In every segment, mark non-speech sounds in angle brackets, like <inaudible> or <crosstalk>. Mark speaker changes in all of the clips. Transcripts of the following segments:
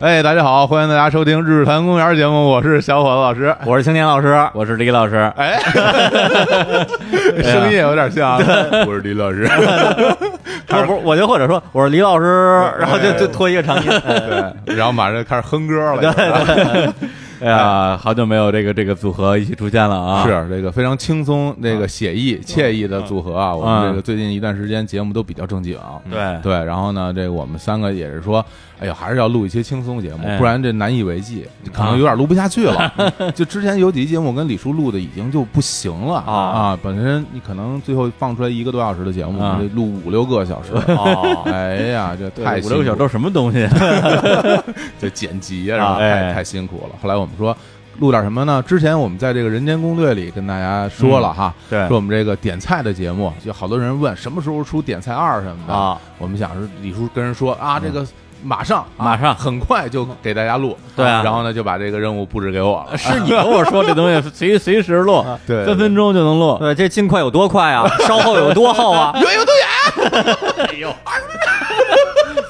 Speaker 1: 哎，大家好，欢迎大家收听《日坛公园》节目，我是小伙子老师。
Speaker 2: <laughs> 我是青年老师，我是李老师。
Speaker 1: 哎，声音也有点像，啊 <laughs> 我是李老 <laughs> 师。
Speaker 2: 我不是，我就或者说我是李 <laughs> 老师，然后就就拖一个长音。
Speaker 1: 对，然后马上就开始哼歌了，
Speaker 2: <laughs> 哎呀，好久没有这个这个组合一起出现了啊！
Speaker 1: 是这个非常轻松、这个写意、惬意的组合啊。我们这个最近一段时间节目都比较正经，
Speaker 2: 对
Speaker 1: 对。然后呢，这个我们三个也是说，哎呀，还是要录一些轻松节目
Speaker 2: 哎，嗯
Speaker 1: 不然这难以为继，可能有点录不下去
Speaker 2: <laughs>
Speaker 1: 了。就之前有几期节目，我跟李叔录的已经就不行了
Speaker 2: 啊
Speaker 1: 啊。本身你可能最后放出来一个多小时的节目，
Speaker 2: 啊
Speaker 1: 我们得录五六个小时。
Speaker 2: <laughs> 哦，
Speaker 1: 哎呀，这太
Speaker 2: 太五六个小时
Speaker 1: 时，
Speaker 2: 都是什么东西？
Speaker 1: 这剪辑啊，然后
Speaker 2: 啊
Speaker 1: 太
Speaker 2: 哎
Speaker 1: 太辛苦了。后来我们说。录点什么呢？之前我们在这个《人间攻略》里跟大家说了哈，
Speaker 2: <laughs> 对
Speaker 1: 说我们这个点菜的节目，就好多人问什么时候出点菜二什么的
Speaker 2: 啊。
Speaker 1: 我们想是李叔跟人说啊，这个马上啊
Speaker 2: 嗯马上
Speaker 1: 很快就给大家录，
Speaker 2: 对啊
Speaker 1: 然后呢就把这个任务布置给我了，
Speaker 2: 是你跟我说这东西随随时录，
Speaker 1: 对
Speaker 2: 分分钟就能录。啊对，这尽快有多 <laughs> 快啊？稍后有多哎后啊？
Speaker 1: 远有多远？
Speaker 2: <laughs>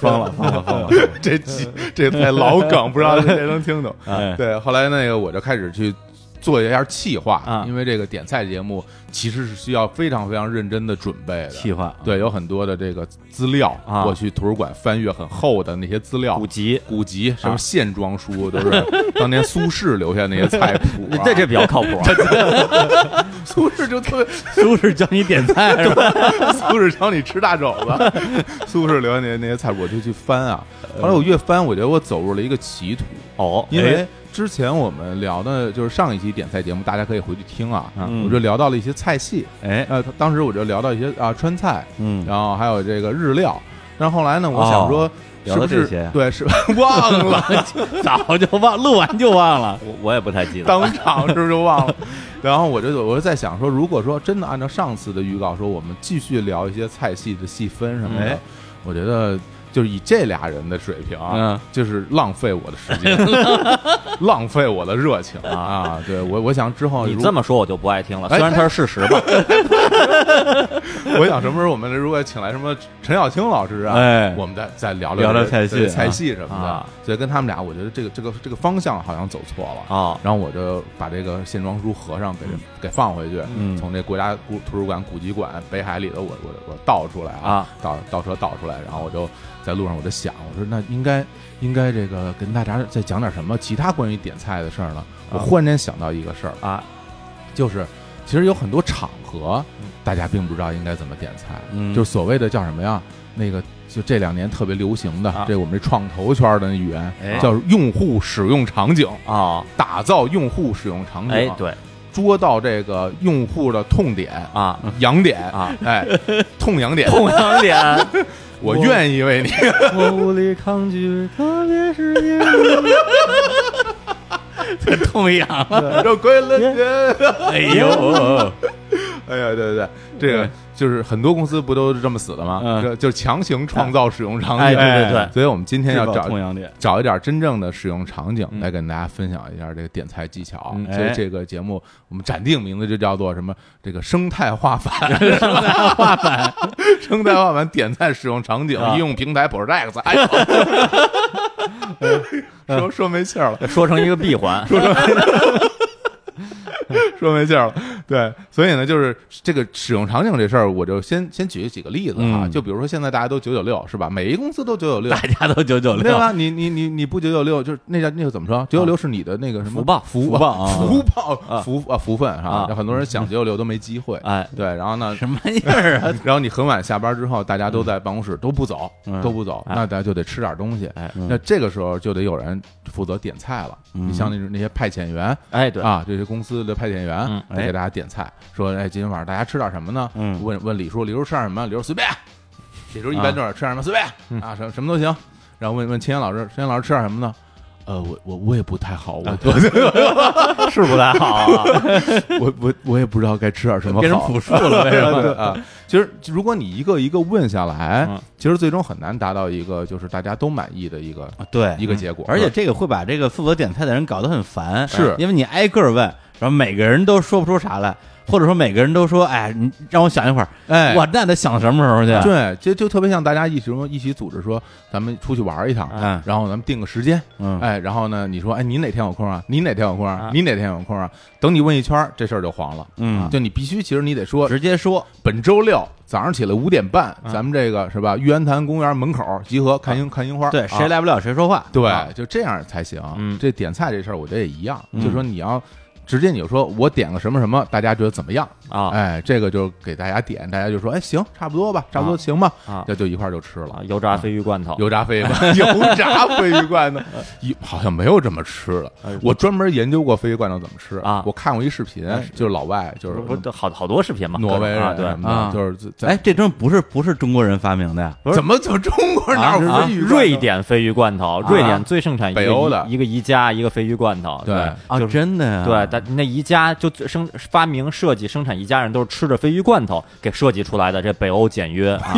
Speaker 2: 疯了，疯了，疯了！
Speaker 1: <laughs> 这集这太老
Speaker 2: <laughs>
Speaker 1: 梗，不知道谁能听懂。
Speaker 2: 嗯哎
Speaker 1: 对，后来那个我就开始去做一下企划
Speaker 2: 啊，
Speaker 1: 因为这个点菜节目其实是需要非常非常认真的准备的。
Speaker 2: 气话，
Speaker 1: 对，有很多的这个资料，
Speaker 2: 啊
Speaker 1: 我去图书馆翻阅很厚的那些资料，
Speaker 2: 古籍
Speaker 1: 古籍，什么
Speaker 2: 啊
Speaker 1: 线装书，都是当年苏轼留下那些菜谱
Speaker 2: <laughs>
Speaker 1: 啊。
Speaker 2: 这这比较靠谱啊。
Speaker 1: 苏轼就特别，
Speaker 2: 苏轼教你点菜是吧？
Speaker 1: 苏轼教你吃大肘子，
Speaker 2: <laughs>
Speaker 1: 苏轼留下那些那些菜谱，我就去翻啊。
Speaker 2: 呃
Speaker 1: 后来我越翻，我觉得我走入了一个歧途，
Speaker 2: 哦，
Speaker 1: 因为之前我们聊的就是上一期点菜节目，大家可以回去听啊。
Speaker 2: 嗯
Speaker 1: 我就聊到了一些菜系，
Speaker 2: 哎，哎
Speaker 1: 呃，当时我就聊到一些啊川菜，
Speaker 2: 嗯哦
Speaker 1: 然后还有这个日料。但后来呢，我想说，
Speaker 2: 聊
Speaker 1: 是不
Speaker 2: 到
Speaker 1: 是
Speaker 2: 这些
Speaker 1: 对是 <laughs> 忘
Speaker 2: <laughs>
Speaker 1: 了
Speaker 2: 早就忘，录完就忘了，我我也不太记
Speaker 1: <laughs>
Speaker 2: 得。
Speaker 1: 当场是不是就忘了？ <laughs> 然后我就我就在想说，如果说真的按照上次的预告说，我们继续聊一些菜系的细分什么的，
Speaker 2: 哎
Speaker 1: 我觉得就是以这俩人的水平啊，
Speaker 2: 嗯
Speaker 1: 就是浪费我的时
Speaker 2: <laughs>
Speaker 1: 间，浪费我的热情啊！对我我想之后
Speaker 2: 你
Speaker 1: 如
Speaker 2: 这么说，我就不爱听了。
Speaker 1: 哎
Speaker 2: 虽然它是事实吧，
Speaker 1: 我想什么时候我们如果请来什么陈小青老师啊，
Speaker 2: <laughs> 哎
Speaker 1: 我们再再聊
Speaker 2: 聊
Speaker 1: 这
Speaker 2: 聊
Speaker 1: 个
Speaker 2: 菜系
Speaker 1: 对菜系什么的。
Speaker 2: 啊
Speaker 1: 所以跟他们俩，我觉得这个这个这个方向好像走错了。
Speaker 2: 哦
Speaker 1: 然后我就把这个线装书合上，给给放回去，
Speaker 2: 嗯
Speaker 1: 从这国家古图书馆古籍馆北海里头，我我我倒出来啊
Speaker 2: 啊，
Speaker 1: 倒倒车倒出来，然后我就在路上我就想，我说那应该应该这个跟大家再讲点什么其他关于点菜的事儿呢？我
Speaker 2: 啊
Speaker 1: 忽然间想到一个事儿，
Speaker 2: 啊，
Speaker 1: 就是其实有很多场合，大家并不知道应该怎么点菜，
Speaker 2: 嗯
Speaker 1: 就是所谓的叫什么呀？那个就这两年特别流行的，
Speaker 2: 啊
Speaker 1: 这我们这创投圈的语言、
Speaker 2: 哎
Speaker 1: 叫用户使用场景，
Speaker 2: 哦，
Speaker 1: 打造用户使用场景，啊
Speaker 2: 哎，对
Speaker 1: 捉到这个用户的痛点、
Speaker 2: <laughs> 啊，
Speaker 1: 痒点
Speaker 2: 啊， <laughs>
Speaker 1: 哎，痛痒点，
Speaker 2: 痛痒脸，
Speaker 1: 我愿意为你， <laughs>
Speaker 2: 我无力抗拒，特别是因为 <laughs> 痛痒了。
Speaker 1: 这归了人。
Speaker 2: <laughs> 哎呦，
Speaker 1: 哎呀，对对对，这个
Speaker 2: 对
Speaker 1: 就是很多公司不都是这么死的吗？
Speaker 2: 嗯
Speaker 1: 这就是强行创造使用场景。
Speaker 2: 哎对对对
Speaker 1: 所以我们今天要
Speaker 2: 制造
Speaker 1: 找
Speaker 2: 痛痒点
Speaker 1: 找一点真正的使用场景
Speaker 2: 嗯
Speaker 1: 来跟大家分享一下这个点菜技巧。
Speaker 2: 嗯
Speaker 1: 所以
Speaker 2: 哎
Speaker 1: 这个节目我们暂定名字就叫做什么？这个生态化
Speaker 2: <laughs>
Speaker 1: 反，
Speaker 2: 画板
Speaker 1: <laughs> 生态化反点菜使用场景
Speaker 2: 啊
Speaker 1: 应用平台 Project。哎
Speaker 2: <laughs>
Speaker 1: 呦
Speaker 2: 哎
Speaker 1: 说说没气儿了，
Speaker 2: <laughs> 说成一个闭环，
Speaker 1: 说没劲儿了。对，所以呢，就是这个使用场景这事儿，我就先先举几个例子啊，
Speaker 2: 嗯
Speaker 1: 就比如说现在大家都九九六是吧？每一公司都九九六
Speaker 2: 大。家都九九
Speaker 1: 对
Speaker 2: 六，
Speaker 1: 吧？啊你你你你不九九六，就是那叫那个怎么说？九九六是你的那个什么
Speaker 2: 啊福报
Speaker 1: 福
Speaker 2: 福报啊
Speaker 1: 福报
Speaker 2: 啊
Speaker 1: 福啊福分
Speaker 2: 啊
Speaker 1: 哈。有很多人想九九六都没机会。
Speaker 2: 哎
Speaker 1: 对，然后呢，
Speaker 2: 什么玩意儿啊？
Speaker 1: 然后你很晚下班之后，大家都在办公室都不走，
Speaker 2: 嗯
Speaker 1: 都不走，
Speaker 2: 哎
Speaker 1: 那大家就得吃点东西。
Speaker 2: 哎
Speaker 1: 那这个时候就得有人负责点菜了。
Speaker 2: 嗯
Speaker 1: 你像那种那些派遣员，
Speaker 2: 哎，对，
Speaker 1: 啊，这些公司的派遣员
Speaker 2: 嗯
Speaker 1: 来给大家点菜，说哎，今天晚上大家吃点什么呢？
Speaker 2: 嗯
Speaker 1: 问问李叔，李叔吃点什么？李叔随便，李叔一般就是吃点什么随
Speaker 2: 嗯
Speaker 1: 便啊，什么什么都行。然后问问青岩老师，青岩老师吃点什么呢？呃，我我我也不太好，
Speaker 2: 啊
Speaker 1: 我
Speaker 2: 是不太好啊，
Speaker 1: <laughs> 我我我也不知道该吃点什么
Speaker 2: 变成
Speaker 1: 好。
Speaker 2: 朴树了，为什
Speaker 1: <laughs> 对
Speaker 2: 么？
Speaker 1: 啊，其实如果你一个一个问下来
Speaker 2: 嗯，
Speaker 1: 其实最终很难达到一个就是大家都满意的一个
Speaker 2: <laughs> 对，
Speaker 1: 一个结果。
Speaker 2: 嗯而且这个会把这个负责点菜的人搞得很烦，哎
Speaker 1: 是
Speaker 2: 因为你挨个儿问，然后每个人都说不出啥来。
Speaker 3: 或者说每个人都说，哎，你让我想一会儿，
Speaker 1: 哎，
Speaker 3: 我那得想什么时候去？
Speaker 1: 对，这就特别像大家一起说一起组织说，咱们出去玩儿一趟，
Speaker 3: 哎
Speaker 1: 然后咱们定个时间，
Speaker 3: 嗯，
Speaker 1: 哎，然后呢，你说，哎，你哪天有空啊？你哪天有空啊
Speaker 3: 啊？
Speaker 1: 你哪天有空啊？等你问一圈儿，这事儿就黄了。啊
Speaker 3: 嗯
Speaker 1: 就你必须，其实你得说，
Speaker 3: 直接说，
Speaker 1: 本周六早上起来五点半，
Speaker 3: 嗯
Speaker 1: 咱们这个是吧？玉渊潭公园门口集合看樱看樱花，
Speaker 3: 对，
Speaker 1: 啊
Speaker 3: 谁？来不了谁说话，啊
Speaker 1: 对，就这样才行。
Speaker 3: 嗯
Speaker 1: 这点菜这事儿，我觉得也一样，
Speaker 3: 嗯
Speaker 1: 就是说你要直接你就说我点个什么什么，大家觉得怎么样？
Speaker 3: 啊
Speaker 1: 哎，这个就给大家点，大家就说，哎，行，差不多吧，差不多行吧，
Speaker 3: 啊
Speaker 1: 这就一块儿就吃了。
Speaker 3: 啊！油炸鲱鱼罐头，
Speaker 1: 油炸鲱鱼罐，油炸鲱鱼罐头，一好像没有这么吃了
Speaker 3: 哎。
Speaker 1: 我专门研究过鲱鱼罐头怎么吃
Speaker 3: 啊
Speaker 1: 我看过一视频，就是老外，就
Speaker 2: 不
Speaker 1: 是
Speaker 2: 不好好多视频嘛，
Speaker 1: 挪威
Speaker 2: 啊，
Speaker 1: 人
Speaker 2: 对
Speaker 1: 什，么的，
Speaker 3: 啊
Speaker 1: 就是在
Speaker 3: 哎，这真不是不是中国人发明的呀，
Speaker 2: 不是
Speaker 1: 怎么怎么中国哪有
Speaker 2: 啊
Speaker 1: 鲱鱼罐头？
Speaker 2: 瑞典鲱鱼罐头，
Speaker 3: 啊
Speaker 2: 瑞典最盛产一个
Speaker 1: 北欧的
Speaker 2: 一个宜家，一个鲱鱼罐头，
Speaker 1: 对
Speaker 3: 啊，
Speaker 2: 就是。
Speaker 3: 真的呀，
Speaker 2: 对，但那宜家就最生发明设计生产宜家人都是吃着鲱鱼罐头给设计出来的，这北欧简约
Speaker 1: <laughs>
Speaker 2: 啊，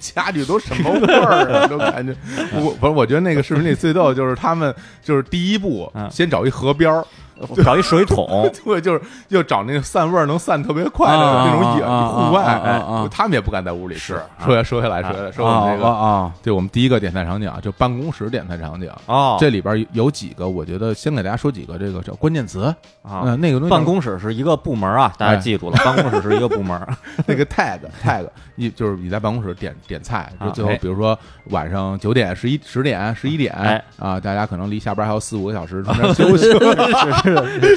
Speaker 1: 家里都什么味儿啊？都感觉我不是，我觉得那个视频里最逗的就是他们就是第一步
Speaker 2: 嗯
Speaker 1: 先找一河边儿，
Speaker 2: 找一水
Speaker 1: <laughs>
Speaker 2: 桶，
Speaker 1: 对，就是就找那个散味儿能散特别快的
Speaker 3: 啊啊
Speaker 1: 那种野
Speaker 3: 啊啊
Speaker 1: 户外，
Speaker 3: 啊啊
Speaker 1: 哎
Speaker 3: 啊啊
Speaker 1: 他们也不敢在屋里吃。说回说回来，说回来，说
Speaker 3: 啊
Speaker 1: 我们这
Speaker 3: 啊
Speaker 1: 个，
Speaker 3: 啊，
Speaker 1: 对我们第一个点菜场景啊，就办公室点菜场景。
Speaker 2: 哦，
Speaker 1: 这里边有有几个，我觉得先给大家说几个这个叫关键词，
Speaker 2: 啊
Speaker 1: 嗯，那个东西哎叫
Speaker 2: 办公室是一个部门啊，大家记住了，办公室是一个部门。 <laughs>
Speaker 1: <laughs> 那个
Speaker 3: <laughs>
Speaker 1: tag tag，你就是你在办公室点点菜，就
Speaker 2: 啊
Speaker 1: 最后
Speaker 2: 哎
Speaker 1: 比如说晚上九点、十一、十点、十一点
Speaker 2: 哎
Speaker 1: 啊，大家可能离下班还有四五个小时，中
Speaker 3: 哦
Speaker 1: 间休 <laughs> 息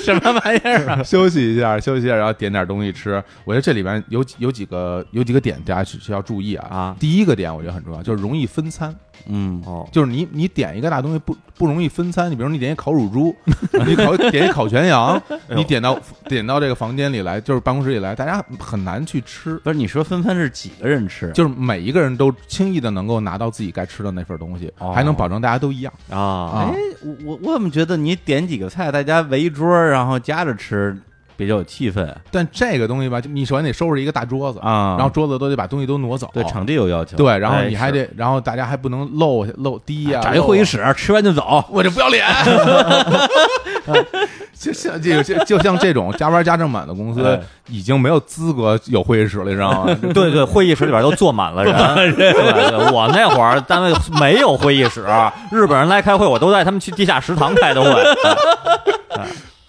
Speaker 3: 什么玩意儿
Speaker 1: <laughs>
Speaker 3: 啊？
Speaker 1: 休息一下，休息一下，然后点点东西吃。我觉得这里边有几有几个有几个点大家需需要注意啊。
Speaker 2: 啊
Speaker 1: 第一个点我觉得很重要，就是容易分餐，
Speaker 3: 嗯，
Speaker 2: 哦，
Speaker 1: 就是你你点一个大东西不不容易分餐，你比如你点一烤乳猪， <laughs> 你烤点一烤全羊，
Speaker 3: 哎
Speaker 1: 你点到点到这个房间里来，就是办公室里来，大家很难去吃。
Speaker 3: 不是，你说分分是几个人吃？
Speaker 1: 就是每一个人都轻易的能够拿到自己该吃的那份东西，
Speaker 2: 哦
Speaker 1: 还能保证大家都一样。
Speaker 2: 啊，
Speaker 1: 啊
Speaker 3: 哎，我我我怎么觉得你点几个菜，大家围一桌儿，然后夹着吃，比较有气氛
Speaker 1: 但这个东西吧，就你首先得收拾一个大桌子，
Speaker 3: 啊。
Speaker 1: 然后桌子都得把东西都挪走。
Speaker 3: 哦对场地有要求，，
Speaker 1: 对然后你
Speaker 2: 哎
Speaker 1: 还得，然后大家还不能漏漏低呀、
Speaker 3: 啊找一会议室，吃完就走。
Speaker 1: 漏啊， <laughs> 我这不要
Speaker 3: <laughs>
Speaker 1: 脸。就像这就就像这种加班加正满的公司
Speaker 3: 哎，
Speaker 1: 已经没有资格有会议室了，你知道 <laughs> 吗？
Speaker 2: 对对，会议室里边都坐满了人。
Speaker 1: <laughs>
Speaker 2: 对对，我那会儿单位没有会议室，日本人来开会，我都带他们去地下食堂开的
Speaker 1: <laughs>
Speaker 2: 会。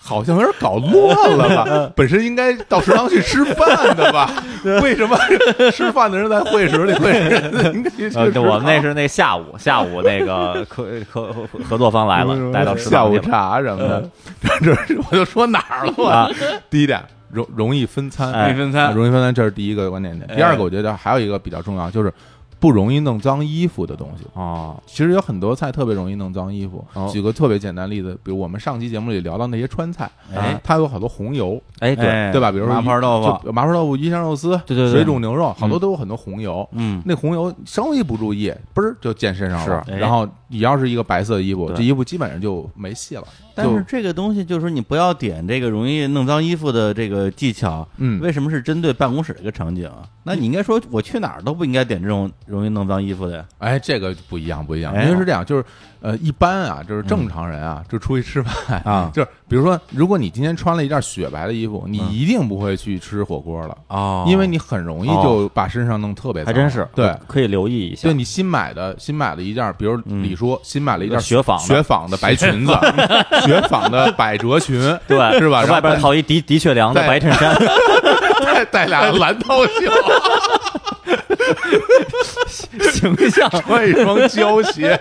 Speaker 1: 好像有点搞乱了
Speaker 2: <laughs> 嗯
Speaker 1: 吧？本身应该到食堂去吃饭的吧？为什么 <laughs> 吃饭的人在会议室里？会人应该去
Speaker 2: 呃，
Speaker 1: 食
Speaker 2: 对
Speaker 1: 堂
Speaker 2: 我们那是那下午，下午
Speaker 1: <laughs>
Speaker 2: 那个合合合作方来了，带到食
Speaker 1: 下
Speaker 2: 堂
Speaker 1: 午
Speaker 2: 去了。嗯
Speaker 1: 茶什么的。 <laughs> 这这我就说哪儿了？
Speaker 2: 啊
Speaker 1: 我第一点容容易分餐，
Speaker 2: 哎
Speaker 3: 分餐
Speaker 1: 容易分餐，这是第一个关键点。第二个，我觉得还有一个比较重要，就是不容易弄脏衣服的东西。
Speaker 2: 哦，
Speaker 1: 其实有很多菜特别容易弄脏衣服
Speaker 2: 哦。
Speaker 1: 举个特别简单例子，比如我们上期节目里聊到那些川菜，
Speaker 3: 哎
Speaker 1: 它有好多红油，
Speaker 2: 哎，对，
Speaker 1: 对吧？比如说
Speaker 3: 麻婆豆腐，
Speaker 1: 就麻婆豆腐、鱼香肉丝、
Speaker 2: 对对对
Speaker 1: 水煮牛肉，好多都有很多红油。
Speaker 3: 嗯，
Speaker 1: 那红油稍微一不注意，嘣儿就溅身上了。
Speaker 2: 是哎
Speaker 1: 然后你要是一个白色的衣服，
Speaker 2: 对
Speaker 1: 这衣服基本上就没戏了。
Speaker 3: 但
Speaker 1: 就是
Speaker 3: 这个东西就是你不要点这个容易弄脏衣服的这个技巧。
Speaker 1: 嗯
Speaker 3: 为什么是针对办公室这个场景啊？那你应该说，我去哪儿都不应该点这种容易弄脏衣服的呀。
Speaker 1: 哎，这个不一样，不一样，
Speaker 3: 哎
Speaker 1: 因为是这样，就是呃，一般啊，
Speaker 2: 嗯
Speaker 1: 就是正常人啊，就出去吃饭
Speaker 3: 啊
Speaker 1: 就是比如说，如果你今天穿了一件雪白的衣服，
Speaker 2: 嗯
Speaker 1: 你一定不会去吃火锅了，
Speaker 3: 哦
Speaker 1: 因为你很容易就把身上弄特别
Speaker 2: 还
Speaker 1: 脏，
Speaker 2: 真是，
Speaker 1: 对。
Speaker 2: 可以留意一下
Speaker 1: 对。你新买的新买的一件，比如李叔新买了一件
Speaker 2: 嗯雪纺的
Speaker 1: 雪纺的白裙子，雪纺的百褶裙，
Speaker 2: <laughs> 对，
Speaker 1: 是吧？然后
Speaker 2: 外边
Speaker 1: 再
Speaker 2: 套一的的确良的
Speaker 1: 对
Speaker 2: 白
Speaker 1: <laughs>
Speaker 2: 衬衫，
Speaker 1: 再带俩蓝套袖，
Speaker 2: <laughs> 形象
Speaker 1: 穿一双胶鞋，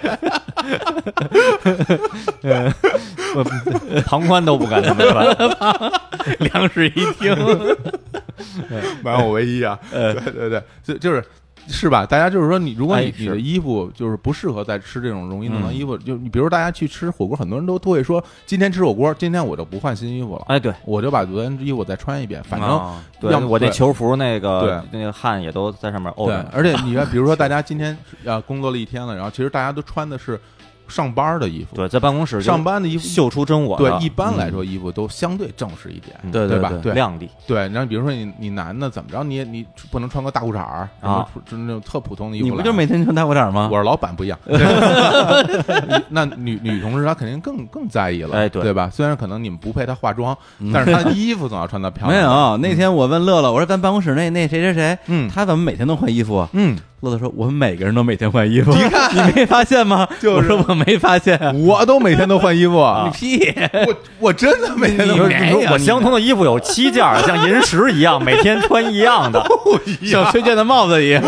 Speaker 2: 旁观都不敢这么穿。
Speaker 1: <laughs>
Speaker 3: 两室一厅，
Speaker 1: 买我唯一啊！对对对，就就是。是吧？大家就是说你，如果你
Speaker 2: 嗯哎是嗯
Speaker 1: 你的衣服就是不适合再吃这种容易弄脏衣服，就你比如大家去吃火锅，很多人都都会说，今天吃火锅，今天我就不换新衣服了，
Speaker 2: 哎，对，
Speaker 1: 我就把昨天衣服再穿一遍，反正、
Speaker 3: 啊
Speaker 2: 对
Speaker 1: 要，么
Speaker 2: 我那
Speaker 1: 对
Speaker 2: 球服那个那个汗也都在上面沤
Speaker 1: 对
Speaker 2: 着呢。。
Speaker 1: 而且你看，比如说大家今天呃工作了一天了，然后其实大家都穿的是上班的衣服，
Speaker 2: 对，在办公室就
Speaker 1: 上班的衣服。
Speaker 2: 秀出真我
Speaker 1: 对
Speaker 2: 了，
Speaker 1: 一般来说衣服都相对正式一点，
Speaker 2: 嗯
Speaker 3: 对
Speaker 1: 对
Speaker 3: 对
Speaker 1: 吧？
Speaker 3: 对
Speaker 1: 对
Speaker 2: 靓丽，
Speaker 1: 对，然后比如说你你男的怎么着，你也你不能穿个大裤衩儿什么
Speaker 2: 啊
Speaker 1: 普就是那种特普通的衣服
Speaker 3: 你
Speaker 1: 来。
Speaker 3: 不就每天穿大裤衩吗？
Speaker 1: 我是老板不一
Speaker 2: <laughs>
Speaker 1: 样， <laughs> 那女女同事她肯定更更在意了，
Speaker 2: 哎
Speaker 1: 对
Speaker 2: 对嗯
Speaker 1: 吧？虽然可能你们不配她化妆，但是她的衣服总要穿得漂
Speaker 3: 没
Speaker 2: <laughs>
Speaker 1: 亮。，
Speaker 3: 有，那天我问乐乐，我说咱办公室那那谁谁谁，
Speaker 1: 嗯
Speaker 3: 他怎么每天都换衣服啊？
Speaker 1: 嗯，
Speaker 3: 乐乐说，我们每个人都每天换衣服，你看 <laughs> 你没发现吗？我说我没发现，啊
Speaker 1: 我都每天都换
Speaker 2: <laughs>
Speaker 1: 衣服，
Speaker 3: 你屁！
Speaker 1: 我我真的每天都
Speaker 2: 你
Speaker 1: 换
Speaker 2: 说
Speaker 1: 衣服
Speaker 2: 你说我相同的衣服有七件儿，像银石一样，每天穿一样
Speaker 1: <laughs>
Speaker 2: 的。
Speaker 3: 像崔健的帽子一样。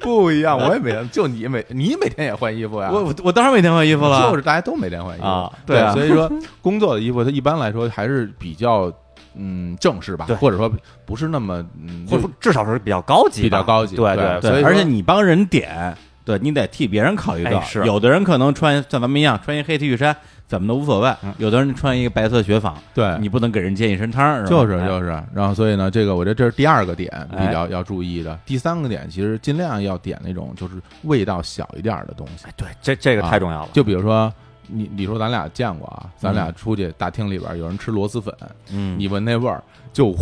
Speaker 1: 不一样，我也每天就你每你每天也换衣服呀，
Speaker 3: 我我我当然每天换衣服了，
Speaker 1: 就是大家都每天换衣服
Speaker 2: 啊
Speaker 1: 对，
Speaker 3: 对啊
Speaker 1: 所以说工作的衣服它一般来说还是比较嗯正式吧
Speaker 2: 对，
Speaker 1: 或者说不是那么嗯
Speaker 2: 或者说至少是比较高级吧，
Speaker 1: 比较高级
Speaker 2: 对
Speaker 1: 对所
Speaker 2: 对，
Speaker 1: 以
Speaker 3: 对，
Speaker 1: 说
Speaker 3: 而且你帮人点，对你得替别人考虑到。
Speaker 2: 哎是
Speaker 3: 有的人可能穿像咱们一样穿一黑 T 恤衫，怎么都无所谓；有的人穿一个白色雪纺，
Speaker 1: 对
Speaker 3: 你不能给人溅一身汤儿，吧
Speaker 1: 哎就是
Speaker 3: 哎
Speaker 1: 就是，然后所以呢，这个我觉得这是第二个点比
Speaker 3: 哎
Speaker 1: 较要注意的。第三个点其实尽量要点那种就是味道小一点儿的东西，
Speaker 3: 哎
Speaker 2: 对这这个
Speaker 1: 啊
Speaker 2: 太重要了。
Speaker 1: 就比如说你你说咱俩见过啊，咱俩出去大厅里边儿有人吃螺蛳粉，
Speaker 3: 嗯，
Speaker 1: 你闻那味儿就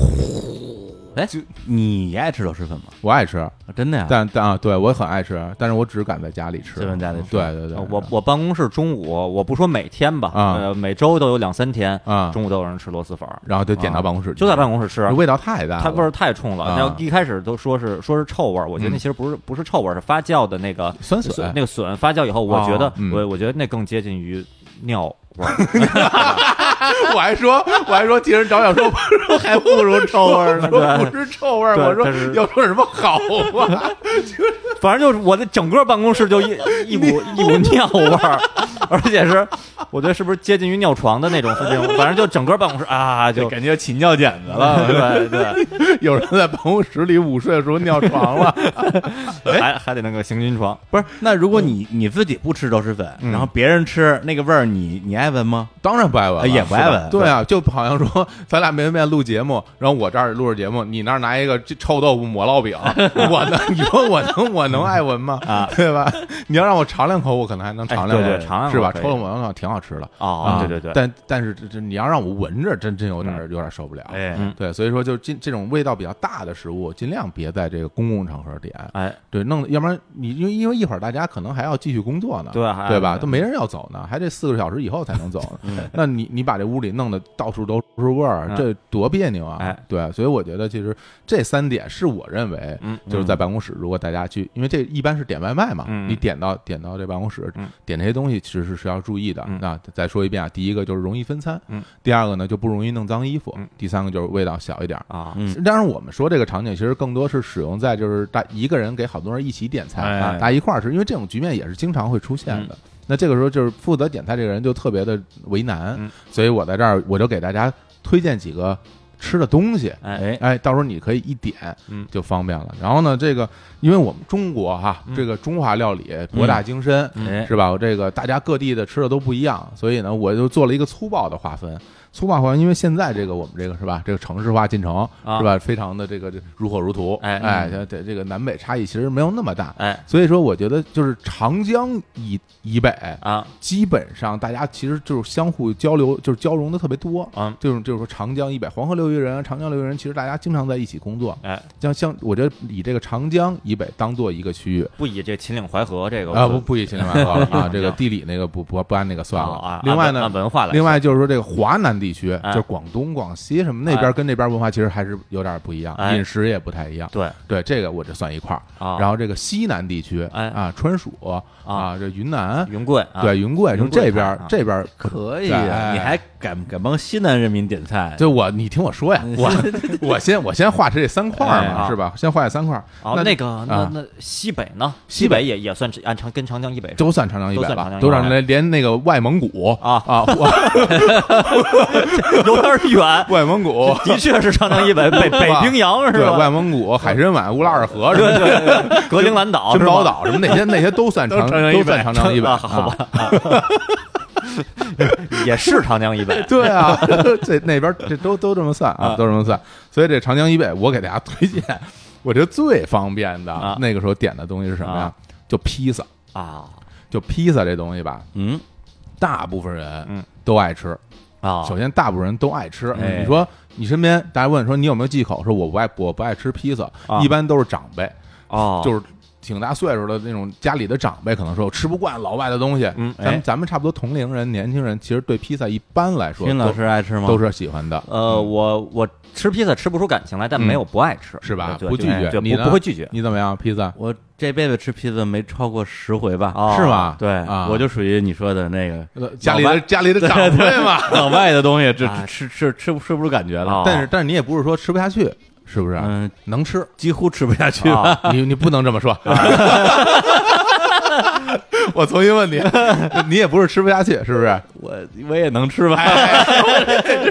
Speaker 2: 哎
Speaker 3: 你爱吃螺蛳粉吗？
Speaker 1: 我爱吃，
Speaker 3: 啊真的呀，
Speaker 1: 但但啊，对我很爱吃，但是我只敢在家里吃
Speaker 3: 只，敢在家里吃
Speaker 1: 对对对，
Speaker 2: 呃我我办公室中午，我不说每天吧，
Speaker 1: 啊
Speaker 2: 呃，每周都有两三天，
Speaker 1: 啊，
Speaker 2: 中午都有人吃螺蛳粉儿，
Speaker 1: 然后就点到办公室去，
Speaker 2: 啊就在办公室吃
Speaker 1: 这。味道太大了，
Speaker 2: 它味儿太冲了
Speaker 1: 啊，
Speaker 2: 然后一开始都说是说是臭味儿，我觉得那
Speaker 1: 嗯
Speaker 2: 其实不是不是臭味儿，是发酵的那个
Speaker 1: 酸
Speaker 2: 笋
Speaker 1: 笋
Speaker 2: 那个笋发酵以后，我
Speaker 1: 哦
Speaker 2: 觉得
Speaker 1: 嗯
Speaker 2: 我我觉得那更接近于尿味儿，
Speaker 1: <laughs> 我还说，我还说替人
Speaker 2: <laughs>
Speaker 1: 着想，说说 <laughs> 还不如臭味儿呢，
Speaker 2: 对
Speaker 1: 说不是臭味儿，
Speaker 2: 对
Speaker 1: 我说
Speaker 2: 但是
Speaker 1: 要说什么好啊？
Speaker 2: 反正就是我的整个办公室就一一股一股尿味儿， <laughs> 而且是我觉得是不是接近于尿床的那种那种，反正就整个办公室啊就。
Speaker 3: 感觉起尿点子了。
Speaker 2: 对
Speaker 1: <laughs>
Speaker 2: 对，
Speaker 1: 有人在办公室里午睡的时候尿床了， <laughs> 哎
Speaker 2: 还还得弄个行军床，
Speaker 3: 不是，那如果你你自己不吃螺蛳粉，
Speaker 1: 嗯
Speaker 3: 然后别人吃那个味儿，你你爱闻吗？
Speaker 1: 当然不爱闻了，
Speaker 3: 哎也不爱闻
Speaker 1: 是吧对啊，就好像说咱俩面对面录节目，然后我这儿录着节目，你那儿拿一个这臭豆腐抹烙饼，我能你说我能我能爱闻吗？
Speaker 2: 啊，
Speaker 1: 对吧？你要让我尝两口，我可能还能尝两口，
Speaker 2: 哎对对尝两口
Speaker 1: 是吧？
Speaker 2: 可以
Speaker 1: 臭豆腐抹烙饼挺好吃的
Speaker 2: 哦
Speaker 1: 啊，
Speaker 2: 对对对
Speaker 1: 但但是这这你要让我闻着，真真有点有点受不了，
Speaker 3: 哎
Speaker 2: 嗯
Speaker 1: 对，所以说就尽这种味道比较大的食物，尽量别在这个公共场合点。
Speaker 2: 哎，
Speaker 1: 对，弄得要不然你因为因为一会儿大家可能还要继续工作呢，
Speaker 2: 对啊哎还
Speaker 1: 吧？
Speaker 2: 对
Speaker 1: 都没人要走呢，还得四个小时以后才能走呢。那你你把这屋里弄得到处都是味儿，
Speaker 2: 嗯
Speaker 1: 这多别扭啊！
Speaker 2: 哎
Speaker 1: 对，所以我觉得其实这三点是我认为。
Speaker 2: 嗯，
Speaker 1: 就是在办公室，如果大家去，因为这一般是点外卖嘛，
Speaker 2: 嗯
Speaker 1: 你点到点到这办公室，
Speaker 2: 嗯
Speaker 1: 点这些东西其实是是要注意的。
Speaker 2: 嗯
Speaker 1: 那再说一遍啊，第一个就是容易分餐，
Speaker 2: 嗯
Speaker 1: 第二个呢就不容易弄脏衣服，
Speaker 2: 嗯
Speaker 1: 第三个就是味道小一点儿。
Speaker 2: 啊，
Speaker 3: 嗯
Speaker 1: 当然，我们说这个场景其实更多是使用在就是大一个人给好多人一起点菜，
Speaker 3: 哎
Speaker 1: 啊大家一块儿吃，因为这种局面也是经常会出现的。
Speaker 2: 嗯
Speaker 1: 那这个时候就是负责点菜这个人就特别的为难，
Speaker 2: 嗯
Speaker 1: 所以我在这儿我就给大家推荐几个吃的东西。
Speaker 2: 哎，
Speaker 1: 哎，到时候你可以一点，
Speaker 2: 嗯
Speaker 1: 就方便了。然后呢，这个因为我们中国哈，
Speaker 2: 嗯
Speaker 1: 这个中华料理博大精深，
Speaker 3: 哎
Speaker 1: 是吧？我这个大家各地的吃的都不一样，所以呢，我就做了一个粗暴的划分。粗暴划分，因为现在这个我们这个是吧，这个城市化进程、
Speaker 2: 啊
Speaker 1: 是吧，非常的这个这如火如荼，哎
Speaker 2: 哎
Speaker 1: 这这这个南北差异其实没有那么大。
Speaker 2: 哎
Speaker 1: 所以说，我觉得就是长江以以北，
Speaker 2: 啊，
Speaker 1: 基本上大家其实就是相互交流，就是交融的特别多。
Speaker 2: 嗯
Speaker 1: 这种就是说，长江以北，黄河流域人、长江流域人，其实大家经常在一起工作。
Speaker 2: 哎，
Speaker 1: 像像我觉得以这个长江以北当做一个区域，
Speaker 2: 不以这秦岭淮河这个
Speaker 1: 啊，不不以秦岭淮河了
Speaker 2: <laughs>
Speaker 1: 啊，这个
Speaker 2: 啊
Speaker 1: 地理那个不不不按那个算了。
Speaker 2: 啊，
Speaker 1: 另外呢
Speaker 2: 按，文化来，
Speaker 1: 另外就是说这个华南地区，
Speaker 2: 哎
Speaker 1: 就是广东、广西什么那边
Speaker 2: 哎
Speaker 1: 跟这边文化其实还是有点不一样，
Speaker 2: 哎
Speaker 1: 饮食也不太一样。
Speaker 2: 对
Speaker 1: 对，这个我这算一块儿。
Speaker 2: 啊，
Speaker 1: 然后这个西南地区，
Speaker 2: 哎
Speaker 1: 啊，川蜀啊，这云南，
Speaker 2: 云贵啊，
Speaker 1: 对云贵，
Speaker 2: 云
Speaker 1: 从
Speaker 2: 贵
Speaker 1: 这边
Speaker 2: 菜啊
Speaker 1: 这边
Speaker 3: 可以
Speaker 1: 对哎
Speaker 3: 啊，你还敢敢帮西南人民点
Speaker 2: 哎
Speaker 3: 菜？
Speaker 1: 就我，你听我说
Speaker 2: <laughs>
Speaker 1: 呀，我我先我先画出这三块儿
Speaker 2: 哎
Speaker 1: 嘛，
Speaker 2: 啊
Speaker 1: 是吧？先画这三块儿，
Speaker 2: 哦，
Speaker 1: 那
Speaker 2: 那个那
Speaker 1: 啊
Speaker 2: 那西北呢？
Speaker 1: 西
Speaker 2: 西
Speaker 1: 北
Speaker 2: 北也也算是按长跟长江以北是吧
Speaker 1: 都算长江以
Speaker 2: 都
Speaker 1: 北
Speaker 2: 算
Speaker 1: 吧
Speaker 2: 长江，以
Speaker 1: 都
Speaker 2: 北
Speaker 1: 算连连那个外蒙古
Speaker 2: 啊
Speaker 1: 啊，
Speaker 2: <laughs> 有点
Speaker 1: <laughs>
Speaker 2: 远，
Speaker 1: 外蒙古，
Speaker 2: 的确是长江以
Speaker 1: <laughs>
Speaker 2: 北北北冰洋是
Speaker 1: 对，外
Speaker 2: 吧？
Speaker 1: 蒙古、海参崴、乌拉尔河什
Speaker 2: 对
Speaker 1: 么
Speaker 2: 对对，对格陵兰岛、
Speaker 1: 珍
Speaker 2: 是
Speaker 1: 宝
Speaker 2: 吧？
Speaker 1: 岛什么那些那些都算长
Speaker 3: 都长江以
Speaker 1: 都
Speaker 3: 北
Speaker 1: 算长江以北，
Speaker 2: <laughs> 啊好
Speaker 1: 吧？
Speaker 2: 也是长江
Speaker 1: <laughs>
Speaker 2: 以北
Speaker 1: 对啊，这那边这都都这么算啊，
Speaker 2: 啊
Speaker 1: 都这么算。所以这长江以北，我给大家推荐，我觉得最方便的
Speaker 2: 啊
Speaker 1: 那个时候点的东西是什么呀
Speaker 2: 啊？
Speaker 1: 就披萨。
Speaker 2: 啊。
Speaker 1: 就披萨这东西吧，
Speaker 3: 嗯
Speaker 1: 大部分人
Speaker 2: 嗯
Speaker 1: 都爱吃。
Speaker 2: 啊，
Speaker 1: 首先，大部分人都爱吃。
Speaker 2: 哎
Speaker 1: 你说你身边大家问说你有没有忌口，说我不爱我不爱吃披萨，
Speaker 2: 啊
Speaker 1: 一般都是长辈，
Speaker 3: 啊
Speaker 2: 哦，
Speaker 1: 就是是挺大岁数的那种家里的长辈，可能说我吃不惯老外的东西。
Speaker 2: 嗯，
Speaker 1: 咱
Speaker 2: 哎
Speaker 1: 们咱们差不多同龄人、年轻人，其实对披萨一般来说
Speaker 3: 君老
Speaker 1: 都
Speaker 3: 师爱吃吗？
Speaker 1: 都是喜欢的，
Speaker 2: 呃，我我吃披萨吃不出感情来，但
Speaker 1: 嗯
Speaker 2: 没有不爱吃，
Speaker 1: 是吧？
Speaker 2: 对
Speaker 1: 不拒绝，
Speaker 2: 对
Speaker 1: 你
Speaker 2: 不
Speaker 1: 呢
Speaker 2: 不会拒绝。
Speaker 1: 你怎么样，披萨？
Speaker 3: 我这辈子吃披萨没超过十回吧？
Speaker 2: 哦
Speaker 1: 是吗？
Speaker 3: 对，
Speaker 1: 啊
Speaker 3: 我就属于你说的那个 <laughs>
Speaker 1: 呃家里的家里的
Speaker 3: 对
Speaker 1: 长辈嘛。
Speaker 3: 老外的东西，这
Speaker 2: 啊
Speaker 3: 吃吃吃不吃不出感觉
Speaker 2: 哦
Speaker 3: 了。
Speaker 1: 但是但是你也不是说吃不下去，是不是？
Speaker 3: 嗯，
Speaker 1: 能吃，
Speaker 3: 几乎吃不下去
Speaker 2: 啊
Speaker 3: 了。 <laughs>
Speaker 1: <laughs> 你你不能这么说。我重新问你， <laughs> 你也不是吃不下去，是不是？
Speaker 3: 我我也能吃吧？哎<laughs>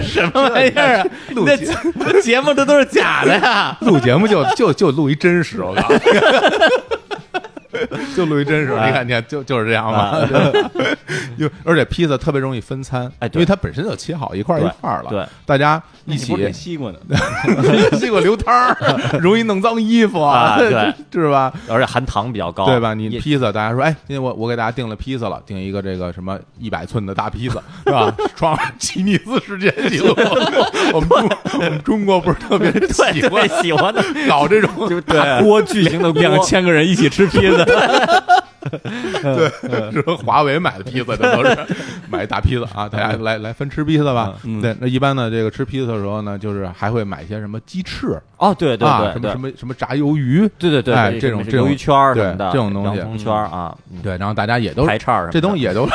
Speaker 1: 这 什
Speaker 3: 什么玩意 <laughs> 儿啊？
Speaker 1: 录
Speaker 3: 那
Speaker 1: 节
Speaker 3: 这节目这都是假的呀！
Speaker 1: 录节目就就就录一真实，我告 <laughs> 诉你，就录一真实。你看，你看，就就是这样嘛。 <laughs> 就而且披萨特别容易分餐，
Speaker 2: 哎对
Speaker 1: 因为它本身就切好一块儿一块儿了，
Speaker 2: 对对，
Speaker 1: 大家一
Speaker 3: <laughs> 你
Speaker 1: 起
Speaker 3: 不是给西瓜呢？
Speaker 1: <laughs> 西瓜流汤 <laughs> 儿，容易弄脏衣服
Speaker 2: 啊对，
Speaker 1: <laughs> 是吧？
Speaker 2: 而且含糖比较高，
Speaker 1: 对吧？你
Speaker 2: 也
Speaker 1: 披萨，大家说，哎，今天我我给大家订了披萨了，订一个这个什么一百寸的大披 <laughs> 萨，是吧？创吉尼斯世界纪 <laughs> 录。我们中我们中国不是特别
Speaker 2: 对
Speaker 1: 喜欢
Speaker 2: 对
Speaker 1: <laughs>
Speaker 2: 喜欢的，
Speaker 1: 搞这种，
Speaker 2: 就大锅巨型的锅
Speaker 3: 两千个人一起吃披萨，
Speaker 2: 嗯
Speaker 1: 是华为买的披萨，这都是买一大披萨啊，大家
Speaker 2: 嗯
Speaker 1: 来来分吃披萨吧。
Speaker 3: 嗯
Speaker 1: 对，那一般呢，这个吃披萨的时候呢，就是还会买一些什么鸡翅
Speaker 2: 哦，对对
Speaker 1: 啊，
Speaker 2: 对
Speaker 1: 什么
Speaker 2: 对
Speaker 1: 什。么什么炸鱿鱼，
Speaker 2: 对对对，
Speaker 1: 哎
Speaker 2: 对
Speaker 1: 这种
Speaker 2: 什么
Speaker 1: 这种
Speaker 2: 鱿鱼圈儿什么
Speaker 1: 对
Speaker 2: 的，
Speaker 1: 这种东西
Speaker 2: 洋葱圈儿啊，嗯
Speaker 1: 对，然后大家也都
Speaker 2: 排叉儿什么
Speaker 1: 这
Speaker 2: 的
Speaker 1: 东西也
Speaker 2: <laughs>
Speaker 1: 都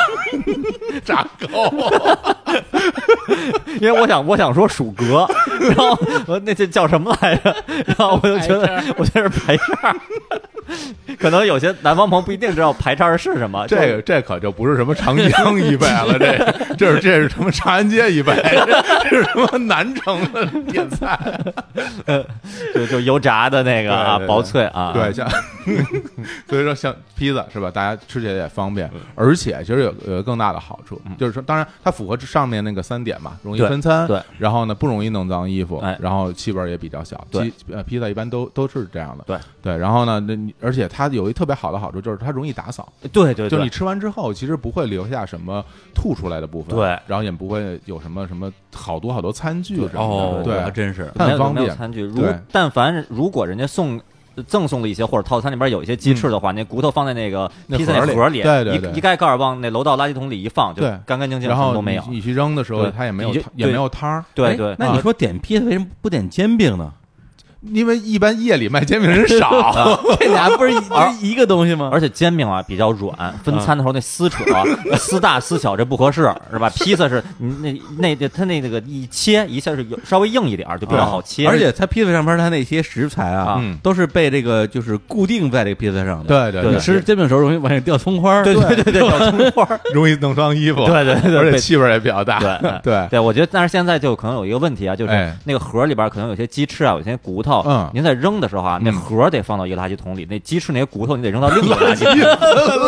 Speaker 1: 炸高。
Speaker 2: 因为我想我想说属格，然后我那这叫什么来着？然后我就觉得我觉得是排叉儿，可能有些南方朋友不一定知道排叉儿是什么。
Speaker 1: 这个这可就不是什么长江一辈了，这这是这是什么长安街一辈，这是什么南城的 <laughs> 点菜？
Speaker 2: 就就就油炸的那个啊
Speaker 1: 对对，对
Speaker 2: 薄脆啊，
Speaker 1: 对，
Speaker 2: <laughs>
Speaker 1: 像所以说像披萨是吧？大家吃起来也方便，
Speaker 2: 嗯
Speaker 1: 而且其实有有更大的好处，就是说，当然它符合上面那个三点嘛，容易
Speaker 2: 对
Speaker 1: 分餐，
Speaker 2: 对，
Speaker 1: 然后呢不容易弄脏衣服
Speaker 2: 哎，
Speaker 1: 然后气味儿也比较小。
Speaker 2: 对
Speaker 1: 鸡，呃，披萨一般都都是这样的，
Speaker 2: 对
Speaker 1: 对。然后呢，那你而且它有一特别好的好处就是它容易打扫，
Speaker 2: 对对
Speaker 1: 就是你
Speaker 2: 对，
Speaker 1: 吃完之后，其实不会留下什么吐出来的部分，
Speaker 2: 对
Speaker 1: 然后也不会有什么什么好多好多餐具什么的，
Speaker 3: 哦，
Speaker 1: 对
Speaker 3: 还，真是
Speaker 1: 它
Speaker 2: 没
Speaker 1: 很
Speaker 2: 有
Speaker 1: 方
Speaker 2: 没有
Speaker 1: 便。
Speaker 2: 餐具。如
Speaker 1: 对
Speaker 2: 但凡如果人家送。赠送了一些或者套餐里边有一些鸡翅的话，那骨头放在那个
Speaker 1: 嗯那
Speaker 2: 披萨
Speaker 1: 盒里
Speaker 2: 盒里，
Speaker 1: 对对对
Speaker 2: 一一盖盖儿往那楼道垃圾桶里一放，就
Speaker 1: 对
Speaker 2: 干干净净，
Speaker 1: 然
Speaker 2: 什么
Speaker 1: 后
Speaker 2: 都没
Speaker 1: 你
Speaker 2: 有。
Speaker 1: 你去扔的时候，
Speaker 2: 对
Speaker 1: 它也没有
Speaker 2: 你就
Speaker 1: 汤也没
Speaker 2: 对
Speaker 1: 有汤儿，
Speaker 2: 对
Speaker 3: 哎
Speaker 2: 对，
Speaker 3: 那你说点披萨为什么不点煎饼呢？
Speaker 1: 因为一般夜里卖煎饼人少，
Speaker 2: <laughs> 啊
Speaker 1: <laughs>
Speaker 3: 这俩不是一不是一个东西吗？
Speaker 2: 而且煎饼啊比较软，分餐的时候那撕扯、啊呃撕大撕小这不合适，是吧？披萨是你那那那它那那个一切一下是有稍微硬一点儿，就比较好切。
Speaker 3: 而且它披萨上边它那些食材啊
Speaker 2: 啊，
Speaker 1: 嗯
Speaker 3: 都是被这个就是固定在这个披萨上的。
Speaker 1: 对对
Speaker 3: 你
Speaker 1: 对，
Speaker 3: 吃煎饼的时候容易往下掉葱花儿。
Speaker 2: 对对对对，小葱花儿，
Speaker 1: 容易弄脏衣服，
Speaker 2: 对对对
Speaker 1: 而且
Speaker 2: 被
Speaker 1: 气味也比较大，
Speaker 2: 对
Speaker 1: 对
Speaker 2: 对，我觉得，但是现在就可能有一个问题啊，就是
Speaker 1: 哎
Speaker 2: 那个盒里边可能有些鸡翅啊，有些骨
Speaker 1: 嗯
Speaker 2: 头，您在扔的时候啊，那
Speaker 1: 嗯
Speaker 2: 盒得放到一个垃圾桶里，那鸡翅那些骨头你得扔到另一个垃圾桶里。
Speaker 1: <laughs>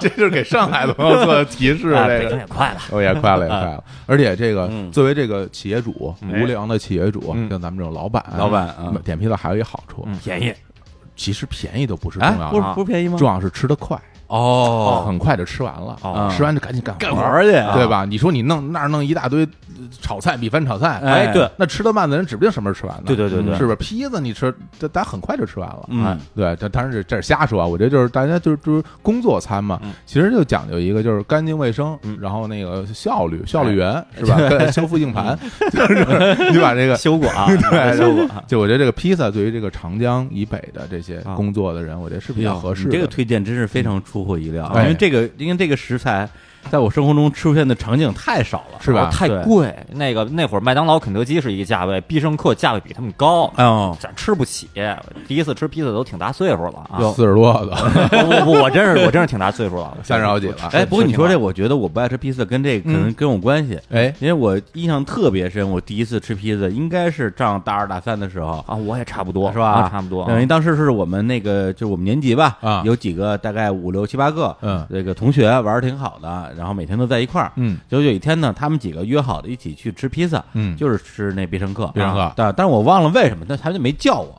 Speaker 1: 这就是给上海的朋友做的提示，
Speaker 2: <laughs> 啊，
Speaker 1: 这
Speaker 2: 北
Speaker 1: 个
Speaker 2: 京。也快了，
Speaker 1: 我也快了，也快了。而且这个
Speaker 3: 嗯
Speaker 1: 作为这个企业主，无良的企业主，
Speaker 2: 嗯
Speaker 1: 像咱们这种老板，
Speaker 3: 老板啊
Speaker 1: 点披萨还有一好处，
Speaker 2: 嗯
Speaker 3: 便宜
Speaker 1: 其实便宜都不是重
Speaker 3: 哎，
Speaker 1: 要啊
Speaker 3: 不
Speaker 1: 的，
Speaker 3: 是不是便宜吗？
Speaker 1: 重要是吃得快，
Speaker 3: 哦，
Speaker 1: 很快就吃完了，
Speaker 2: 哦
Speaker 1: 吃完就赶紧干
Speaker 3: 干
Speaker 1: 活
Speaker 3: 活
Speaker 1: 儿
Speaker 3: 儿去，啊
Speaker 1: 对吧？你说你弄那儿弄一大堆呃炒菜，米饭炒菜，
Speaker 3: 哎
Speaker 2: 对
Speaker 1: 那吃得慢的人指不定什么时候吃完呢。
Speaker 2: 对对对对
Speaker 1: 是不是？披萨你吃，这大家很快就吃完了。哎
Speaker 3: 嗯，
Speaker 1: 对，这当然是这是瞎说啊，我觉得就是大家就是就是工作餐嘛，
Speaker 2: 嗯
Speaker 1: 其实就讲究一个就是干净卫生，
Speaker 2: 嗯
Speaker 1: 然后那个效
Speaker 3: 哎
Speaker 1: 率，效率
Speaker 3: <laughs>
Speaker 1: 员、是吧？对，修复硬盘，
Speaker 3: 嗯
Speaker 1: <laughs> 就是你把这个。
Speaker 2: 修过啊，
Speaker 1: 对，
Speaker 2: 修过啊。
Speaker 1: 就我觉得这个披萨对于这个长江以北的这些
Speaker 2: 啊
Speaker 1: 工作的人，我觉得是比较合适
Speaker 3: 你
Speaker 1: 的。
Speaker 3: 这个推荐真是非常出乎意料，啊
Speaker 1: 哎
Speaker 3: 因为这个因为这个食材在我生活中出现的场景太少了。
Speaker 1: 是吧
Speaker 2: 哦太
Speaker 3: 对
Speaker 2: 贵，那个那会儿麦当劳、肯德基是一个价位，必胜客价位比他们高，
Speaker 3: 哦，
Speaker 2: 咱吃不起。第一次吃披萨都挺大岁数了啊！
Speaker 3: 哟
Speaker 1: 四十多的，
Speaker 2: 不不 <laughs> 不，我真是我真是挺大岁数了，
Speaker 1: 三十好几了。
Speaker 3: 哦 <laughs> 哎，不过你说
Speaker 2: 挺
Speaker 3: 这，我觉得我不爱吃披萨跟这可
Speaker 1: 嗯
Speaker 3: 能跟我关系，
Speaker 1: 哎，
Speaker 3: 因为我印象特别深，我第一次吃披萨应该是上大二大三的时候。
Speaker 2: 啊，我也差不多
Speaker 3: 是吧？嗯
Speaker 2: 啊差不多。
Speaker 3: 因为当时是我们那个，就是我们年级吧，
Speaker 1: 啊
Speaker 3: 有几个大概五六七八个，
Speaker 1: 嗯
Speaker 3: 这个同学玩儿挺好的，然后每天都在一块儿，
Speaker 1: 嗯
Speaker 3: 就有一天呢，他们几个约好了一起去吃披萨，
Speaker 1: 嗯
Speaker 3: 就是吃那必胜客，
Speaker 1: 必胜客
Speaker 3: 啊但但是我忘了为什么，但他们就没叫我。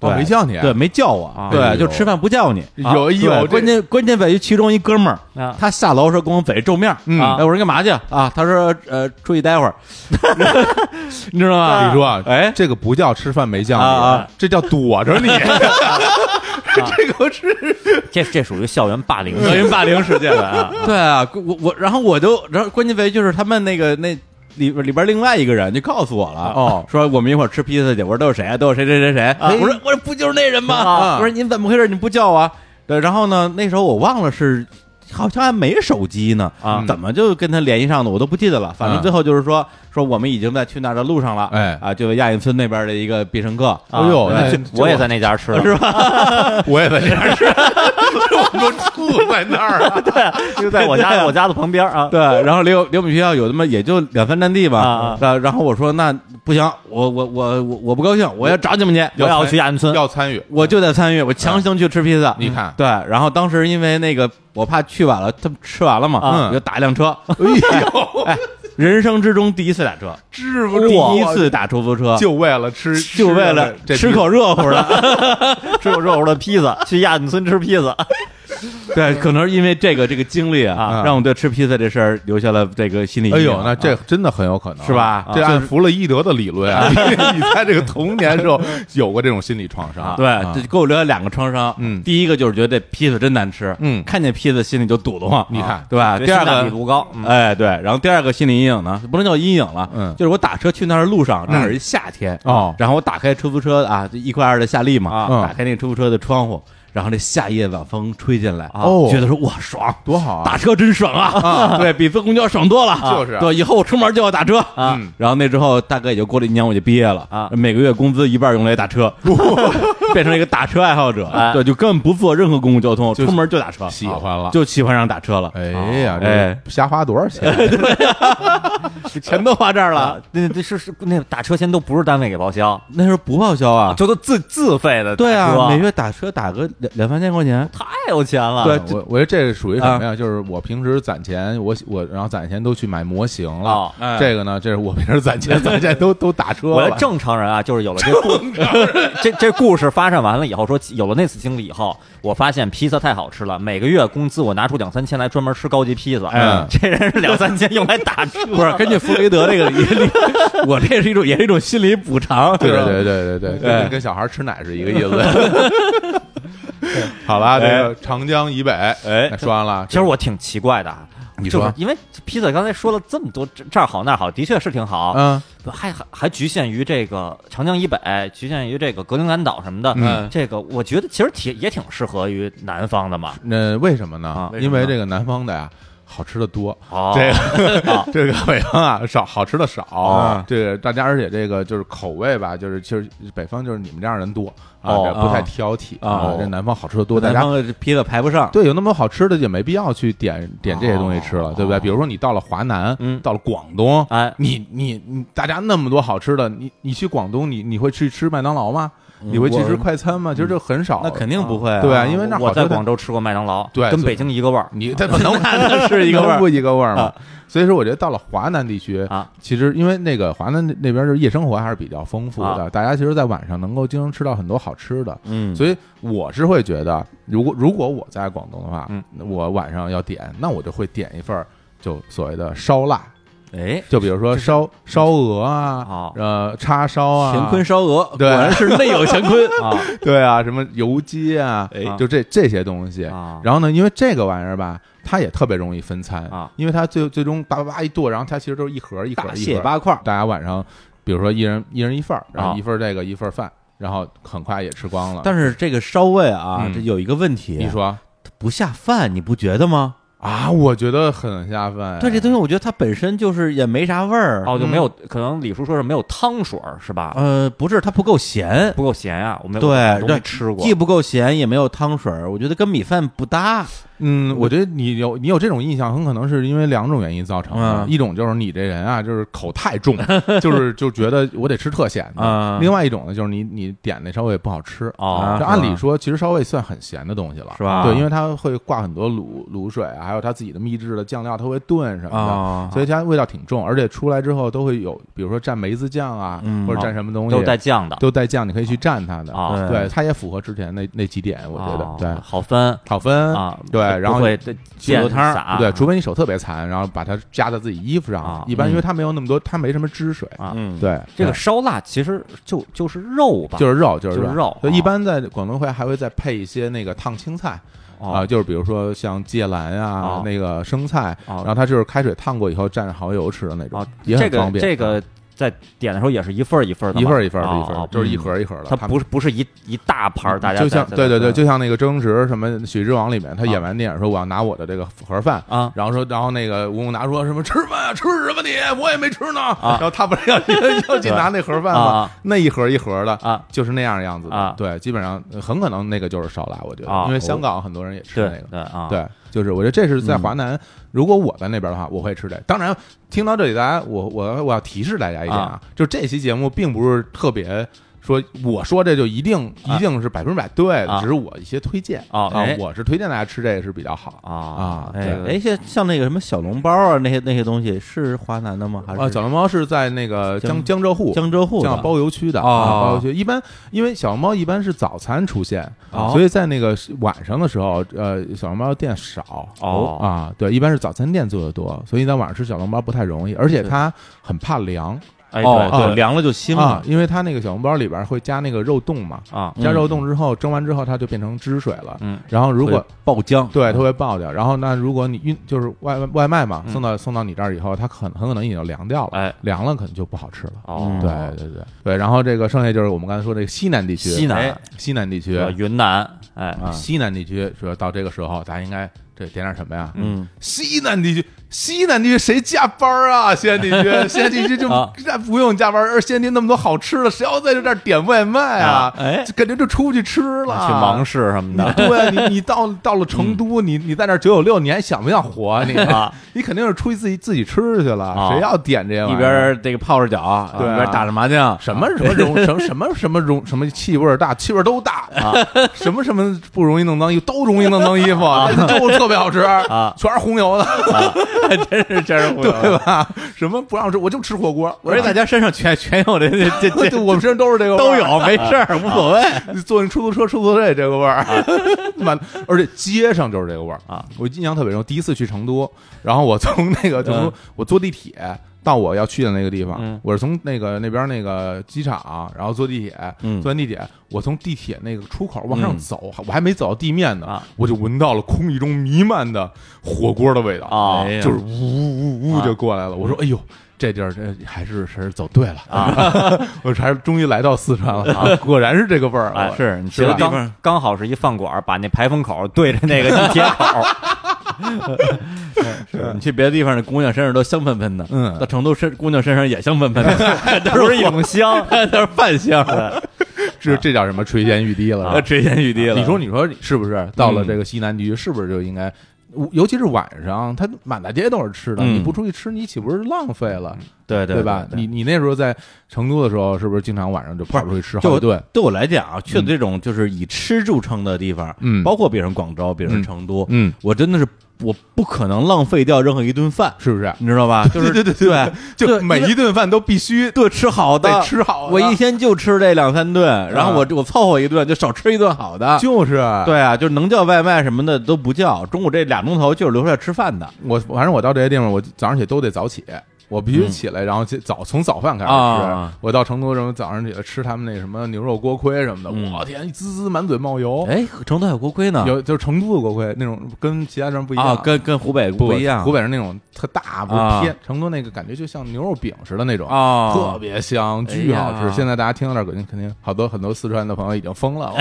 Speaker 1: 哦，没叫你，
Speaker 3: 对，没叫我
Speaker 2: 啊，
Speaker 1: 哎
Speaker 3: 对，
Speaker 1: 呦
Speaker 3: 就吃饭不叫你。
Speaker 2: 啊
Speaker 1: 有哎
Speaker 3: 对
Speaker 1: 有，
Speaker 3: 关键关键在于其中一哥们儿，
Speaker 2: 啊
Speaker 3: 他下楼时候跟我嘴皱面儿，
Speaker 1: 嗯
Speaker 3: 哎，我说干嘛去啊？他说呃，出去待
Speaker 1: <laughs>
Speaker 3: 会儿，你知道吗？
Speaker 1: 李叔啊，
Speaker 3: 哎，
Speaker 1: 这个不叫吃饭没叫你，
Speaker 3: 啊
Speaker 2: 啊
Speaker 1: 这叫躲
Speaker 3: <laughs>
Speaker 1: 着你， <laughs> 这个是
Speaker 2: 这这属于校园霸凌，
Speaker 3: 校园
Speaker 2: 霸凌事件啊，
Speaker 3: 对啊，我我然后我就然后关键在于就是他们那个那里里边另外一个人就告诉我了，
Speaker 1: 哦，
Speaker 3: 说我们一会儿吃披萨去，我说都是谁 <laughs> 啊？都是谁谁谁谁？我说我说不就是那人吗？
Speaker 1: 啊
Speaker 3: 我说您怎么回事？你不叫啊？对，然后呢，那时候我忘了是。好像还没手机呢
Speaker 2: 啊
Speaker 3: 怎么就跟他联系上的，我都不记得了。反正最后就是说，说我们已经在去那儿的路上了，
Speaker 1: 哎
Speaker 3: 啊，就在亚运村那边的一个必胜客，
Speaker 1: 哎呦
Speaker 2: 啊
Speaker 1: 那
Speaker 2: 这
Speaker 1: 这
Speaker 2: 我也在那家吃了，是吧？
Speaker 1: 我也在这儿吃，我们都住在那儿啊了，
Speaker 2: 就在我家我家的旁边啊，
Speaker 3: 对，然后离我离我们学校有那么也就两三站地吧，
Speaker 2: 啊
Speaker 3: 啊然后我说那不行，我我我我我不高兴，我 <laughs> 要找你们去，
Speaker 2: 我要去亚运村，嗯
Speaker 1: 要参与，
Speaker 3: 我就得参与，我强行去吃披萨。
Speaker 1: 你看
Speaker 3: 对，然后当时因为那个我怕去晚了，他们吃完了嘛，
Speaker 2: 啊
Speaker 3: 我就打一辆车，
Speaker 1: 哎呦，
Speaker 3: 人生之中第一次打车，
Speaker 1: 致富
Speaker 3: 第一 <laughs> 次打出租车，就
Speaker 1: 就为了吃，
Speaker 3: 为了
Speaker 1: 这
Speaker 3: 吃口热乎
Speaker 1: <laughs>
Speaker 3: 的。
Speaker 2: 吃口热乎的披萨，去亚运村吃披
Speaker 3: 啊
Speaker 2: 萨，
Speaker 3: 对，可能是因为这个这个经历
Speaker 1: 啊
Speaker 3: 啊，让我对吃披萨这事儿留下了这个心理阴
Speaker 1: 哎
Speaker 3: 影。啊
Speaker 1: 呦，那这真的很有可能，
Speaker 3: 是吧
Speaker 1: 这
Speaker 3: 啊
Speaker 1: 按弗洛伊德的理论
Speaker 3: <laughs>
Speaker 1: 啊， <laughs> 你在这个童年时候有过这种心理创伤，啊
Speaker 3: 对，这给我留下两个创伤。
Speaker 1: 嗯
Speaker 3: 第一个就是觉得这披萨真难吃，
Speaker 1: 嗯
Speaker 3: 看见披萨心里就堵得慌，
Speaker 1: 你看
Speaker 3: 啊对吧？
Speaker 2: 觉得
Speaker 3: 第二
Speaker 2: 性价比
Speaker 3: 个。
Speaker 2: 不高，嗯
Speaker 3: 哎，对，然后第二个心理阴影呢，不能叫阴影了，
Speaker 1: 嗯
Speaker 3: 就是我打车去那儿的路上，
Speaker 1: 嗯
Speaker 3: 那儿是夏天，
Speaker 1: 哦，
Speaker 3: 然后我打开出租车啊，就一块二的夏利嘛，
Speaker 1: 嗯
Speaker 3: 打开那个出租车的窗户，然后那夏夜晚风吹进来，
Speaker 1: 哦
Speaker 3: 觉得说哇爽，
Speaker 1: 多好啊！
Speaker 3: 打车真爽啊，对比坐公交爽多了，
Speaker 1: 就是
Speaker 3: 对，以后我出门就要打车。
Speaker 2: 啊
Speaker 1: 嗯，
Speaker 3: 然后那之后大概也就过了一年，我就毕业了
Speaker 2: 啊
Speaker 3: 每个月工资一半用来打车，变成了一个打车爱好者
Speaker 2: 哎，
Speaker 3: 对，就根本不坐任何公共交通，
Speaker 1: 就
Speaker 3: 出门就打车，啊
Speaker 1: 喜欢了
Speaker 3: 就喜欢上打车了，
Speaker 1: 哎呀，
Speaker 3: 哎
Speaker 1: 这瞎花多少钱？啊
Speaker 3: 钱都花这儿了
Speaker 2: 啊。，那那是是那打车钱都不是单位给报销，
Speaker 3: 那时候不报销啊，
Speaker 2: 这都自自费的，
Speaker 3: 对啊，每月打车打个两两三千块钱，
Speaker 2: 太有钱了，
Speaker 3: 对
Speaker 1: 啊我我觉得这是属于什么
Speaker 2: 啊
Speaker 1: 呀？就是我平时攒钱，我我然后攒钱都去买模型了
Speaker 2: 哦。
Speaker 3: 哎
Speaker 1: 这个呢，这是我平时攒钱
Speaker 2: <laughs>
Speaker 1: 攒钱都都打车
Speaker 2: 我觉
Speaker 1: 了
Speaker 2: 得。正常人啊，就是有了这故 <laughs> 这这故事发展完了以后，说有了那次经历以后，我发现披萨太好吃了，每个月工资我拿出两三千来专门吃高级披萨。
Speaker 1: 嗯
Speaker 2: 这人是两三千用来打
Speaker 1: <laughs>
Speaker 2: 车，
Speaker 3: 不是根据弗雷德这个理理，我这是一种也是一种心理补偿，
Speaker 1: 对
Speaker 3: 是吧
Speaker 1: 对对对对，
Speaker 3: 哎
Speaker 1: 跟跟小孩吃奶是一个意思。
Speaker 2: <laughs>
Speaker 1: 好
Speaker 2: 哎
Speaker 1: 了，这个长江以北，哎，说完了。
Speaker 2: 其实我挺奇怪的啊，
Speaker 1: 你
Speaker 2: 就
Speaker 1: 说
Speaker 2: 是因为披萨刚才说了这么多，这这儿好那儿好，的确是挺好，
Speaker 1: 嗯，
Speaker 2: 还还还局限于这个长江以北，局限于这个格陵兰岛什么的。
Speaker 1: 嗯
Speaker 2: 这个我觉得其实挺也挺适合于南方的嘛。
Speaker 1: 那为什么呢
Speaker 2: 啊？
Speaker 1: 因为
Speaker 2: 为什么呢
Speaker 1: 这个南方的呀，好吃的多。
Speaker 2: 哦，
Speaker 1: 这个、
Speaker 2: 啊
Speaker 1: <laughs> 这个北方啊，少好吃的少，
Speaker 2: 哦
Speaker 1: 这个大家而且这个就是口味吧，就是其实北方就是你们这样人多啊，
Speaker 2: 哦
Speaker 1: 这不太挑剔啊
Speaker 3: 哦
Speaker 1: 这南方好吃的多，大
Speaker 3: 南
Speaker 1: 家
Speaker 3: 方的披萨排不上，
Speaker 1: 对有那么多好吃的也没必要去点点这些东西吃了，
Speaker 2: 哦
Speaker 1: 对不对？比如说你到了华南，
Speaker 2: 嗯
Speaker 1: 到了广东，
Speaker 2: 哎
Speaker 1: 你你你大家那么多好吃的，你你去广东，你你会去吃麦当劳吗？
Speaker 2: 嗯
Speaker 1: 你会去
Speaker 3: 我
Speaker 1: 吃快餐吗？其实这很少，
Speaker 3: 那肯定不会啊，
Speaker 1: 对啊，因为那好
Speaker 2: 我
Speaker 1: 吃
Speaker 2: 在
Speaker 1: 的
Speaker 2: 广州吃过麦当劳，
Speaker 1: 对
Speaker 2: 跟
Speaker 1: 所以
Speaker 2: 北京一个味儿。
Speaker 1: 你这不能
Speaker 3: 那是一个味
Speaker 1: 能
Speaker 3: 儿
Speaker 1: 不一个味儿吗？所以说，我觉得到了华南地区
Speaker 2: 啊，
Speaker 1: 其实因为那个华南那边就是夜生活还是比较丰富的，
Speaker 2: 啊
Speaker 1: 大家其实，在晚上能够经常吃到很多好吃的。
Speaker 2: 嗯
Speaker 1: 所以我是会觉得，如果如果我在广东的话，
Speaker 2: 嗯
Speaker 1: 我晚上要点，那我就会点一份儿就所谓的烧腊，
Speaker 2: 哎，
Speaker 1: 就比如说烧烧鹅啊
Speaker 2: 哦，
Speaker 1: 呃，叉烧啊，
Speaker 3: 乾坤烧鹅，
Speaker 1: <laughs> 对
Speaker 3: 果然是内有乾坤
Speaker 2: 啊
Speaker 1: 对啊，什么油鸡啊，
Speaker 3: 哎
Speaker 1: 就这这些东西。
Speaker 2: 啊
Speaker 1: 然后呢，因为这个玩意儿吧，它也特别容易分餐
Speaker 2: 啊，
Speaker 1: 因为它最最终叭叭叭一剁，然后它其实都是一盒一盒
Speaker 3: 大
Speaker 1: 一
Speaker 3: 卸
Speaker 1: 盒，
Speaker 3: 八块儿，
Speaker 1: 大家晚上比如说一人一人一份儿，然后
Speaker 2: 啊
Speaker 1: 一份儿这个一份儿饭，然后很快也吃光了。
Speaker 3: 但
Speaker 1: 是
Speaker 3: 是这个烧味啊
Speaker 1: 嗯，
Speaker 3: 这有一个问题，
Speaker 1: 你说
Speaker 3: 不下饭，你不觉得吗？
Speaker 1: 啊，我觉得很下饭哎，啊
Speaker 3: 对这东西，我觉得它本身就是也没啥味儿，
Speaker 2: 哦就没有，
Speaker 1: 嗯
Speaker 2: 可能李叔说是没有汤水儿是吧？
Speaker 3: 呃，不是它不够咸，
Speaker 2: 不够咸呀，我没有
Speaker 3: 对
Speaker 2: 都
Speaker 3: 对
Speaker 2: 没吃过
Speaker 3: 既不够咸，也没有汤水儿，我觉得跟米饭不搭。
Speaker 1: 嗯，我觉得你有你有这种印象，很可能是因为两种原因造成的。
Speaker 3: 嗯
Speaker 1: 一种就是你这人啊，就是口太重，就是就觉得我得吃特咸的；
Speaker 3: 嗯
Speaker 1: 另外一种呢，就是你你点那稍微不好吃。
Speaker 2: 哦
Speaker 1: 就按理说，其实稍微算很咸的东西了，
Speaker 3: 是吧
Speaker 1: 对，因为它会挂很多卤卤水啊，还还有他自己的秘制的酱料，他会炖什么的，
Speaker 3: 啊，
Speaker 1: 所以它味道挺重，而且出来之后都会有，比如说蘸梅子酱啊，
Speaker 3: 嗯
Speaker 1: 或者蘸什么东西，
Speaker 2: 都带酱的
Speaker 1: 都带酱，你可以去蘸它的。
Speaker 2: 啊，
Speaker 1: 对，它也符合之前那那几点，我觉得、
Speaker 2: 啊
Speaker 1: 对，
Speaker 2: 好分
Speaker 1: 好分。
Speaker 2: 啊，
Speaker 1: 对然后
Speaker 2: 不会这
Speaker 1: 酒
Speaker 2: 溅
Speaker 1: 汤儿
Speaker 2: 洒
Speaker 1: 对，除非你手特别残，然后把它夹在自己衣服上。
Speaker 2: 啊
Speaker 1: 一般
Speaker 3: 嗯
Speaker 1: 因为它没有那么多，它没什么汁水。
Speaker 2: 啊
Speaker 3: 嗯，
Speaker 1: 对，
Speaker 2: 这个
Speaker 1: 对
Speaker 2: 烧腊其实就就是肉吧，
Speaker 1: 就是肉，就是
Speaker 2: 就是肉
Speaker 1: 所以
Speaker 2: 啊
Speaker 1: 一般在广东会还会再配一些那个烫青菜啊、
Speaker 2: 啊
Speaker 1: 就是比如说像芥兰啊
Speaker 2: 哦，
Speaker 1: 那个生菜，然
Speaker 2: 啊
Speaker 1: 后它就是开水烫过以后蘸着蚝油吃的那种
Speaker 2: 啊，，
Speaker 1: 也
Speaker 2: 这
Speaker 1: 很方
Speaker 2: 个
Speaker 1: 便。嗯
Speaker 2: 这个在点的时候也是一份儿一份儿的嘛，
Speaker 1: 一份儿一份儿的，
Speaker 2: 啊
Speaker 1: 一份
Speaker 2: 啊
Speaker 1: 儿就是一
Speaker 3: 嗯
Speaker 1: 盒儿一盒儿的，
Speaker 2: 它
Speaker 1: 他们嗯
Speaker 2: 不是不是一一大盘儿，大家
Speaker 1: 就
Speaker 2: 在
Speaker 1: 像
Speaker 2: 在
Speaker 1: 对对
Speaker 2: 在
Speaker 1: 对，就像那个周星驰什么《喜剧之王》里面，他演完电影说我要拿我的这个盒饭，
Speaker 2: 啊
Speaker 1: 然后说，然后那个吴孟达说什么吃饭啊，吃什么你我也没吃呢，
Speaker 2: 啊
Speaker 1: 然后他不是要
Speaker 2: <laughs>
Speaker 1: 要去拿那盒饭
Speaker 2: 啊
Speaker 1: 吗？
Speaker 2: 啊
Speaker 1: 那一盒一盒的
Speaker 2: 啊
Speaker 1: 就是那样样子的
Speaker 2: 啊
Speaker 1: 对，基本上呃很可能那个就是烧腊，我觉
Speaker 2: 啊
Speaker 1: 得，因为香港很多人也吃
Speaker 2: 对
Speaker 1: 那个。
Speaker 2: 对啊嗯
Speaker 1: 对，就是我觉得这是在华南，如果我在那边的话，我会吃这。当然，听到这里，大家我我我要提示大家一点啊，就这期节目并不是特别说我说这就一定
Speaker 2: 啊
Speaker 1: 一定是百分之百对
Speaker 2: 啊
Speaker 1: 的，只是我一些推荐
Speaker 2: 哦
Speaker 1: 啊
Speaker 2: 哎，
Speaker 1: 我是推荐大家吃这个是比较好。
Speaker 2: 啊
Speaker 1: 啊
Speaker 2: 哎
Speaker 1: 对
Speaker 3: 哎，像像那个什么小笼包啊，那些那些东西是华南的吗？还
Speaker 1: 啊，
Speaker 3: 是
Speaker 1: 小笼包是在那个江江浙沪。
Speaker 3: 江浙沪
Speaker 1: 像
Speaker 3: 的？
Speaker 1: 包邮区的
Speaker 3: 哦
Speaker 1: 啊，包邮区一般，因为小笼包一般是早餐出现，
Speaker 3: 哦
Speaker 1: 所以在那个晚上的时候，呃，小笼包店少
Speaker 2: 哦
Speaker 1: 啊，对，一般是早餐店做的多，所以在晚上吃小笼包不太容易，而且它很怕凉
Speaker 2: 哎
Speaker 3: 哦，
Speaker 2: 对
Speaker 1: 啊
Speaker 3: 对，凉了就腥
Speaker 1: 啊
Speaker 3: 了，
Speaker 1: 因为它那个小笼包里边会加那个肉冻嘛，
Speaker 2: 啊
Speaker 3: 嗯
Speaker 1: 加肉冻之后蒸完之后它就变成汁水了，
Speaker 2: 嗯，
Speaker 1: 然后如果
Speaker 3: 会爆浆，
Speaker 1: 对它会爆掉，然后那如果你运就是外外卖嘛，
Speaker 2: 嗯
Speaker 1: 送到送到你这儿以后，它很很可能已经凉掉了，
Speaker 2: 哎
Speaker 1: 凉了可能就不好吃了。
Speaker 2: 哦
Speaker 3: 嗯
Speaker 1: 对对对对，然后这个剩下就是我们刚才说这个西南地区，
Speaker 2: 西南
Speaker 1: 哎西南地区
Speaker 2: 呃云南哎
Speaker 1: 啊，西南地区说到这个时候，咱应该这点点什么呀？
Speaker 3: 嗯，
Speaker 1: 西南地区，西南地区谁加班啊？西南地区，
Speaker 2: <laughs>
Speaker 1: 西南地区就
Speaker 2: 啊
Speaker 1: 不不用加班，而西南地区那么多好吃的，谁要在这儿点外卖啊？
Speaker 3: 哎，
Speaker 1: 感觉就出去吃了，
Speaker 2: 去芒市什么
Speaker 1: 你
Speaker 2: 的
Speaker 1: <laughs> 对啊你，你到到了成都，你你在那九九六，你还想不想活啊？你
Speaker 2: 啊
Speaker 1: <laughs> 你肯定是出去自己自己吃去了，
Speaker 2: 啊
Speaker 1: 谁要点这玩意儿
Speaker 3: 一边儿这个泡着脚，
Speaker 1: 对啊
Speaker 3: 一边打着
Speaker 1: <laughs>
Speaker 3: 麻将，
Speaker 1: 什么什么容什么什么什么容什么气味儿大，气味儿都大啊，什么什么不容易弄脏衣服，都容易弄脏衣服，那就特别好吃
Speaker 2: 啊，
Speaker 1: 全是红油的，
Speaker 3: 真是真是
Speaker 1: 对吧？什么不让吃，我就吃火锅，
Speaker 3: <laughs> 我说大家身上全全有这这
Speaker 1: <laughs>
Speaker 3: 这
Speaker 1: 对，
Speaker 3: 这
Speaker 1: 我们身上都是这个味儿啊
Speaker 3: 都。有，没事儿，无所谓。啊
Speaker 1: 你坐那出租车，出租车也这个味儿， <laughs> 满，而且街上就是这个味儿
Speaker 2: 啊！
Speaker 1: 我印象特别深，第一次去成都，然后我从那个成
Speaker 3: 嗯
Speaker 1: 都，我坐地铁到我要去的那个地
Speaker 2: 嗯
Speaker 1: 方，我是从那个那边那个机场，然后坐地铁，
Speaker 3: 嗯
Speaker 1: 坐完地铁，我从地铁那个出口往上
Speaker 3: 嗯
Speaker 1: 走，我还没走到地面呢
Speaker 2: 啊，
Speaker 1: 我就闻到了空气中弥漫的火锅的味道
Speaker 2: 啊
Speaker 3: 哎呀
Speaker 1: 就是呜呜呜
Speaker 2: 啊
Speaker 1: 就过来了。我
Speaker 3: 嗯
Speaker 1: 说，哎呦。这地儿这还是还是走对了
Speaker 2: 啊，
Speaker 1: <laughs> 我还是终于来到四川了，果然是这个味儿。
Speaker 2: 哎
Speaker 1: 我
Speaker 3: 啊是你
Speaker 2: 其
Speaker 3: 去
Speaker 2: 实
Speaker 3: 的地方
Speaker 2: 刚刚好是一饭馆，把那排风口对着那个地铁口
Speaker 3: 是你去别的地方，那姑娘身上都香喷喷的，
Speaker 1: 嗯
Speaker 3: 到成都身姑娘身上也香喷喷的， <laughs>
Speaker 2: 都是一种香，
Speaker 3: 都是饭香， <laughs>
Speaker 1: 这这叫什么垂涎欲滴了？
Speaker 3: 啊，嗯
Speaker 1: 是吧
Speaker 3: 垂涎欲滴了。
Speaker 1: 你说你说是不是到了这个西南地区，是不是就应该，尤其是晚上，它满大街都是吃的，
Speaker 3: 嗯
Speaker 1: 你不出去吃，你岂不是浪费了，
Speaker 3: 对对
Speaker 1: 吧？你你那时候在成都的时候，是不是经常晚上就跑出去吃好
Speaker 3: 就
Speaker 1: 几顿？
Speaker 3: 对我来讲啊，去的这种就是以吃著称的地方，
Speaker 1: 嗯
Speaker 3: 包括比如说广州，比如说
Speaker 1: 嗯
Speaker 3: 成都，
Speaker 1: 嗯，
Speaker 3: 我真的是我不可能浪费掉任何一顿饭，
Speaker 1: 是不是？
Speaker 3: 你知道 <laughs> 吧？就是
Speaker 1: 对对对对，就
Speaker 3: 对
Speaker 1: 每一顿饭都必须
Speaker 3: 对吃好的
Speaker 1: 得，吃好的，
Speaker 3: 我一天就吃这两三顿，然后我我凑合一顿，就少吃一顿好的。
Speaker 1: 就是。
Speaker 3: 对啊，就是能叫外卖什么的都不叫，中午这俩钟头就是留出来吃饭的。
Speaker 1: 我反正我到这些地方，我早上起都得早起，我必须起来，然后起早从早饭开始吃。
Speaker 3: 嗯啊
Speaker 1: 我到成都什么早上起来吃他们那什么牛肉锅盔什么的，
Speaker 3: 嗯
Speaker 1: 我天，一滋滋满嘴冒油，
Speaker 3: 哎，成都还有锅盔呢，
Speaker 1: 有就是成都的锅盔那种跟其他地方不一样。
Speaker 3: 啊，跟跟湖北不一样，
Speaker 1: 湖北是那种特大，不
Speaker 3: 啊
Speaker 1: 是偏。成都那个感觉就像牛肉饼似的那种，
Speaker 3: 啊，
Speaker 1: 特别香，巨好
Speaker 3: 哎
Speaker 1: 吃。
Speaker 3: 呀
Speaker 1: 现在大家听到这儿，肯定肯定好多很多四川的朋友已经疯
Speaker 3: <laughs>
Speaker 1: 了，啊、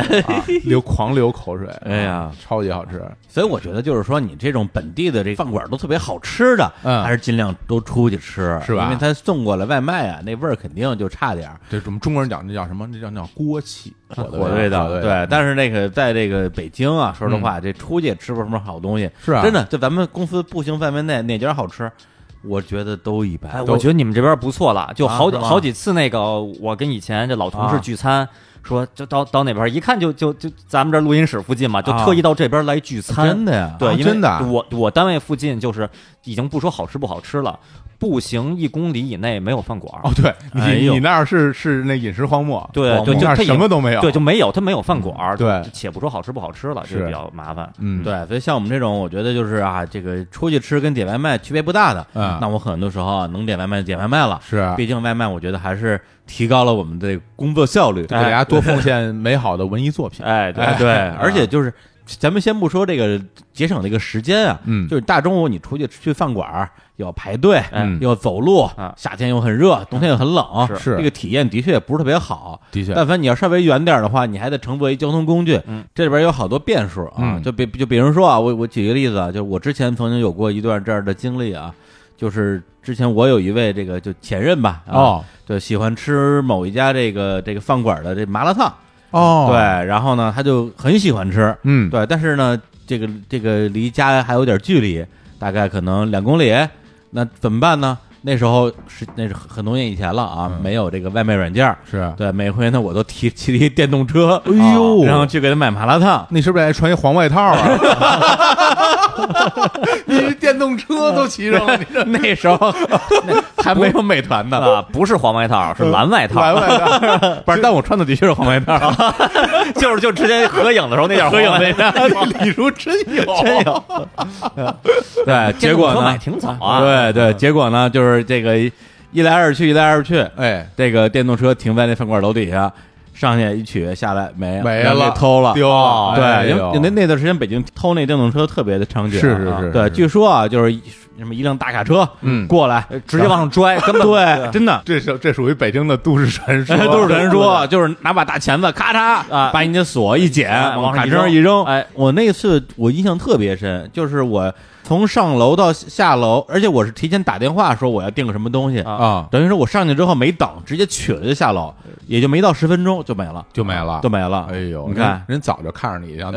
Speaker 1: 流狂流口水。
Speaker 3: 哎呀，
Speaker 1: 超级好吃。
Speaker 3: 所以我觉得就是说，你这种本地的这饭馆都特别好吃的，
Speaker 1: 嗯
Speaker 3: 还是尽量都出去吃，
Speaker 1: 是吧
Speaker 3: 因为他送过来外卖啊，那味儿肯定就差点儿。
Speaker 1: 这我们中国人讲这叫什么？这叫叫锅气，
Speaker 3: 火的味道，
Speaker 1: 火的
Speaker 3: 对，但是那个在这个北京啊，说实话，这出去吃不出什么好东西，
Speaker 1: 是啊
Speaker 3: 真的，就咱们公司步行范围内哪家好吃，我觉得都一
Speaker 2: <laughs> 哎，
Speaker 3: 般。
Speaker 1: 都
Speaker 2: 我觉得你们这边不错了，就好几
Speaker 3: 啊是吗
Speaker 2: 啊好几次那个，我跟以前这老同事聚餐，说就到到那边一看就就就咱们这录音室附近嘛，就
Speaker 3: 啊
Speaker 2: 特意到这边来聚餐
Speaker 3: 真。的呀，
Speaker 1: 啊
Speaker 2: 对，因为
Speaker 1: 真的啊
Speaker 2: 我我单位附近就是已经不说好吃不好吃了，步行一公里以内没有饭馆儿。
Speaker 1: 哦，对你、
Speaker 2: 哎呦
Speaker 1: 你那儿是是那饮食荒漠，
Speaker 2: 对
Speaker 1: 荒漠
Speaker 2: 对就
Speaker 1: 那儿
Speaker 2: 它也
Speaker 1: 什么都没有，
Speaker 2: 对，就没有，它没有饭馆儿。
Speaker 1: 对
Speaker 2: 且不说好吃不好吃了，这
Speaker 1: 是
Speaker 2: 个比较麻烦。
Speaker 1: 嗯，
Speaker 3: 对，所以像我们这种，我觉得就是啊，这个出去吃跟点外卖区别不大的，
Speaker 1: 嗯
Speaker 3: 那我很多时候啊能点外卖就点外卖了，
Speaker 1: 是啊
Speaker 3: 毕竟外卖我觉得还是提高了我们的工作效率，
Speaker 1: 就给大家多奉献美好的文艺作品，
Speaker 2: 哎，对
Speaker 3: 哎
Speaker 2: <laughs>
Speaker 3: 对，而且就是咱们先不说这个节省这个时间啊，
Speaker 1: 嗯
Speaker 3: 就是哎大中午你出去去饭馆儿又要排队，
Speaker 1: 嗯
Speaker 3: 又要走路
Speaker 2: 啊，
Speaker 3: 夏天又很热，冬天又很冷，
Speaker 2: 是
Speaker 1: 是
Speaker 3: 这个体验的确也不是特别好。
Speaker 1: 的确，
Speaker 3: 但凡你要稍微远点儿的话，你还得乘坐一交通工具，
Speaker 2: 嗯
Speaker 3: 这里边有好多变数啊。
Speaker 1: 嗯
Speaker 3: 就比就比如说啊，我我举一个例子啊，就是我之前曾经有过一段这样的经历啊，就是之前我有一位这个就前任吧，啊、，
Speaker 1: 哦
Speaker 3: 对，喜欢吃某一家这个这个饭馆的这麻辣烫，
Speaker 1: 哦，
Speaker 3: 啊对，，然后呢他就很喜欢吃，
Speaker 1: 嗯，
Speaker 3: 对，但是呢这个这个离家还有点距离，大概可能两公里，那怎么办呢？那时候是那是很很多年以前了啊，没有这个外卖软件儿，
Speaker 1: 是，啊
Speaker 3: 对，每回呢我都提骑一电动车，啊
Speaker 1: 哎呦，
Speaker 3: 然后去给他买麻辣 <laughs> 烫。
Speaker 1: 你是不是得穿一黄外套
Speaker 3: <laughs>
Speaker 1: 啊？你电动车都骑上了，你这
Speaker 3: 那时候那 <laughs> 还没有美团呢，
Speaker 2: 啊，不是黄外套，是蓝外套，
Speaker 1: 蓝外套，
Speaker 3: 不是，但我穿的的确是黄外 <laughs> 套，
Speaker 2: <laughs> 就是就之前合影的时候那件
Speaker 3: 合影
Speaker 2: <laughs>
Speaker 3: 那 <laughs>
Speaker 2: 件。
Speaker 1: 李叔真有，
Speaker 3: 真有。对，结果
Speaker 2: 电动车买
Speaker 3: 呢？
Speaker 2: 挺早啊，，
Speaker 3: 对对，结果呢，就是这个一一来二去，一来二去，
Speaker 1: 哎，
Speaker 3: 这个电动车停在那饭馆楼底下，上去一取下来没
Speaker 1: 没
Speaker 3: 哎让
Speaker 1: 了
Speaker 3: 人给偷了，
Speaker 1: 丢了哎
Speaker 3: 对，因
Speaker 1: 呦
Speaker 3: 为那那段时间北京偷那电动车特别的猖獗啊，
Speaker 1: 是是是，
Speaker 3: 对，
Speaker 1: 是
Speaker 3: 据说啊，就是一什么一辆大卡车，
Speaker 1: 嗯
Speaker 3: 过来
Speaker 2: 直接往上拽，根本
Speaker 3: 对，真的
Speaker 1: 这是这属于北京的都市传说，
Speaker 3: <laughs> 都是传说，就是拿把大钳子咔嚓
Speaker 2: 啊
Speaker 3: 把你的锁一剪，
Speaker 2: 哎往
Speaker 3: 往
Speaker 2: 上
Speaker 3: 卡
Speaker 2: 一
Speaker 3: 车上
Speaker 2: 扔
Speaker 3: 一扔。
Speaker 2: 哎，
Speaker 3: 我那次我印象特别深，就是我从上楼到下楼，而且我是提前打电话说我要订个什么东西，
Speaker 2: 啊
Speaker 1: 啊，
Speaker 3: 等于说我上去之后没等，直接取了就下楼，也就没到十分钟就没了，
Speaker 1: 就没了
Speaker 3: 就没了。
Speaker 1: 哎呦，
Speaker 3: 你看
Speaker 1: 人人早就看上你一样。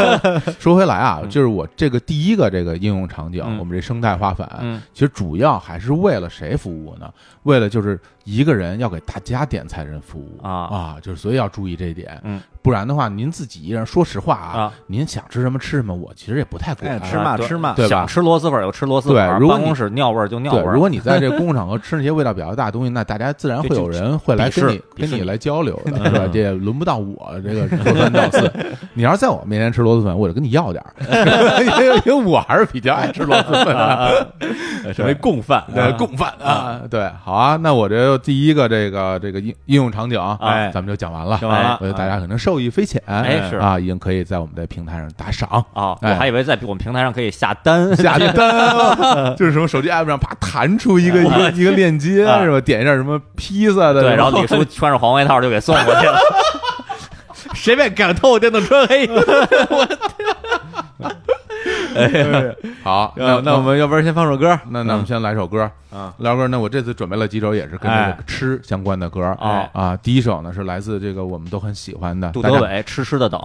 Speaker 1: <laughs> 说回来啊，就是我这个第一个这个应用场景，
Speaker 2: 嗯
Speaker 1: 我们这生态化反，
Speaker 2: 嗯
Speaker 1: 其实主要还是为了谁服务呢？为了就是一个人要给大家点菜人服务
Speaker 2: 啊
Speaker 1: 就是所以要注意这一点，
Speaker 2: 嗯，
Speaker 1: 不然的话，您自己一人，说实话啊，
Speaker 2: 啊
Speaker 1: 您想吃什么吃什么，我其实也不太管。
Speaker 3: 哎吃嘛
Speaker 2: 对
Speaker 3: 吃嘛
Speaker 1: 对吧
Speaker 2: 想吃螺蛳粉就吃螺蛳粉，
Speaker 1: 对如果
Speaker 2: 办
Speaker 1: 你
Speaker 2: 公室尿味儿就尿味
Speaker 1: 对，
Speaker 2: 儿。
Speaker 1: 如
Speaker 2: <laughs>
Speaker 1: 果你在这个公共场合吃那些味道比较大的东西，那大家自然会有人会来
Speaker 2: 鄙视
Speaker 1: 跟你
Speaker 2: 鄙
Speaker 1: 跟
Speaker 2: 视
Speaker 1: 你
Speaker 2: 你
Speaker 1: 来交流
Speaker 2: <laughs>
Speaker 1: 的，是吧？这也轮不到我这个说三道四。你要是在我面前吃螺蛳粉，我就跟你要点儿，
Speaker 2: <laughs>
Speaker 1: 因为因为我还是比较爱吃螺蛳粉
Speaker 2: 啊
Speaker 1: 的，
Speaker 3: 成为共犯，
Speaker 1: 对，共犯啊，对，好啊。那我这第一个这个这个应应用场景啊，
Speaker 3: 哎
Speaker 1: 咱们就讲完了，啊
Speaker 3: 讲完了
Speaker 1: 我觉得大家可能受益匪浅，
Speaker 2: 啊哎是
Speaker 1: 啊，已经可以在我们的平台上打赏。
Speaker 2: 啊，我
Speaker 1: 哎
Speaker 2: 还以为在我们平台上可以下
Speaker 1: <laughs>
Speaker 2: 单，
Speaker 1: 下单，就是什么手机 app 上啪弹出
Speaker 3: 哎
Speaker 1: 一个一个一个链接
Speaker 2: 啊
Speaker 1: 是吧？点一下什么披萨的，
Speaker 2: 对，然后李叔穿着黄外套就给送过去了。
Speaker 3: 谁便敢偷我电动
Speaker 2: <laughs>
Speaker 3: 车？嘿，
Speaker 2: 哎
Speaker 1: 好，那
Speaker 3: 呃那我们要不然先放首歌，嗯
Speaker 1: 那那我们先来首歌
Speaker 3: 啊，
Speaker 1: 来首歌。那我这次准备了几首也是跟这
Speaker 3: 哎
Speaker 1: 个吃相关的歌
Speaker 2: 哦
Speaker 1: 啊。第一首呢是来自这个我们都很喜欢的
Speaker 2: 杜
Speaker 1: 大
Speaker 2: 德
Speaker 1: 家， <laughs>
Speaker 2: 伟痴痴的等，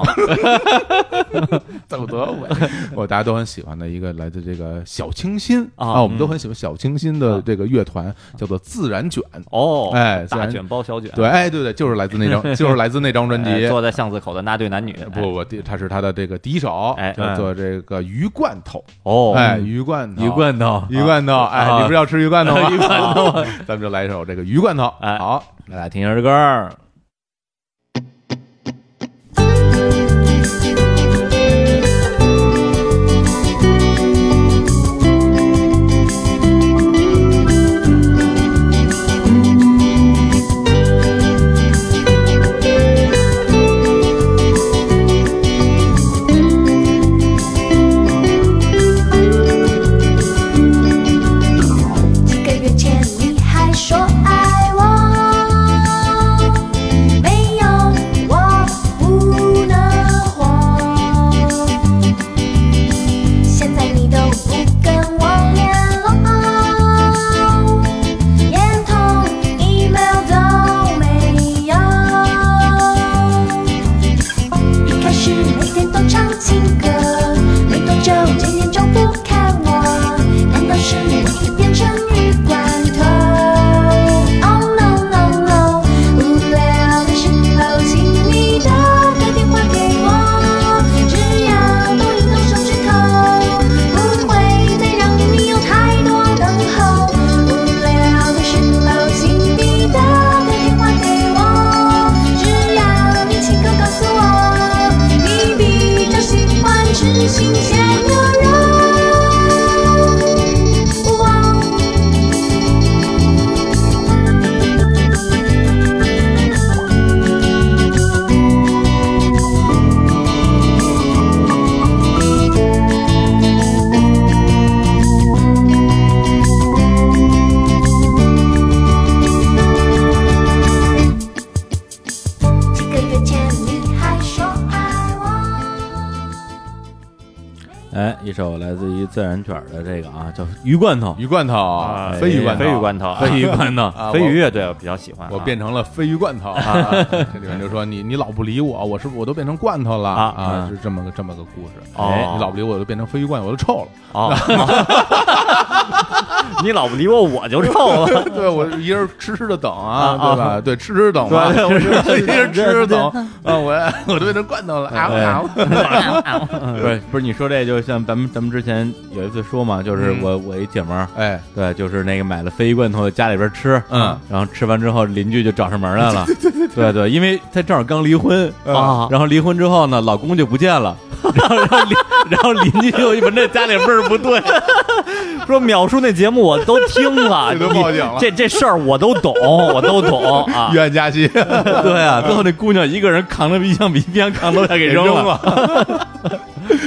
Speaker 1: 杜德伟， <laughs> 我大家都很喜欢的一个来自这个小清新
Speaker 2: 啊
Speaker 3: 哦
Speaker 1: 我们都很喜欢小清新
Speaker 3: 嗯
Speaker 1: 的这个乐团，叫做自然卷。
Speaker 2: 哦，
Speaker 1: 哎自
Speaker 2: 大
Speaker 1: 然
Speaker 2: 卷包小卷，
Speaker 1: 对，哎，对对，就是来自那
Speaker 3: <laughs>
Speaker 1: 张，就是来自那张专
Speaker 2: 哎
Speaker 1: 辑。
Speaker 2: 坐在巷子口的那对男女，
Speaker 1: 不不，第它是他的这个第一首
Speaker 2: 哎，
Speaker 1: 叫做这个鱼罐头，
Speaker 2: 哦，
Speaker 1: 哎，鱼罐头，
Speaker 3: 鱼罐头，
Speaker 1: 鱼罐头，哎，
Speaker 3: 啊
Speaker 1: 你不是要吃鱼罐头吗？
Speaker 3: 鱼罐头，
Speaker 1: <laughs> 咱们就来一首这个鱼罐头。
Speaker 2: 哎
Speaker 1: 好，
Speaker 3: 大家听一下这歌。
Speaker 4: 几个月前你还说爱我，？Oh
Speaker 3: 哎，一首来自于自然卷儿的这个啊，叫《鱼罐头
Speaker 1: 鱼罐头
Speaker 2: 啊，
Speaker 1: 鲱鱼罐头，》
Speaker 2: 鲱鱼罐头 <laughs> 啊，
Speaker 3: 飞鱼罐头
Speaker 1: <laughs> 啊，
Speaker 2: 飞
Speaker 1: 我
Speaker 2: 鱼乐队我比较喜欢啊，
Speaker 1: 我变成了鲱鱼罐头，啊、这里面就说你你老不理我，我是不是我都变成罐头了
Speaker 2: 啊
Speaker 1: 啊
Speaker 2: 嗯
Speaker 1: 是这么个这么个故事。
Speaker 2: 哦
Speaker 1: 哎你老不理我，我就变成鲱鱼罐头，我都臭了。
Speaker 2: 哦， <laughs> 你老不理我，我
Speaker 1: <laughs>
Speaker 2: 就臭了。
Speaker 1: 对我一人痴痴的等啊，对
Speaker 2: 啊
Speaker 1: 吧？对，痴痴等嘛， <laughs>
Speaker 2: 对我
Speaker 1: 一人痴痴等啊，我我 <laughs> 都变成罐头了，啊嗷
Speaker 3: 哎
Speaker 1: 嗷。
Speaker 3: 不是不是，你说这就像咱们咱们之前有一次说嘛，就是
Speaker 1: 嗯
Speaker 3: 我我一姐们儿，
Speaker 1: <laughs> 哎，
Speaker 3: 对，就是那个买了鲱鱼罐头家里边吃，啊
Speaker 1: 嗯，
Speaker 3: 然后吃完之后邻居就找上门来了，对嗯对，因为她正好刚离婚
Speaker 2: 啊
Speaker 3: 然后离婚之后呢，老公就不见 <laughs> 了，然后然后邻然后邻居就一闻这家里味儿不对，
Speaker 2: 说秒叔那节目我都听
Speaker 1: <laughs>
Speaker 2: 了，
Speaker 1: 这都
Speaker 2: 你
Speaker 1: 报警了
Speaker 2: 这这事儿我都懂，我都懂啊。
Speaker 1: <laughs> 冤家期
Speaker 3: 对啊，最后那姑娘一个人扛着冰箱比冰箱扛楼下给扔
Speaker 1: 扔
Speaker 3: 了，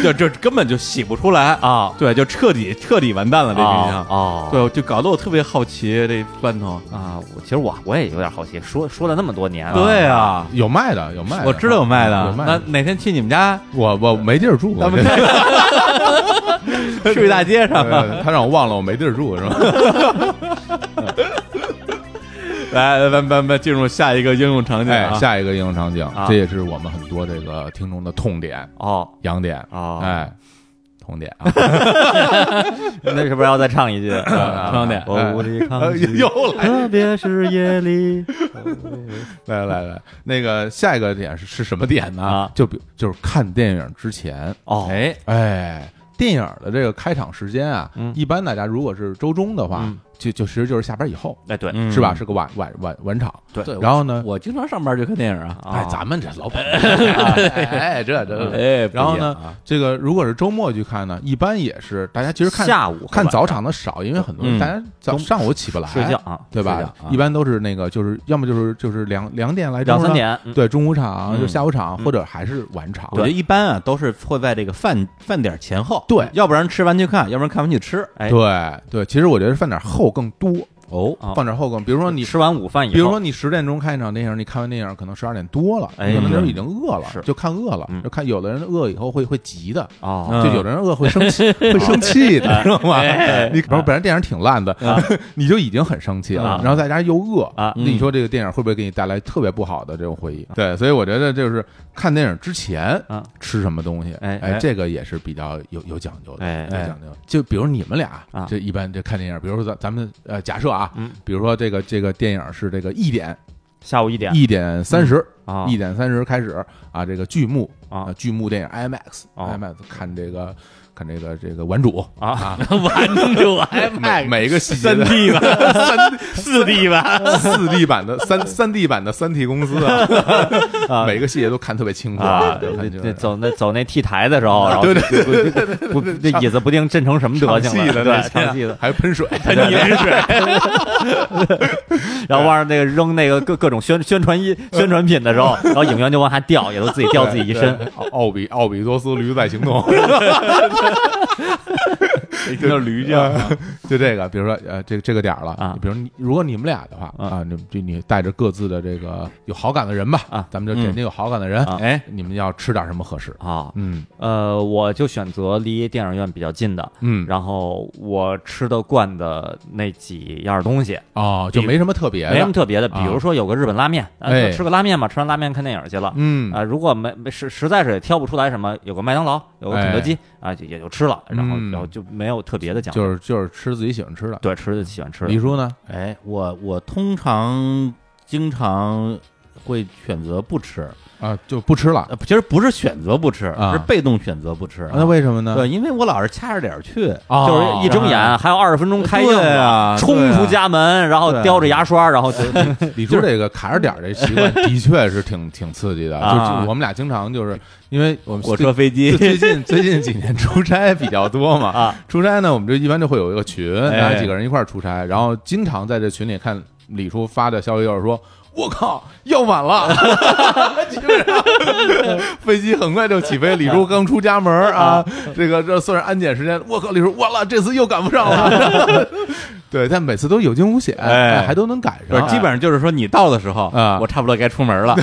Speaker 3: 就这根本就洗不出来啊，
Speaker 2: 啊
Speaker 3: 对，就彻底彻底完蛋了这冰
Speaker 2: 啊
Speaker 3: 箱，
Speaker 2: 哦，
Speaker 3: 对，就搞得我特别好奇这罐头，
Speaker 2: 啊，我其实我我也有点好奇，说说了那么多年了，
Speaker 3: 对啊，
Speaker 1: 有卖的，有卖的，
Speaker 3: 我知道有卖的
Speaker 1: 有，卖
Speaker 3: 那
Speaker 1: 的。
Speaker 3: 哪天去你们家，
Speaker 1: 我我没地儿住，
Speaker 3: 咱
Speaker 1: 我 <laughs>
Speaker 3: 们 <laughs>
Speaker 1: 这
Speaker 3: 睡大街上，
Speaker 1: 呃他让我忘了我没地儿住是
Speaker 3: <laughs>
Speaker 1: 吧？
Speaker 3: 来，咱咱咱进入下一个应用场景
Speaker 1: 哎，
Speaker 3: 啊，
Speaker 1: 下一个应用场景
Speaker 2: 啊，
Speaker 1: 这也是我们很多这个听众的痛点、
Speaker 2: 哦
Speaker 1: 痒点，
Speaker 2: 哦，
Speaker 3: 啊
Speaker 1: 哎，痛点啊， <laughs>
Speaker 2: <laughs> 那是不是要再唱一句？
Speaker 3: 唱点
Speaker 2: 我无力抗
Speaker 1: 呃
Speaker 2: 拒，
Speaker 1: 又来
Speaker 2: 特别是夜里。
Speaker 1: 来来来，那个下一个点是是什么点呢？
Speaker 2: 啊
Speaker 1: 就比就是看电影之前，
Speaker 2: 哦，
Speaker 3: 哎，
Speaker 1: 哎，电影的这个开场时间啊，
Speaker 2: 嗯
Speaker 1: 一般大家如果是周中的话，
Speaker 2: 嗯
Speaker 1: 就就其实就是下班以后，
Speaker 2: 哎对，
Speaker 3: 嗯
Speaker 1: 是吧？？是个晚晚晚晚场。
Speaker 2: 对
Speaker 3: 对
Speaker 1: 然后呢，
Speaker 3: 我经常上班就看电影啊，
Speaker 2: 啊
Speaker 1: 哎，咱们这老板，哎，这这，
Speaker 3: 哎，
Speaker 1: 然后呢
Speaker 3: 不一样啊，
Speaker 1: 这个如果是周末去看呢，一般也是大家其实看
Speaker 2: 下午和
Speaker 1: 看
Speaker 2: 晚
Speaker 1: 早场的少，因为很多
Speaker 3: 嗯
Speaker 1: 人大家早
Speaker 2: 中
Speaker 1: 上午起不来，
Speaker 2: 睡觉啊，
Speaker 1: 对
Speaker 3: 睡觉
Speaker 1: 吧
Speaker 3: 啊？
Speaker 1: 一般都是那个就是要么就是就是两两点来
Speaker 2: 两
Speaker 1: 钟
Speaker 2: 三
Speaker 1: 了
Speaker 2: 点，嗯
Speaker 1: 对，中午场就下午场，
Speaker 2: 嗯
Speaker 1: 或者还是晚场。
Speaker 3: 我觉得一般啊都是会在这个饭饭点前后，
Speaker 1: 对
Speaker 3: 要不然吃完去看，要不然看完去吃，
Speaker 2: 哎
Speaker 1: 对对，其实我觉得饭点后更多，
Speaker 3: 哦，
Speaker 2: 啊
Speaker 1: 饭点后更，比如说你，
Speaker 2: 吃完午饭以后，
Speaker 1: 比如说你十点钟看一场电影，你看完电影可能十二点多了，
Speaker 2: 哎
Speaker 1: 你可能
Speaker 3: 是
Speaker 1: 就已经饿了
Speaker 2: 是，
Speaker 1: 就看饿了
Speaker 2: 嗯，
Speaker 1: 就看有的人饿以后会会急的。
Speaker 2: 哦
Speaker 3: 嗯
Speaker 1: 就有的人饿会生
Speaker 2: <laughs>
Speaker 1: 气，会生气
Speaker 2: 啊
Speaker 1: 的，知道吗？
Speaker 2: 哎
Speaker 1: 你然后本来电影挺烂的， <laughs> 你就已经很生气了
Speaker 2: 啊，
Speaker 1: 然后再加上又饿
Speaker 2: 啊
Speaker 1: 那你说这个电影会不会给你带来特别不好的这种回忆？对，所以我觉得就是看电影之前
Speaker 2: 啊
Speaker 1: 吃什么东西，
Speaker 2: 哎
Speaker 1: 哎
Speaker 2: 哎，
Speaker 1: 这个也是比较有有讲究的，
Speaker 2: 哎
Speaker 1: 有讲究。就比如你们俩
Speaker 2: 啊
Speaker 1: 这一般这看电影，比如说咱咱们呃假设啊
Speaker 2: 嗯，
Speaker 1: 比如说这个这个电影是这个一点
Speaker 2: 下午一点
Speaker 1: 一点三十
Speaker 2: 啊
Speaker 1: 一点三十开始啊，这个剧目
Speaker 2: 啊
Speaker 1: 剧目电影 IMAX
Speaker 2: 啊
Speaker 1: IMAX 看这个看这个这个玩主
Speaker 2: 啊， <laughs>
Speaker 3: 完就
Speaker 1: 每
Speaker 3: IMAX
Speaker 1: 每个细节
Speaker 3: 三
Speaker 1: 的
Speaker 3: D 吧，
Speaker 2: <laughs>
Speaker 1: 三
Speaker 3: 四 D 吧，
Speaker 1: <laughs> 四 D 版的三三 D 版的三 T 公司
Speaker 2: <laughs>
Speaker 1: 啊，每个细节都看特别清楚 <laughs>
Speaker 2: 啊，
Speaker 1: 都
Speaker 2: 对
Speaker 1: 看清
Speaker 2: 对，
Speaker 1: 楚。
Speaker 2: 走那走那 T 台的时候，然后
Speaker 1: 对
Speaker 2: 就就就
Speaker 3: <laughs>
Speaker 2: 不这椅子不定震成什么德
Speaker 1: 唱
Speaker 2: 行
Speaker 1: 戏的
Speaker 2: 了，对
Speaker 1: 那，
Speaker 2: 唱戏
Speaker 1: 些
Speaker 2: 的，
Speaker 1: 还喷
Speaker 2: <laughs>
Speaker 1: 水，
Speaker 2: 对对然后往上那个扔那个各各种宣宣传衣、宣传品的
Speaker 3: <laughs>
Speaker 2: 时候，然后影院就往下掉，也都自己掉自己一身。
Speaker 1: 对。对奥比奥比多斯驴在行
Speaker 2: <laughs>
Speaker 1: 动，
Speaker 3: 叫驴叫，
Speaker 1: 就这个，比如说呃，这这个点儿了
Speaker 2: 啊
Speaker 1: 比如你如果你们俩的话
Speaker 2: 啊
Speaker 1: 啊，你就你带着各自的这个有好感的人吧
Speaker 2: 啊
Speaker 1: 咱们就点定有好感的人，
Speaker 2: 啊
Speaker 3: 哎，
Speaker 1: 你们要吃点什么合适？
Speaker 2: 啊，
Speaker 1: 嗯
Speaker 2: 呃，我就选择离电影院比较近的，
Speaker 1: 嗯，
Speaker 2: 然后我吃得惯的那几样东西，
Speaker 1: 哦，就没什么特别
Speaker 2: 没什么
Speaker 1: 的，
Speaker 2: 特别的，比如说有个日本拉面，啊
Speaker 1: 哎
Speaker 2: 吃个拉面嘛，吃完拉面看电影去了。
Speaker 1: 嗯
Speaker 2: 啊，如果没没实实在是也挑不出来什么，有个麦当劳，有个肯德基啊，就也就吃了，然后
Speaker 1: 哎嗯
Speaker 2: 然后就没有特别的讲究，
Speaker 1: 就是就是吃自己喜欢吃的。
Speaker 2: 对，吃就喜欢吃
Speaker 1: 李
Speaker 2: 的。
Speaker 1: 叔呢？
Speaker 3: 哎，我我通常经常会选择不吃，
Speaker 1: 啊，就不吃了。啊
Speaker 3: 呃，其实不是选择不吃，
Speaker 1: 啊
Speaker 3: 是被动选择不吃。
Speaker 2: 啊
Speaker 1: 那为什么呢？
Speaker 3: 对，因为我老是掐着点儿去，
Speaker 1: 哦
Speaker 2: 就是一睁眼还有二十分钟开映
Speaker 3: 对啊
Speaker 2: 了，冲
Speaker 3: 对
Speaker 2: 出
Speaker 3: 啊
Speaker 2: 家门，然后
Speaker 3: 对啊
Speaker 2: 叼着牙刷，然后就
Speaker 1: 李叔这个卡着点儿这习
Speaker 2: <laughs>
Speaker 1: 惯的确是挺挺刺激的，就
Speaker 2: 啊
Speaker 1: 就我们俩经常就是因为我们
Speaker 3: 火车、飞
Speaker 1: 最 <laughs> 就，最
Speaker 2: <laughs>
Speaker 3: 机
Speaker 1: 近最近几年出差比较多嘛，
Speaker 2: 啊
Speaker 1: 出差呢我们就一般就会有一个群，
Speaker 3: 哎
Speaker 1: 然后几个人一块儿出差，然后经常在这群里看李叔发的消息，就是说。我靠，要晚了，基本上飞机很快就起飞，李叔刚出家门儿啊，这个这算是安检时间，我靠，李叔完了，这次又赶不上了，对，但每次都有惊无险，
Speaker 3: 哎
Speaker 1: 还都能赶
Speaker 3: 不是，
Speaker 1: 上，
Speaker 3: 基本上就是说你到的时候
Speaker 1: 啊
Speaker 3: 我差不多该出门
Speaker 1: <laughs>
Speaker 3: 了。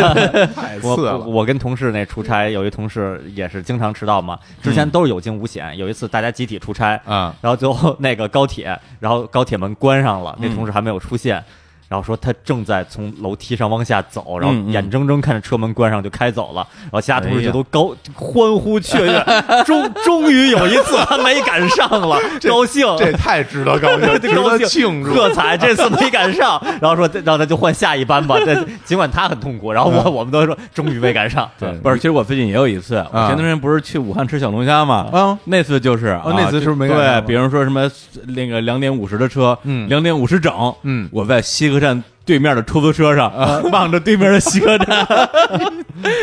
Speaker 1: 太次
Speaker 2: 我
Speaker 1: 哎了，
Speaker 2: 我跟同事那出差，有一同事也是经常迟到嘛，之前都是有惊无险。有一次大家集体出差，
Speaker 1: 啊，
Speaker 2: <laughs> 然后最后那个高铁，然后高铁门关上了，那同事还没有出现，然后说他正在从楼梯上往下走，然后
Speaker 3: 嗯嗯
Speaker 2: 眼睁睁看着车门关上就开走了，然后其他同事
Speaker 3: 哎呀
Speaker 2: 就都高、欢呼雀跃， <laughs> 终终于有一次他没赶上了，高兴。
Speaker 1: 这太值得高兴，值得
Speaker 2: 高兴
Speaker 1: 庆祝，
Speaker 2: 喝彩，这次没赶上，然后说让他就换下一班吧。这尽管他很痛苦，然后我我们都说终于没赶上，
Speaker 1: 对
Speaker 3: 不是，其实我最近也有一次，我前段时间不是去武汉吃小龙虾嘛，
Speaker 1: 啊
Speaker 3: 那次就是，啊
Speaker 1: 哦那次是不是没赶上
Speaker 3: 对，比如说什么那个两点五十的车，
Speaker 1: 嗯
Speaker 3: 两点五十整，
Speaker 1: 嗯
Speaker 3: 我在西客站对面的出租车上
Speaker 1: 啊
Speaker 3: <laughs> 望着对面的西
Speaker 1: <laughs>
Speaker 3: 客站，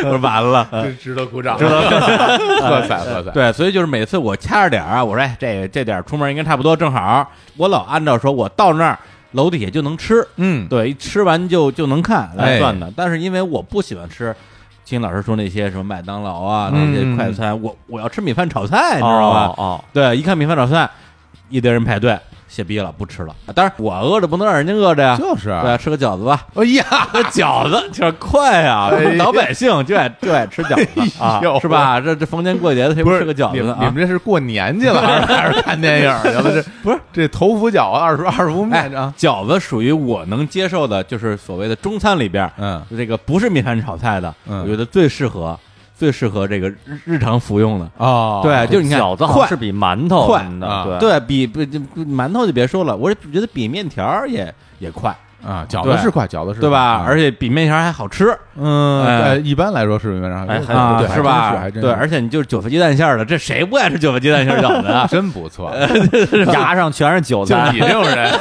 Speaker 3: 我说完了。
Speaker 1: 这值得鼓掌，值得 <laughs> 喝彩喝彩，
Speaker 3: 对，所以就是每次我掐着点儿啊，我说哎，这这点儿出门应该差不多，正好。我老按照说，我到那儿楼底下就能吃，
Speaker 1: 嗯，
Speaker 3: 对，一吃完就就能看来
Speaker 1: 哎
Speaker 3: 算的。但是因为我不喜欢吃，金老师说那些什么麦当劳啊，那些
Speaker 1: 嗯
Speaker 3: 快餐，我我要吃米饭炒菜，你
Speaker 2: 你
Speaker 3: 知道吧？
Speaker 2: 哦，
Speaker 3: 对，一看米饭炒菜，一堆人排队，歇逼了，不吃了。当然，我饿着不能让人家饿着呀，
Speaker 1: 就是，啊
Speaker 3: 对，吃个饺子 <laughs> 吧。
Speaker 1: 哎呀，
Speaker 3: 那饺子就是快呀
Speaker 1: 哎，
Speaker 3: 老百姓就爱就爱吃饺子啊
Speaker 1: 呦，
Speaker 3: 是吧？这这逢年过节的，谁
Speaker 1: 不
Speaker 3: 吃个饺
Speaker 1: 你
Speaker 3: 子
Speaker 1: 们你
Speaker 3: 啊
Speaker 1: 们？这是过年去了， <laughs> 还是还是看电影去了？这
Speaker 3: <laughs> 不是
Speaker 1: 这头伏饺二十二伏
Speaker 3: 哎
Speaker 1: 面啊，，
Speaker 3: 饺子属于我能接受的，就是所谓的中餐里边，
Speaker 1: 嗯，
Speaker 3: 这个不是米饭炒菜的，
Speaker 1: 嗯
Speaker 3: 我觉得最适合最适合这个日日常服用的。
Speaker 1: 哦，
Speaker 3: 对，就是你看
Speaker 2: 饺子好
Speaker 3: 快
Speaker 2: 像是比馒头嗯
Speaker 3: 快
Speaker 2: 什么
Speaker 1: 啊
Speaker 2: 的，
Speaker 3: 对比不就馒头就别说了，我觉得比面条儿也也快，
Speaker 1: 啊，饺子是快，饺子是嗯
Speaker 3: 对吧？而
Speaker 1: 且，
Speaker 3: 且比面条儿还好吃
Speaker 1: 嗯，
Speaker 3: 哎
Speaker 1: 对一般来说是，然后
Speaker 2: 哎还
Speaker 3: 啊
Speaker 1: 对，还
Speaker 3: 是
Speaker 1: 真
Speaker 3: 吧？
Speaker 1: 还真
Speaker 3: 对，
Speaker 1: 是？
Speaker 3: 而且你就是韭菜鸡蛋馅儿的，这谁不爱吃韭菜鸡蛋馅儿饺子
Speaker 1: <laughs>
Speaker 3: 啊 <laughs>
Speaker 1: 真不错，
Speaker 2: 对，牙上全是韭
Speaker 1: 就 <laughs> <laughs>
Speaker 2: 菜
Speaker 1: 你，这种人，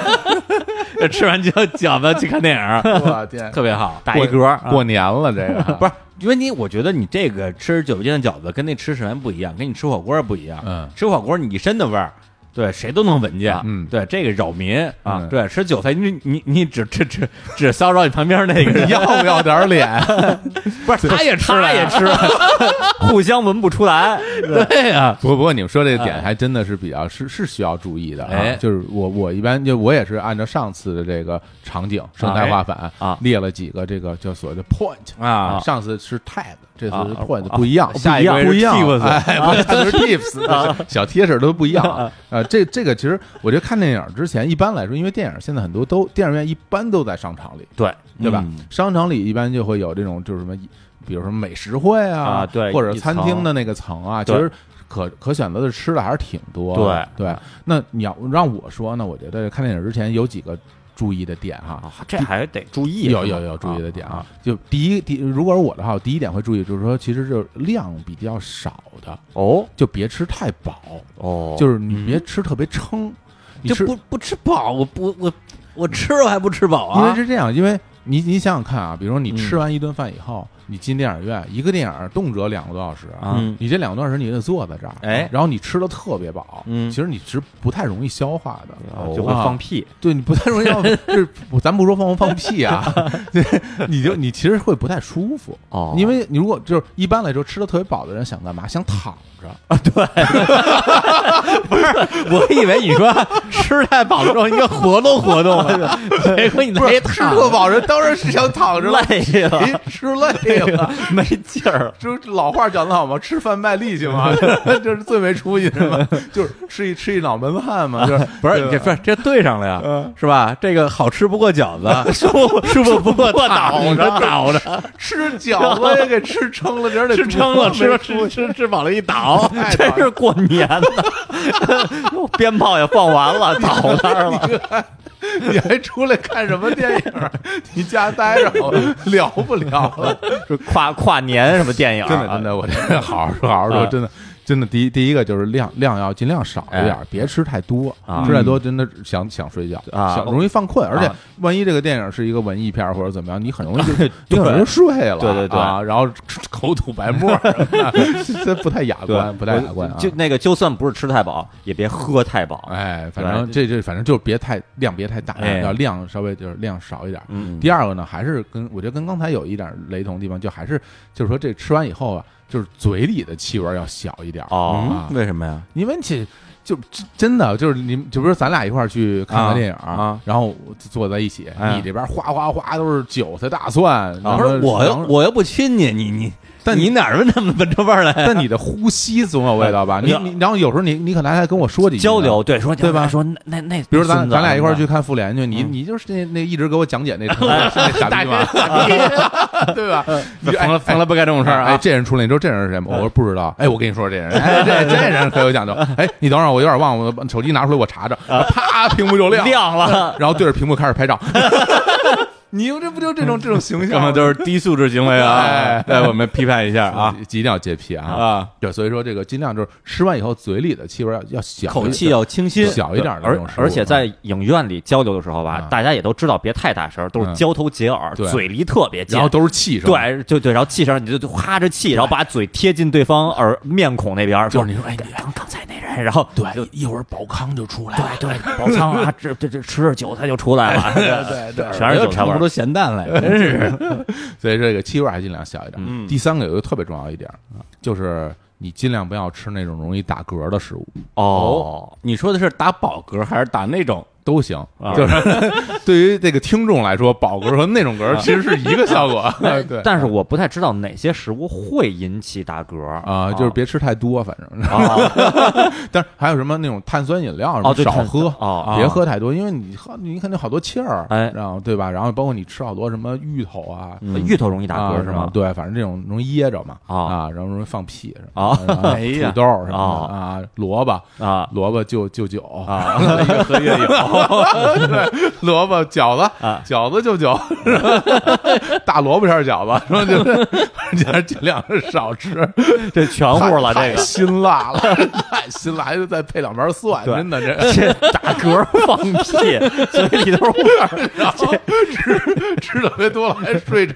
Speaker 3: 这 <laughs> 吃完就饺子去看电
Speaker 1: <laughs>
Speaker 3: 影儿，
Speaker 1: 我天，
Speaker 3: 特别好。
Speaker 2: 打一嗝啊
Speaker 1: 过年了，这
Speaker 3: <laughs>
Speaker 1: 个
Speaker 3: 不是，因为你我觉得你这个吃韭菜鸡蛋饺子跟那吃什么不一样，跟你吃火锅儿不一样。
Speaker 1: 嗯
Speaker 3: 吃火锅你一身的味儿，对，谁都能闻见。
Speaker 1: 嗯
Speaker 3: 对，这个扰民啊，
Speaker 1: 嗯
Speaker 3: 对，吃韭菜你你你只只只只骚扰你旁边那个人，
Speaker 1: <laughs> 要不要点脸？
Speaker 3: <laughs> 不是他也吃
Speaker 2: 他
Speaker 3: 了
Speaker 2: 也
Speaker 3: 呀， <laughs>
Speaker 2: 吃，互相闻不出来。
Speaker 3: 对啊呀，
Speaker 1: 不过不过你们说这个点
Speaker 3: 哎
Speaker 1: 还真的是比较是是需要注意的、啊，
Speaker 3: 哎
Speaker 1: 就是我我一般就我也是按照上次的这个场景生态化反
Speaker 2: 啊
Speaker 1: 列了几个这个叫所谓的 point
Speaker 3: 哎啊哦
Speaker 1: 上次是 tag，这次是
Speaker 2: 啊
Speaker 1: point
Speaker 2: 啊
Speaker 1: 不一样，
Speaker 3: 下一个
Speaker 1: 不一样，
Speaker 3: 是 tips 啊
Speaker 1: 哎， <laughs> 不是就是
Speaker 3: <laughs>
Speaker 1: tips，、小贴士都不一样啊。呃，这这个其实我觉得看电影之前，一般来说，因为电影现在很多都电影院一般都在商场里，
Speaker 2: <laughs> 对，
Speaker 1: 对吧？
Speaker 3: 嗯
Speaker 1: 商场里一般就会有这种，就是什么，比如说美食会啊，
Speaker 2: 啊对
Speaker 1: 或者餐厅
Speaker 2: 一
Speaker 1: 的那个层啊，其
Speaker 2: 对
Speaker 1: 实可可选择的吃的还是挺多的。对对，那你要让我说呢，我觉得看电影之前有几个注意的点哈。
Speaker 2: 啊，这还得注意，
Speaker 1: 有
Speaker 2: 是吧
Speaker 1: 有有注意的点啊
Speaker 2: 啊，
Speaker 1: 就第一第，如果是我的话，我第一点会注意，就是说，其实就是量比较少的，
Speaker 2: 哦
Speaker 1: 就别吃太饱，
Speaker 2: 哦，
Speaker 1: 就是你别吃特别撑，你
Speaker 3: 就
Speaker 1: 吃
Speaker 3: 不不吃饱，我不我我吃了还不吃饱
Speaker 1: 因为
Speaker 3: 啊？
Speaker 1: 是这样，因为你你想想看啊，比如说你
Speaker 2: 嗯
Speaker 1: 吃完一顿饭以后，你进电影院，一个电影动辄两个多小时
Speaker 2: 啊
Speaker 3: 嗯
Speaker 1: 你这两个多小时你得坐在这儿，
Speaker 3: 哎
Speaker 1: 然后你吃的特别饱，
Speaker 3: 嗯
Speaker 1: 其实你是不太容易消化的，
Speaker 2: 啊就会
Speaker 1: 啊
Speaker 2: 放屁，
Speaker 1: 对你不太容易消化，
Speaker 2: <laughs>
Speaker 1: 就是不咱不说放不放屁啊，对你就你其实会不太舒服，
Speaker 2: 哦
Speaker 1: 因为你如果就是一般来说吃的特别饱的人想干嘛？想躺着，
Speaker 3: 我以为你说吃太饱了之后应该活动活动， <laughs> 结果你
Speaker 1: <laughs>
Speaker 3: 来一
Speaker 1: 吃
Speaker 3: 趟
Speaker 1: 特饱人当然是想躺着了，
Speaker 2: 哎 <laughs> 累
Speaker 3: <laughs>
Speaker 2: 了，
Speaker 1: 哎吃累了。
Speaker 2: 没劲儿了，
Speaker 1: 就是老话讲得好嘛，吃饭卖力气
Speaker 3: <laughs>
Speaker 1: 嘛，这是最没出息的嘛，就是吃一吃一脑门汗嘛，就是
Speaker 3: 不是，
Speaker 1: 对吧
Speaker 3: 这不是这对上了呀
Speaker 1: 嗯，
Speaker 3: 是吧？这个好吃不过饺子， <laughs> 舒服
Speaker 2: <laughs>
Speaker 3: 舒服不过倒着倒着，
Speaker 1: 吃饺子也给吃撑了，点儿得
Speaker 3: <laughs> 吃撑了，吃
Speaker 1: 多没
Speaker 3: 吃吃吃饱了一
Speaker 2: <laughs>
Speaker 3: 倒，
Speaker 1: 太
Speaker 2: 真
Speaker 1: 棒
Speaker 2: 是过年的，鞭炮也放完了，倒那儿了，
Speaker 1: <laughs> 你还出来看什么电影 <laughs> 儿？你家待
Speaker 3: <laughs>
Speaker 1: 着吧聊不了了。
Speaker 2: 是跨跨年什么电影啊？
Speaker 1: 真的真的，我这好好说好好说，
Speaker 2: 啊
Speaker 1: 真的真的第一第一个就是量量要尽量少一点
Speaker 2: 哎，
Speaker 1: 别吃太多
Speaker 2: 啊，
Speaker 1: 吃太多真的想想睡觉
Speaker 2: 啊
Speaker 1: 想容易犯困，而且
Speaker 2: 啊
Speaker 1: 万一这个电影是一个文艺片或者怎么样，你很容
Speaker 2: <laughs>
Speaker 1: 易就你很容易就睡了，
Speaker 2: 对对对
Speaker 1: 啊，然后口吐白沫什么的，
Speaker 2: <laughs>
Speaker 1: 这不太雅观，不太雅观啊。
Speaker 2: 就那个，就算不是吃太饱，也别喝太饱。
Speaker 1: 哎，反正这这反正就别太量别太大，
Speaker 2: 哎
Speaker 1: 要量稍微就是量少一点。
Speaker 2: 嗯，
Speaker 1: 第二个呢，还是跟我觉得跟刚才有一点雷同的地方，就还是就是说这吃完以后啊，就是嘴里的气味要小一点
Speaker 2: 哦
Speaker 1: 啊
Speaker 3: 嗯，为什么呀？
Speaker 1: 因为其就真真的就是你，就比如咱俩一块儿去看
Speaker 3: 啊
Speaker 1: 个电影，
Speaker 3: 啊
Speaker 1: 然后坐在一起，
Speaker 3: 哎
Speaker 1: 你这边哗哗哗都是韭菜大
Speaker 2: 啊
Speaker 1: 蒜，然
Speaker 3: 不
Speaker 1: 后
Speaker 3: 是我又
Speaker 1: 然后
Speaker 3: 我又不亲你，你你，
Speaker 1: 但
Speaker 3: 你哪儿那么闻着味儿来啊？
Speaker 1: 但你的呼吸总有味道吧？你
Speaker 2: 哎
Speaker 1: 你，然后有时候你你可能还跟我说几句呢
Speaker 2: 交流，对，说
Speaker 1: 对吧
Speaker 2: 说那那那，
Speaker 1: 比如咱
Speaker 2: 孙子嗯
Speaker 1: 咱俩一块儿去
Speaker 2: 什
Speaker 1: 看复联去，你你就是那那一直给我讲解那
Speaker 2: <laughs>
Speaker 1: 那傻逼嘛， <laughs> 对吧？你
Speaker 2: 么的，
Speaker 1: 哎
Speaker 2: 逢了逢了不该这种事儿
Speaker 1: 哎，
Speaker 2: 啊，
Speaker 1: 这人出来，你知道这人是谁吗？
Speaker 3: 嗯
Speaker 1: 我说不知道。哎，我跟你说这人，哎，
Speaker 3: <laughs>
Speaker 1: 这这人可有讲究。哎，你等会儿，我有点忘，我把手机拿出来，我查查。
Speaker 3: 啊
Speaker 1: 啪，屏幕就哎亮，
Speaker 2: 亮了，
Speaker 1: 然后对着屏幕开始
Speaker 3: <laughs>
Speaker 1: 拍照。你这不就这种这种形象
Speaker 3: 根
Speaker 1: 吗？
Speaker 3: 本就是低素质行为啊
Speaker 1: 哎！
Speaker 3: 来，我们批判一下啊
Speaker 1: 一定要洁癖啊！
Speaker 3: 啊，
Speaker 1: 对，所以说这个尽量就是吃完以后嘴里的气味要要小一点，
Speaker 3: 口气要清新。
Speaker 1: 小一点的那
Speaker 2: 而
Speaker 1: 种食物
Speaker 2: 而且在影院里交流的时候吧
Speaker 1: 啊，
Speaker 2: 大家也都知道别太大声，都是
Speaker 1: 嗯
Speaker 2: 交头接耳，
Speaker 1: 对
Speaker 2: 嘴离特别近
Speaker 1: 然后。都是气声，
Speaker 2: 对，就对，然后气上你就就哈着气，然后把嘴贴近对方耳面孔那边儿，
Speaker 1: 就是你说哎你
Speaker 2: 刚刚才那人， <laughs> 然后
Speaker 1: 对，一会儿宝康就出来了，
Speaker 2: 对对，宝仓啊，这这这吃着韭菜就出来
Speaker 1: <laughs>
Speaker 2: 了， <laughs> 对对，全是
Speaker 3: 又
Speaker 2: 韭菜
Speaker 3: 尝
Speaker 2: 味
Speaker 3: 不
Speaker 2: 儿
Speaker 3: 出咸淡来，
Speaker 1: 哎
Speaker 3: 真是
Speaker 1: <laughs> 所以这个气味还尽量小一点。
Speaker 3: 嗯
Speaker 1: 第三个有一个特别重要一点，啊就是你尽量不要吃那种容易打嗝的食物。
Speaker 2: 哦。
Speaker 3: 你说的是打饱嗝还是打那种？
Speaker 1: 都行，
Speaker 2: 啊
Speaker 1: 就是 <laughs> 对于这个听众来说，饱嗝和那种
Speaker 2: <laughs>
Speaker 1: 嗝其实是一个效果。
Speaker 2: 啊
Speaker 1: <laughs> 对
Speaker 2: 但是我不太知道哪些食物会引起打嗝哦
Speaker 1: 啊，就是别吃太多，反
Speaker 2: <laughs>
Speaker 1: 正。
Speaker 2: 啊
Speaker 1: 但是还有什么那种碳酸饮料什
Speaker 2: 哦
Speaker 1: 么
Speaker 2: 对
Speaker 1: 少
Speaker 2: 碳
Speaker 1: 喝啊
Speaker 2: 哦哦
Speaker 1: 别喝太多，因为你喝你肯定好多气儿，
Speaker 2: 哎嗯
Speaker 1: 然后对吧？然后包括你吃好多什么芋头啊，
Speaker 2: 芋头容易打
Speaker 1: 啊
Speaker 2: 嗝是
Speaker 1: 然后
Speaker 3: <laughs>
Speaker 2: 吗？
Speaker 1: 对，反正这种容易噎着嘛，
Speaker 2: 哦
Speaker 1: 啊，然后容易放屁什
Speaker 2: 哦
Speaker 1: 么的，然后
Speaker 3: 哎呀
Speaker 2: <laughs>
Speaker 1: 土豆什么
Speaker 2: 哦
Speaker 1: 的啊，萝卜。
Speaker 2: 啊
Speaker 1: 萝卜就就酒啊，
Speaker 3: 越
Speaker 1: <laughs>
Speaker 3: 喝越有。
Speaker 1: 萝卜饺子
Speaker 2: 啊
Speaker 1: 饺子就酒， <laughs> 大萝卜馅儿饺子，说就是 <laughs> 就是尽量是少
Speaker 2: <laughs>
Speaker 1: 吃， <laughs>
Speaker 2: 这全乎了
Speaker 1: 太
Speaker 2: 这个。
Speaker 1: 辛辣了，太辛辣，还得再配两瓣蒜，
Speaker 2: 对
Speaker 1: 真
Speaker 2: <laughs>
Speaker 1: 的这
Speaker 2: 这打嗝放屁，嘴里都是味儿。
Speaker 1: 然后吃吃特别多了还睡着，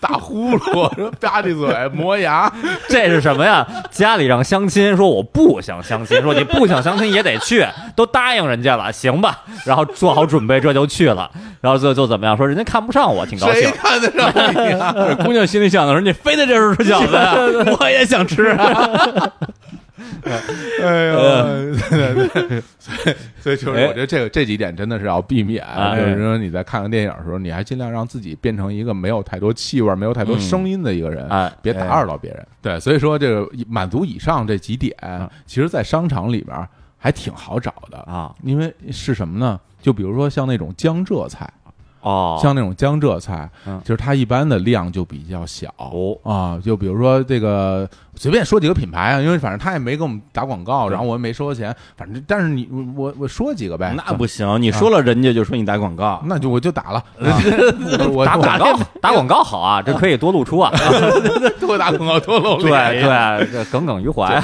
Speaker 1: 打呼噜，吧唧嘴，磨牙，
Speaker 2: 这是什么呀？家里让相亲，说我不想相亲，说你不想相亲也得去，都答应人家了，行吧？然后做好准备，这就去了，然后就就怎么样？说人家看不上我，挺高兴
Speaker 1: <laughs> 谁。看得上你啊？
Speaker 3: 姑娘心里想的是，你非得这时候吃饺子呀，我也想吃
Speaker 1: <laughs>
Speaker 3: 啊。
Speaker 1: 哎
Speaker 2: 嗯
Speaker 1: 呦，对对对，所以所以就是
Speaker 3: 哎
Speaker 1: 我觉得这个这几点真的是要避免，啊
Speaker 2: 哎
Speaker 1: 就是说你在看个电影的时候，你还尽量让自己变成一个没有太多气味、没有太多声音的一个人，
Speaker 2: 哎
Speaker 1: 别打扰到别人。对，所以说这个满足以上这几点，其实在商场里边还挺好找的
Speaker 2: 啊，
Speaker 1: 因为是什么呢？就比如说像那种江浙菜，
Speaker 2: 哦，
Speaker 1: 像那种江浙菜
Speaker 2: 嗯，
Speaker 1: 其实它一般的量就比较小
Speaker 2: 哦
Speaker 1: 啊。就比如说这个，随便说几个品牌啊，因为反正他也没给我们打广告，
Speaker 2: 对
Speaker 1: 然后我也没收钱，反正但是你我我说几个呗，
Speaker 3: 那不行，
Speaker 1: 啊
Speaker 3: 你说了人家就说你打广告，，
Speaker 1: 那就我就打了，啊 <laughs> 我
Speaker 2: <laughs> 打
Speaker 1: 我
Speaker 2: 广告，打广告好啊，这可以多露出
Speaker 1: <laughs>
Speaker 2: 啊。
Speaker 1: 多打广告多露
Speaker 2: 对
Speaker 1: 脸。
Speaker 2: 对，这耿耿于
Speaker 1: <laughs>
Speaker 2: 怀。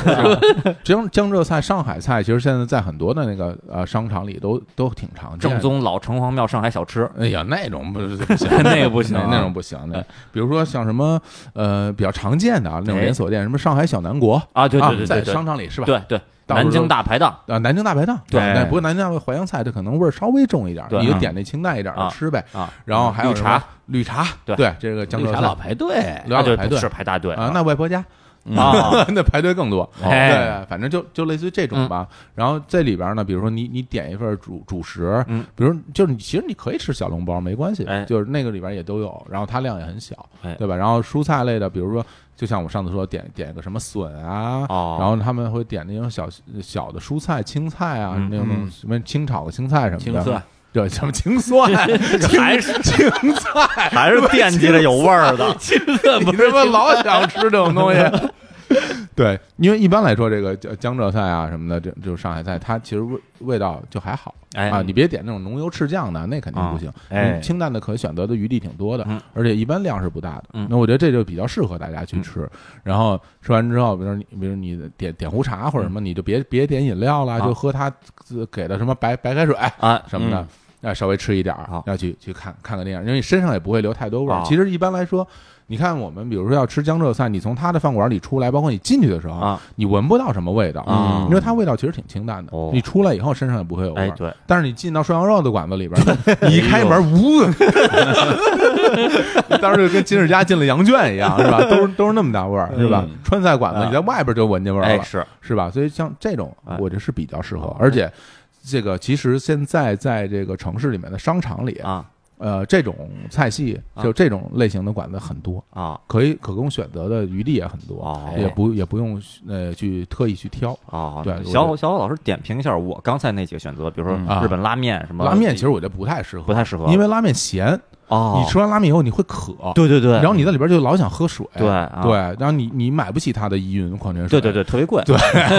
Speaker 1: 江江浙菜、上海菜，其实现在在很多的那个呃商场里都都挺常见的。
Speaker 2: 正宗老城隍庙上海小吃， <laughs>
Speaker 1: 哎呀，那种不是不行
Speaker 3: 那个不行啊
Speaker 1: 那那种不行。那比如说像什么呃比较常见的啊，那种
Speaker 2: 哎
Speaker 1: 连锁店，什么上海小南国
Speaker 2: 啊对对对对
Speaker 1: 在
Speaker 2: 对
Speaker 1: 商场里是吧？
Speaker 2: 对对，
Speaker 1: 到时候
Speaker 2: 南京大排档
Speaker 1: 啊，南京大排档，
Speaker 3: 对
Speaker 1: 但不过南京大淮扬菜这可能味儿稍微重一点儿，
Speaker 2: 哎对
Speaker 1: 你就
Speaker 3: 嗯
Speaker 1: 点那清淡一点儿
Speaker 2: 啊
Speaker 1: 的吃呗。
Speaker 2: 啊，
Speaker 1: 然后还有
Speaker 2: 绿
Speaker 1: 什么
Speaker 2: 茶，
Speaker 1: 绿茶，
Speaker 2: 对
Speaker 1: 对，这个江
Speaker 3: 绿
Speaker 1: 浙
Speaker 3: 茶
Speaker 1: 菜
Speaker 3: 老排队，
Speaker 1: 老
Speaker 2: 啊对
Speaker 1: 排队
Speaker 2: 是排大队
Speaker 1: 啊，那外婆家 <laughs>
Speaker 2: 啊嗯
Speaker 1: 那排队更多。
Speaker 2: 哎
Speaker 1: 对，反正就就类似于这种吧。然后这里边呢，比如说你你点一份主主食，
Speaker 2: 嗯
Speaker 1: 比如就是你其实你可以吃小笼包，没关系，
Speaker 2: 哎
Speaker 1: 就是那个里边也都有，然后它量也很小，
Speaker 2: 哎
Speaker 1: 对吧？然后蔬菜类的，比如说就像我上次说点点个什么笋啊，
Speaker 2: 哦
Speaker 1: 然后他们会点那种小小的蔬菜、青菜啊，
Speaker 2: 嗯
Speaker 1: 那种
Speaker 3: 嗯
Speaker 1: 什么清炒个青菜什么的，
Speaker 3: 青蒜，
Speaker 1: 对，什么青
Speaker 3: <laughs>
Speaker 1: 蒜，
Speaker 2: 还是
Speaker 1: <laughs> 青菜，
Speaker 2: 还是惦记着有味
Speaker 1: <laughs>
Speaker 2: 儿的
Speaker 1: 你他妈老想吃这种 <laughs> 东西。对，因为一般来说，这个江江浙菜啊什么的，这就上海菜，它其实味味道就还好，
Speaker 2: 哎
Speaker 1: 啊，你别点那种浓油赤酱的，那肯定不行。
Speaker 2: 嗯哎
Speaker 1: 你清淡的可选择的余地挺多的
Speaker 2: 嗯，
Speaker 1: 而且一般量是不大的
Speaker 2: 嗯。
Speaker 1: 那我觉得这就比较适合大家去吃。然后吃完之后，比如你，比如你点点壶茶或者什么，你就别别点饮料了，
Speaker 2: 啊
Speaker 1: 就喝他给的什么白白开水
Speaker 2: 啊
Speaker 1: 什么的。啊，稍微吃一点儿
Speaker 2: 好，
Speaker 1: 要去去看看个电影，因为你身上也不会留太多味儿
Speaker 2: 啊。
Speaker 1: 其实一般来说，你看我们比如说要吃江浙菜，你从他的饭馆里出来，包括你进去的时候，
Speaker 2: 啊
Speaker 1: 你闻不到什么味道
Speaker 2: 啊
Speaker 1: 你说它味道其实挺清淡的，
Speaker 2: 哦
Speaker 1: 你出来以后身上也不会有味
Speaker 2: 哎
Speaker 1: 儿。
Speaker 2: 对，哎
Speaker 1: 但是你进到涮羊肉的馆子里边儿，你一开门，呜，
Speaker 2: <laughs>
Speaker 1: 当时就跟金世佳进了羊圈一样，是吧？都是都是那么大味儿，是吧？川菜馆子你在外边就闻见味儿
Speaker 2: 嗯啊哎
Speaker 1: 了，
Speaker 2: 是
Speaker 1: 是吧？所以像这种
Speaker 2: 哎，
Speaker 1: 我觉得是比较适合，而且。这个其实现在在这个城市里面的商场里，
Speaker 2: 啊
Speaker 1: 呃，这种菜系
Speaker 2: 啊
Speaker 1: 就这种类型的馆子很多，
Speaker 2: 啊
Speaker 1: 可以可供选择的余地也很多
Speaker 2: 哦，
Speaker 1: 也不也不用呃去特意去挑。
Speaker 2: 啊！
Speaker 1: 对我
Speaker 2: 小
Speaker 1: 觉
Speaker 2: 虎
Speaker 1: 得
Speaker 2: 小虎老师点评一下我刚才那几个选择，比如
Speaker 3: 嗯
Speaker 2: 说
Speaker 1: 啊
Speaker 2: 日本拉面什么
Speaker 1: 拉面其实我觉得不太适合，
Speaker 2: 不太适合
Speaker 1: 因为拉面咸，
Speaker 2: 哦，
Speaker 1: 你吃完拉面以后你会渴，
Speaker 2: 对对对，
Speaker 1: 然后你在里边就老想喝水，
Speaker 2: 对啊
Speaker 1: 对，然后你你买不起它的依云矿泉水，
Speaker 2: 对对对特别贵， <laughs>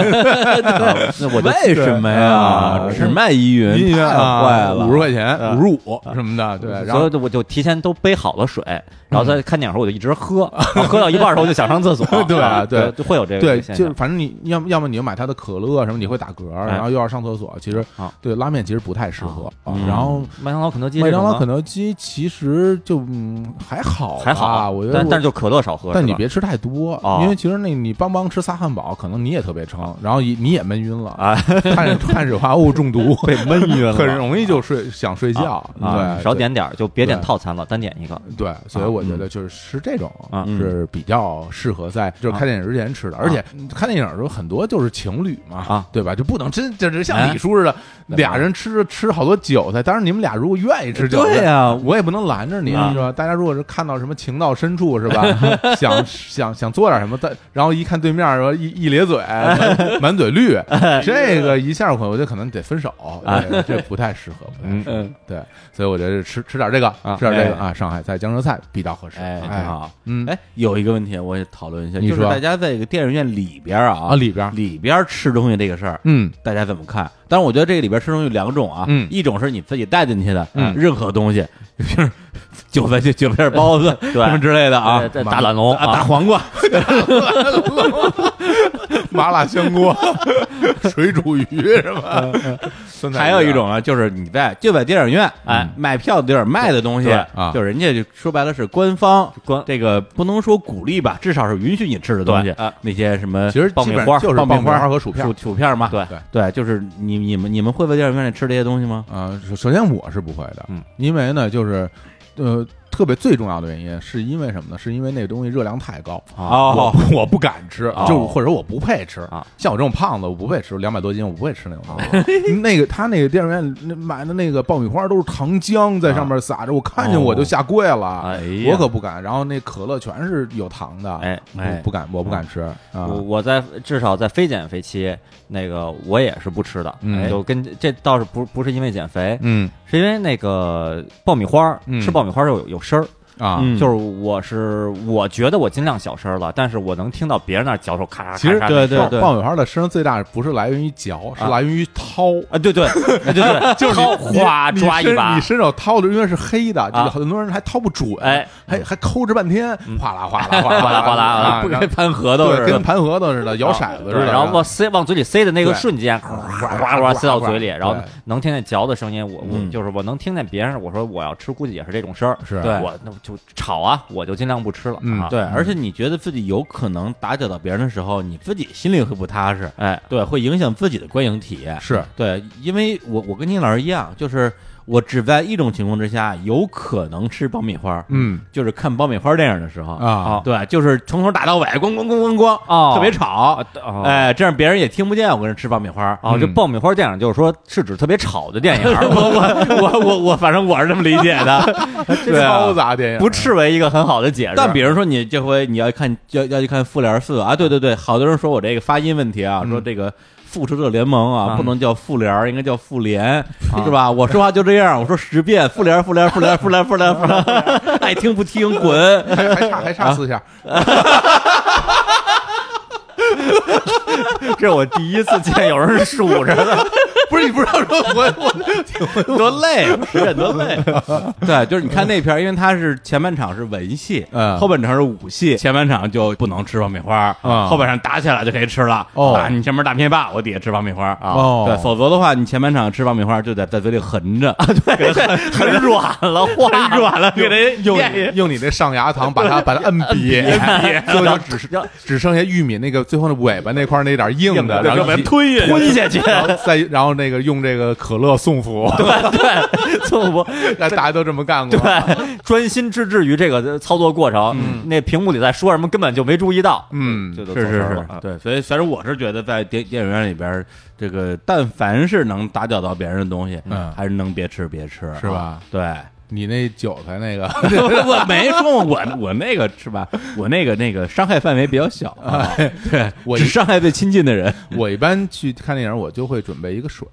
Speaker 1: <laughs>
Speaker 3: 那我为什么呀？
Speaker 1: 对
Speaker 3: 只卖依云，
Speaker 1: 依云
Speaker 3: 太坏
Speaker 1: 啊，
Speaker 3: 了，
Speaker 1: 五十块钱，
Speaker 2: 啊
Speaker 1: 五十五什么的，对，然
Speaker 2: 所
Speaker 1: 后，
Speaker 2: 以我就提前都备好了水，然后在看电影的时候我就一直喝，然后喝到一半的时候就想上厕所
Speaker 1: <laughs> 对
Speaker 2: 啊
Speaker 1: 对
Speaker 2: 就会有这个
Speaker 1: 对，
Speaker 2: 现
Speaker 1: 就
Speaker 2: 象哎
Speaker 1: 是反正你要么要么你就买它的可乐啊什么，你会打嗝，然后又要上厕所，其实
Speaker 2: 啊
Speaker 1: 对拉面其实不太适合。啊
Speaker 3: 嗯
Speaker 1: 然后
Speaker 2: 麦当劳、肯德基
Speaker 1: 麦
Speaker 2: 这种
Speaker 1: 当
Speaker 2: 呢，
Speaker 1: 劳、肯德基其实就嗯还好吧
Speaker 2: 还好，
Speaker 1: 啊
Speaker 2: 啊
Speaker 1: 我觉得
Speaker 2: 但
Speaker 1: 我
Speaker 2: 但是就可乐少喝，
Speaker 1: 但
Speaker 2: 是
Speaker 1: 你
Speaker 2: 吧
Speaker 1: 别吃太多
Speaker 2: 哦，
Speaker 1: 因为其实那你邦邦吃仨汉堡，可能你也特别撑，然后也你也闷晕了
Speaker 2: 啊，
Speaker 1: 碳碳水化合物中毒，
Speaker 2: <laughs> 被闷晕了，
Speaker 1: <laughs> 很容易就睡想睡觉，
Speaker 2: 啊，
Speaker 1: 对，
Speaker 2: 少点点儿就别点
Speaker 1: 对
Speaker 2: 套餐了，单点一个，
Speaker 1: 对，所以我觉得就是吃这种
Speaker 2: 啊
Speaker 3: 啊嗯啊
Speaker 1: 是比较适合在就是看电影之前吃的，而且看电影的时候很多就是情侣嘛，
Speaker 2: 啊
Speaker 1: 对吧？就不能真就是
Speaker 3: 哎
Speaker 1: 像李叔似的，俩人吃着吃好多韭菜。当然你们俩如果愿意吃韭菜，
Speaker 3: 对呀
Speaker 1: 我也不能拦着你，
Speaker 2: 啊
Speaker 1: 是吧？大家如果是看到什么情到深处，是
Speaker 3: <laughs>
Speaker 1: 吧？想想想做点什么，但然后一看对面说一一咧嘴，
Speaker 3: <laughs>
Speaker 1: 满满嘴绿，
Speaker 3: 哎
Speaker 1: 这个一下我觉得可能得分手，
Speaker 3: 啊
Speaker 1: 对这不太适合，不太适合。
Speaker 3: 嗯，
Speaker 1: 对，所以我觉得吃吃点这个，吃点这个
Speaker 3: 哎
Speaker 1: 啊，上海菜、江浙菜比较合适。
Speaker 3: 哎，
Speaker 1: 哎，
Speaker 3: 挺好。
Speaker 1: 嗯，
Speaker 3: 哎，有一个问题我也讨论一下，
Speaker 1: 你
Speaker 3: 就是
Speaker 1: 说
Speaker 3: 大家在这个电影院里边儿啊，
Speaker 1: 啊里边儿，
Speaker 3: 里边儿吃东西这个事儿，
Speaker 1: 嗯
Speaker 3: 大家怎么看？当然，我觉得这个里边吃东西有两种啊，
Speaker 1: 嗯
Speaker 3: 一种是你自己带进去的，
Speaker 1: 嗯
Speaker 3: 任何东西，就是韭菜、韭韭菜
Speaker 1: <laughs>
Speaker 3: 包子什么之类的啊，
Speaker 2: 对大懒龙
Speaker 3: 啊
Speaker 2: 啊
Speaker 3: 大黄瓜，
Speaker 1: 麻辣香锅、 <laughs> 水煮鱼什么， <laughs> 酸菜鱼啊
Speaker 3: 嗯还有一种啊，就是你在就在电影院，
Speaker 2: 哎，
Speaker 3: 买票的地儿卖的东西
Speaker 2: 对
Speaker 1: 啊
Speaker 3: 就是人家就说白了是官方
Speaker 1: <laughs>
Speaker 2: 关
Speaker 3: 这个不能说鼓励吧，至少是允许你吃的东西
Speaker 2: 对啊，
Speaker 3: 那些什么
Speaker 1: 其实基本上就是
Speaker 3: 爆
Speaker 1: 爆
Speaker 3: 米
Speaker 1: 米
Speaker 3: 花
Speaker 1: 花和薯片
Speaker 3: 薯薯片嘛，
Speaker 2: 对
Speaker 1: 对
Speaker 3: 对，就是你你们你们会在电影院里吃这些东西吗？
Speaker 1: 啊。首首先我是不会的
Speaker 2: 嗯，
Speaker 1: 因为呢，就是呃，特别最重要的原因是因为什么呢？是因为那东西热量太高。
Speaker 2: 啊
Speaker 3: 哦，
Speaker 1: 我我不敢吃
Speaker 2: 哦，
Speaker 1: 就或者我不配吃
Speaker 2: 啊。
Speaker 1: 像我这种胖子，我不配吃，两百多斤，我不会吃那种东西。那个他那个电影院那买的那个爆米花都是糖浆在上面撒着，我看见我就下跪了，
Speaker 2: 哎呀
Speaker 1: 我可不敢。然后那可乐全是有糖的，
Speaker 2: 哎
Speaker 1: 不
Speaker 2: 哎
Speaker 1: 不敢，我不敢吃啊
Speaker 2: 我。我在至少在非减肥期，那个我也是不吃的，
Speaker 1: 嗯
Speaker 2: 就跟这倒是不不是因为减肥，
Speaker 1: 嗯
Speaker 2: 是因为那个爆米花儿，
Speaker 1: 嗯
Speaker 2: 吃爆米花儿有有声儿，
Speaker 1: 啊，
Speaker 3: 嗯
Speaker 2: 就是我是我觉得我尽量小声儿了，但是我能听到别人那儿嚼手咔嚓咔嚓。
Speaker 1: 其实
Speaker 2: 咔嚓
Speaker 3: 对对
Speaker 1: 爆
Speaker 2: 那声儿
Speaker 1: 爆米花的声最大不是来源于嚼，是
Speaker 2: 啊
Speaker 1: 来源于掏。
Speaker 2: 啊，对对哎对对， <laughs> 就是哗
Speaker 1: 你
Speaker 2: 抓一
Speaker 1: 伸
Speaker 2: 把
Speaker 1: 你，伸手掏的，因为是黑的，
Speaker 2: 啊
Speaker 1: 就很多人还掏不准，
Speaker 2: 哎，
Speaker 1: 还还抠着半天，哗啦嗯哗啦
Speaker 2: 哗啦
Speaker 1: 啦
Speaker 2: 哗啦
Speaker 1: 啊
Speaker 3: 不
Speaker 1: 然
Speaker 3: 跟
Speaker 1: 后
Speaker 3: 盘核桃似
Speaker 1: 对，跟啊
Speaker 3: 的，
Speaker 1: 盘核桃似的，摇骰子似
Speaker 2: 对
Speaker 1: 的，
Speaker 2: 然后往塞往嘴里塞的那个
Speaker 1: 对
Speaker 2: 瞬间，哗哗哗塞到嘴里，然后能听见嚼的声音。我我
Speaker 3: 嗯
Speaker 2: 就是我能听见别人，我说我要吃，估计也是这种声儿。
Speaker 1: 是
Speaker 3: 对
Speaker 2: 我那就炒啊，我就尽量不吃了。
Speaker 1: 嗯
Speaker 2: 啊
Speaker 3: 对，，而且你觉得自己有可能打搅到别人的时候，你自己心里会不踏实，
Speaker 2: 哎，
Speaker 3: 对，会影响自己的观影体验。
Speaker 1: 是
Speaker 3: 对，因为我我跟金老师一样，就是我只在一种情况之下有可能吃爆米花，
Speaker 1: 嗯
Speaker 3: 就是看爆米花电影的时候，
Speaker 1: 啊
Speaker 2: 啊
Speaker 3: 对，就是从头打到尾，咣咣咣咣咣，
Speaker 2: 哦
Speaker 3: 特别吵，
Speaker 2: 哦
Speaker 3: 哎，这样别人也听不见我跟人吃爆米花。，
Speaker 2: 哦，这
Speaker 1: 嗯
Speaker 2: 爆米花电影就是说是指特别吵的电影 <laughs> 儿
Speaker 3: 我我我我，反正我是这么理解的，对啊
Speaker 1: 嘈杂电影
Speaker 2: 不视为一个很好的解释。
Speaker 3: 但比如说你这回你要看要要去看《复联四》啊，对对对，好多人说我这个发音问题啊，说这个。复仇者联盟啊，
Speaker 2: 啊
Speaker 3: 不能叫复联儿，应该叫复联，是吧？我说话就这样，我说十遍复联儿，复联儿，复联儿，复联儿，复联儿，复联儿，爱听
Speaker 2: <laughs>
Speaker 3: 不听，滚！
Speaker 1: 还还差还差四下，
Speaker 2: 这是我第一次见有人数着的，
Speaker 1: 不是你不知道说我 <laughs> 我
Speaker 3: 多 <laughs> 累，实战多累。对，就是你看那片儿，因为它是前半场是文戏，
Speaker 1: 嗯
Speaker 3: 后半场是武戏，前半场就不能吃爆米花，
Speaker 1: 啊
Speaker 3: 后半场打起来就可以吃了。
Speaker 1: 哦
Speaker 3: 啊，你前面大灭霸，我底下吃爆米花啊。
Speaker 1: 哦
Speaker 3: 对，否则的话，你前半场吃爆米花就得在嘴里横着，
Speaker 2: 很软了，化
Speaker 3: 很软了，给人
Speaker 1: 用你用你那上牙膛把 <laughs> 它把它摁瘪，最后就只是只剩下玉米那个最后那尾巴那块儿那点儿硬的，然后
Speaker 2: 把它
Speaker 1: 一
Speaker 2: 推下去
Speaker 1: 吞
Speaker 2: 下去
Speaker 1: 然后再然后那个用这个可乐送服，
Speaker 2: 对，做不
Speaker 1: <laughs> 大家都这么干过。
Speaker 2: 对，专心致志于这个操作过程，那屏幕里在说什么根本就没注意到，
Speaker 1: 嗯
Speaker 2: 这都
Speaker 3: 是是
Speaker 2: 凑事儿
Speaker 3: 是
Speaker 2: 了，啊
Speaker 3: 对，所以反正我是觉得在电电影院里边儿，这个但凡是能打搅到别人的东西，
Speaker 1: 嗯
Speaker 3: 还是能别吃别吃，啊
Speaker 1: 是吧？
Speaker 3: 对，
Speaker 1: 你那韭菜那个，
Speaker 3: <laughs> 我没说我我那个是吧？我那个那个伤害范围比较小，啊 <laughs> 对
Speaker 1: 我
Speaker 3: 只伤害最亲近的人。 <laughs>
Speaker 1: 我一般去看电影，我就会准备一个水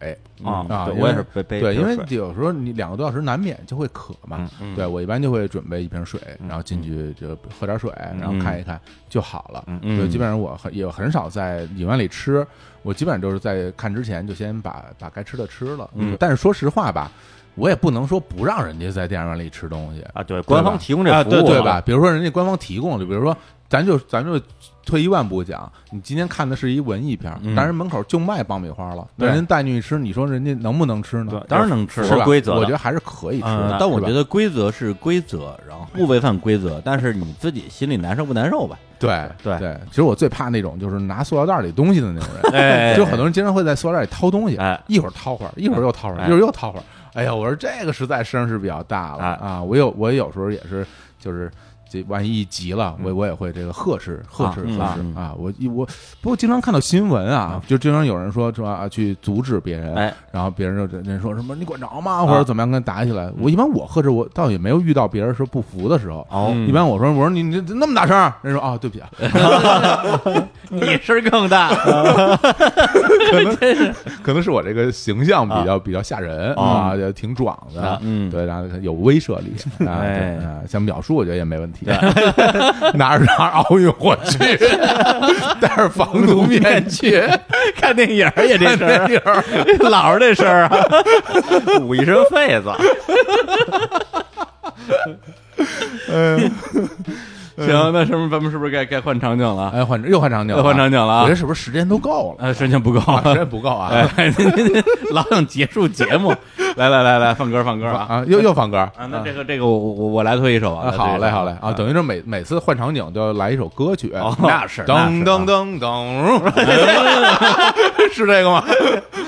Speaker 2: 啊
Speaker 1: 啊，
Speaker 2: 对
Speaker 1: 因为
Speaker 2: 我也是背背
Speaker 1: 对，
Speaker 2: 一瓶
Speaker 1: 因为
Speaker 2: 水
Speaker 1: 有时候你两个多小时难免就会渴嘛，对我一般就会准备一瓶水，然后进去就喝点水，然后看一看就好了。
Speaker 3: 嗯
Speaker 1: 对，基本上我很也很少在影院里吃，我基本上就是在看之前就先把把该吃的吃了。
Speaker 3: 嗯
Speaker 1: 但是说实话吧，我也不能说不让人家在电影院里吃东西，
Speaker 2: 啊，对，官方提供这
Speaker 3: 啊
Speaker 2: 服务
Speaker 3: 对
Speaker 2: 了
Speaker 1: 对吧？？比如说人家官方提供的，比如说咱就咱就退一万步讲，你今天看的是一文艺片儿，
Speaker 3: 嗯
Speaker 1: 但是门口就卖爆米花了，
Speaker 3: 对
Speaker 1: 人家带进去吃，你说人家能不能吃呢
Speaker 2: 对？
Speaker 3: 当然能吃
Speaker 1: 是
Speaker 2: 是
Speaker 1: 吧？
Speaker 2: 规则的
Speaker 1: 我觉得还是可以吃的
Speaker 3: 嗯，，
Speaker 1: 是
Speaker 3: 但我
Speaker 1: 吧
Speaker 3: 觉得规则是规则，然后不违反规 <laughs> 则，但是你自己心里难受不难受吧？
Speaker 1: 对
Speaker 3: 对
Speaker 1: 对，其实我最怕那种就是拿塑料袋里东西的那种人，
Speaker 2: <laughs>
Speaker 1: <laughs>
Speaker 2: 哎，
Speaker 1: 就很多人经常会在塑料袋里掏东西
Speaker 2: 哎，
Speaker 1: 一会儿掏会儿，一会儿又掏会儿，
Speaker 2: 哎
Speaker 1: 一会儿又掏会儿。哎呀，我说这个实在声势比较大了
Speaker 2: 哎
Speaker 1: 啊！我有我有时候也是，就是这万一一急了，我我也会这个呵斥呵斥呵
Speaker 3: 嗯嗯
Speaker 1: 斥啊！我一我不过经常看到新闻啊，就经常有人说说啊去阻止别人，
Speaker 2: 哎
Speaker 1: 然后别人就人说什么你管着吗，或者怎么样跟他打起来。我一般我呵斥我倒也没有遇到别人说不服的时候。
Speaker 2: 哦，
Speaker 1: 一般我说我说你你那么大声儿，人说啊对不起啊，
Speaker 2: 你声
Speaker 1: <laughs>
Speaker 2: 更大，
Speaker 1: 可能 <laughs> 可能是我这个形象比较、比较吓人
Speaker 2: 啊
Speaker 1: 啊，也挺壮的
Speaker 2: 啊，
Speaker 3: 嗯
Speaker 1: 对，然后有威慑力啊，
Speaker 3: 哎
Speaker 1: 对啊像秒叔我觉得也没问题，拿着拿着奥运火炬， <laughs> 戴着防毒面具，
Speaker 3: 看电影儿也这
Speaker 1: 看
Speaker 3: 事儿
Speaker 1: 电影儿，
Speaker 3: 老是这事 <laughs> 儿啊。
Speaker 2: 捂一身痱子，
Speaker 1: 嗯
Speaker 3: 行，那是嗯不是咱们是不是该该换场景了？
Speaker 1: 哎，换又换场景了，
Speaker 3: 又换场景了啊
Speaker 1: 我这是不是时间都够了？
Speaker 3: 呃，时间不够，
Speaker 1: 啊，时间不够啊
Speaker 3: 哎，
Speaker 2: <laughs>
Speaker 3: 老想结束节目。来来来来，放歌放歌啊！
Speaker 1: 啊，又又放歌
Speaker 3: 啊，那这个这个我我我来推一首
Speaker 1: 啊，！
Speaker 3: 啊
Speaker 1: 好嘞好嘞啊，
Speaker 3: 对，
Speaker 1: 等于是每每次换场景都要来一首歌曲，
Speaker 3: 哦那是那
Speaker 1: 噔
Speaker 3: 是
Speaker 1: 噔噔噔， <laughs> 是这个吗？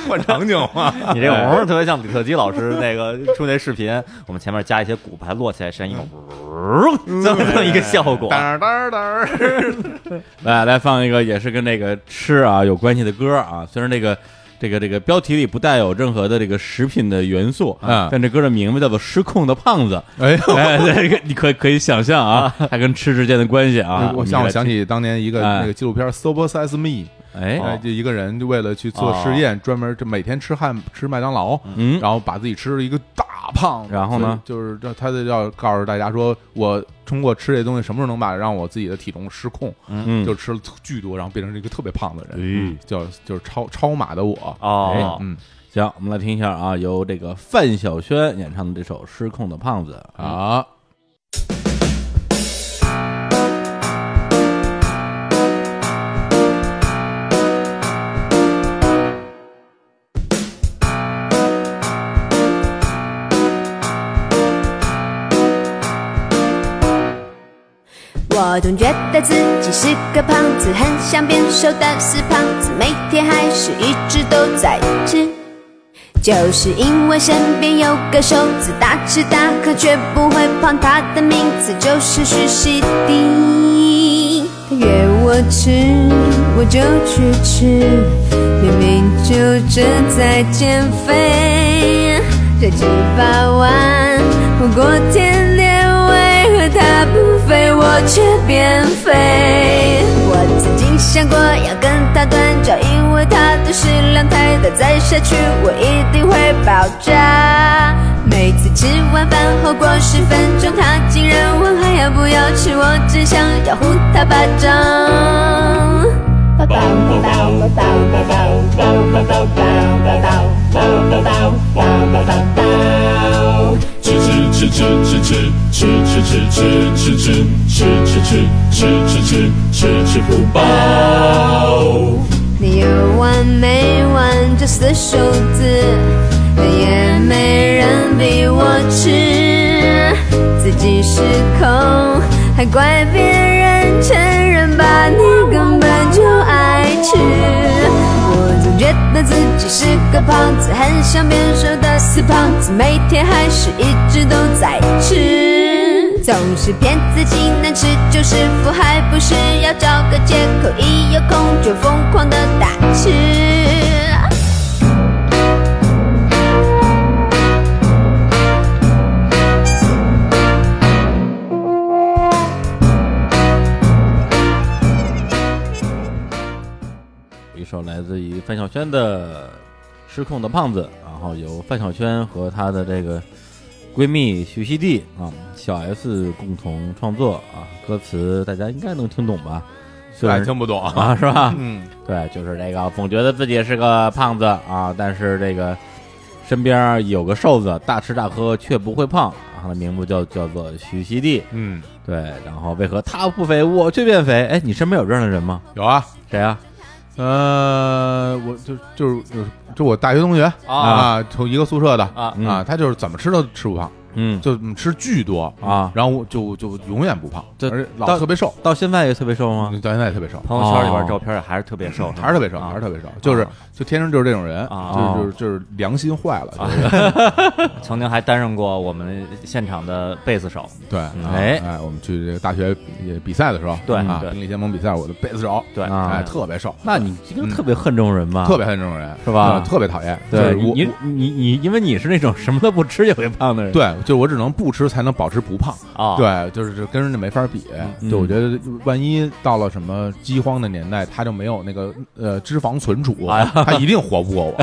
Speaker 1: 换场景 <laughs> 吗？
Speaker 2: <laughs> 你这个嗡特别像李特基老师那个出那视频，我们前面加一些鼓牌摞起来，声音
Speaker 1: 嗯
Speaker 2: 嗡，这么这么一个效果，
Speaker 1: 噔噔噔，
Speaker 3: 来来放一个也是跟这个吃啊有关系的歌啊，虽然这个这个这个标题里不带有任何的这个食品的元素，
Speaker 1: 嗯
Speaker 3: 但这歌的名字叫做《失控的胖子》。
Speaker 1: 哎 <laughs> 呦。
Speaker 3: 哎，这个你可可以想象啊，它跟吃之间的关系啊。
Speaker 1: 我
Speaker 3: 们
Speaker 1: 让我
Speaker 3: 来
Speaker 1: 想起当年一个
Speaker 3: 哎
Speaker 1: 那个纪录片《Sober Size Me》，
Speaker 3: 听，哎，
Speaker 1: 哎，就一个人就为了去做
Speaker 2: 哦
Speaker 1: 实验，专门就每天吃汉吃麦当劳，
Speaker 3: 嗯，
Speaker 1: 然后把自己吃了一个大胖子。
Speaker 3: 然后呢
Speaker 1: 所以就是让他就要告诉大家说，我通过吃这东西，什么时候能把让我自己的体重失控？
Speaker 3: 嗯
Speaker 1: 就吃了巨多，然后变成了一个特别胖的人，
Speaker 3: 嗯
Speaker 1: 叫就是超超马的我。
Speaker 2: 哦
Speaker 1: 哎嗯
Speaker 3: 行，我们来听一下啊，由这个范晓萱演唱的这首《失控的胖子》
Speaker 1: 啊，
Speaker 3: 啊。
Speaker 4: 我总觉得自己是个胖子，很想变瘦，但是胖子每天还是一直都在吃。就是因为身边有个瘦子，大吃大喝却不会胖，他的名字就是徐熙娣。他约我吃，我就去吃，明明就正在减肥，这几八万不过天天为何他不肥，我却变肥？我曾经想过要跟他断交，因为他的食量太大，再下去我一定会爆炸。每次吃完饭后过十分钟，他竟然问还要不要吃，我只想要呼他巴掌。抱抱抱抱抱抱抱抱抱抱抱抱抱
Speaker 5: 宝宝宝，宝宝宝宝，吃吃吃吃吃吃吃吃吃吃吃吃吃吃吃吃吃吃吃不饱。
Speaker 4: 你有完没完这死手子，也没人比我吃，自己失控还怪别人，承认吧你根本就爱吃。我总觉得自己是个胖子，很想变瘦的死胖子，每天还是一直都在吃，总是骗自己难吃就是福，还不是要找个借口，一有空就疯狂的大吃。
Speaker 3: 一首来自于范晓萱的《失控的胖子》，然后由范晓萱和她的这个闺蜜徐熙娣啊、小 S 共同创作啊，歌词大家应该能听懂吧？虽
Speaker 1: 哎，
Speaker 3: 然
Speaker 1: 听不懂啊，
Speaker 3: 啊，是吧？
Speaker 1: 嗯，
Speaker 3: 对，就是这个，总觉得自己是个胖子啊，但是这个身边有个瘦子，大吃大喝却不会胖，啊，他的名字就叫做徐熙娣。
Speaker 1: 嗯，
Speaker 3: 对，然后为何他不肥，我却变肥？哎，你身边有这样的人吗？
Speaker 1: 有啊，
Speaker 3: 谁啊？
Speaker 1: 呃，我就就是就是就我大学同学啊，从一个宿舍的
Speaker 2: 啊
Speaker 3: 嗯
Speaker 1: 啊，他就是怎么吃都吃不胖，
Speaker 3: 嗯，
Speaker 1: 就嗯吃巨多
Speaker 3: 啊
Speaker 1: 然后我就就永远不胖，
Speaker 3: 这
Speaker 1: 而且老
Speaker 3: 到啊
Speaker 1: 特别瘦，
Speaker 3: 到现在也特别瘦吗？
Speaker 1: 到现在也特别瘦，
Speaker 2: 朋友圈里边照片也还是特别瘦，
Speaker 1: 哦嗯还是特别瘦，还是特别瘦，就是就天生就是这种人，
Speaker 2: 啊
Speaker 1: 就是就是就是良心坏了，就是
Speaker 2: 曾经还担任过我们现场的贝斯手，
Speaker 1: 对，
Speaker 3: 哎
Speaker 1: 哎，我们去这个大学也比赛的时候，
Speaker 2: 对
Speaker 1: 啊，
Speaker 2: 对
Speaker 1: 兵力联盟比赛，我的贝斯手，
Speaker 2: 对
Speaker 3: 啊
Speaker 1: 哎，特别瘦，
Speaker 3: 那你应该特别恨这种人吧？
Speaker 1: 嗯特别恨这种人，
Speaker 3: 是吧
Speaker 1: 嗯特别讨厌，
Speaker 3: 对，
Speaker 1: 就是我
Speaker 3: 你你你，因为你是那种什么都不吃也会胖的人。
Speaker 1: 对，就是我只能不吃才能保持不胖。
Speaker 2: 啊，，
Speaker 1: 对，就是这跟人家没法比。
Speaker 3: 嗯
Speaker 1: 就我觉得，万一到了什么饥荒的年代，他就没有那个呃脂肪存储，
Speaker 3: 哎
Speaker 1: 他一定活不过我。，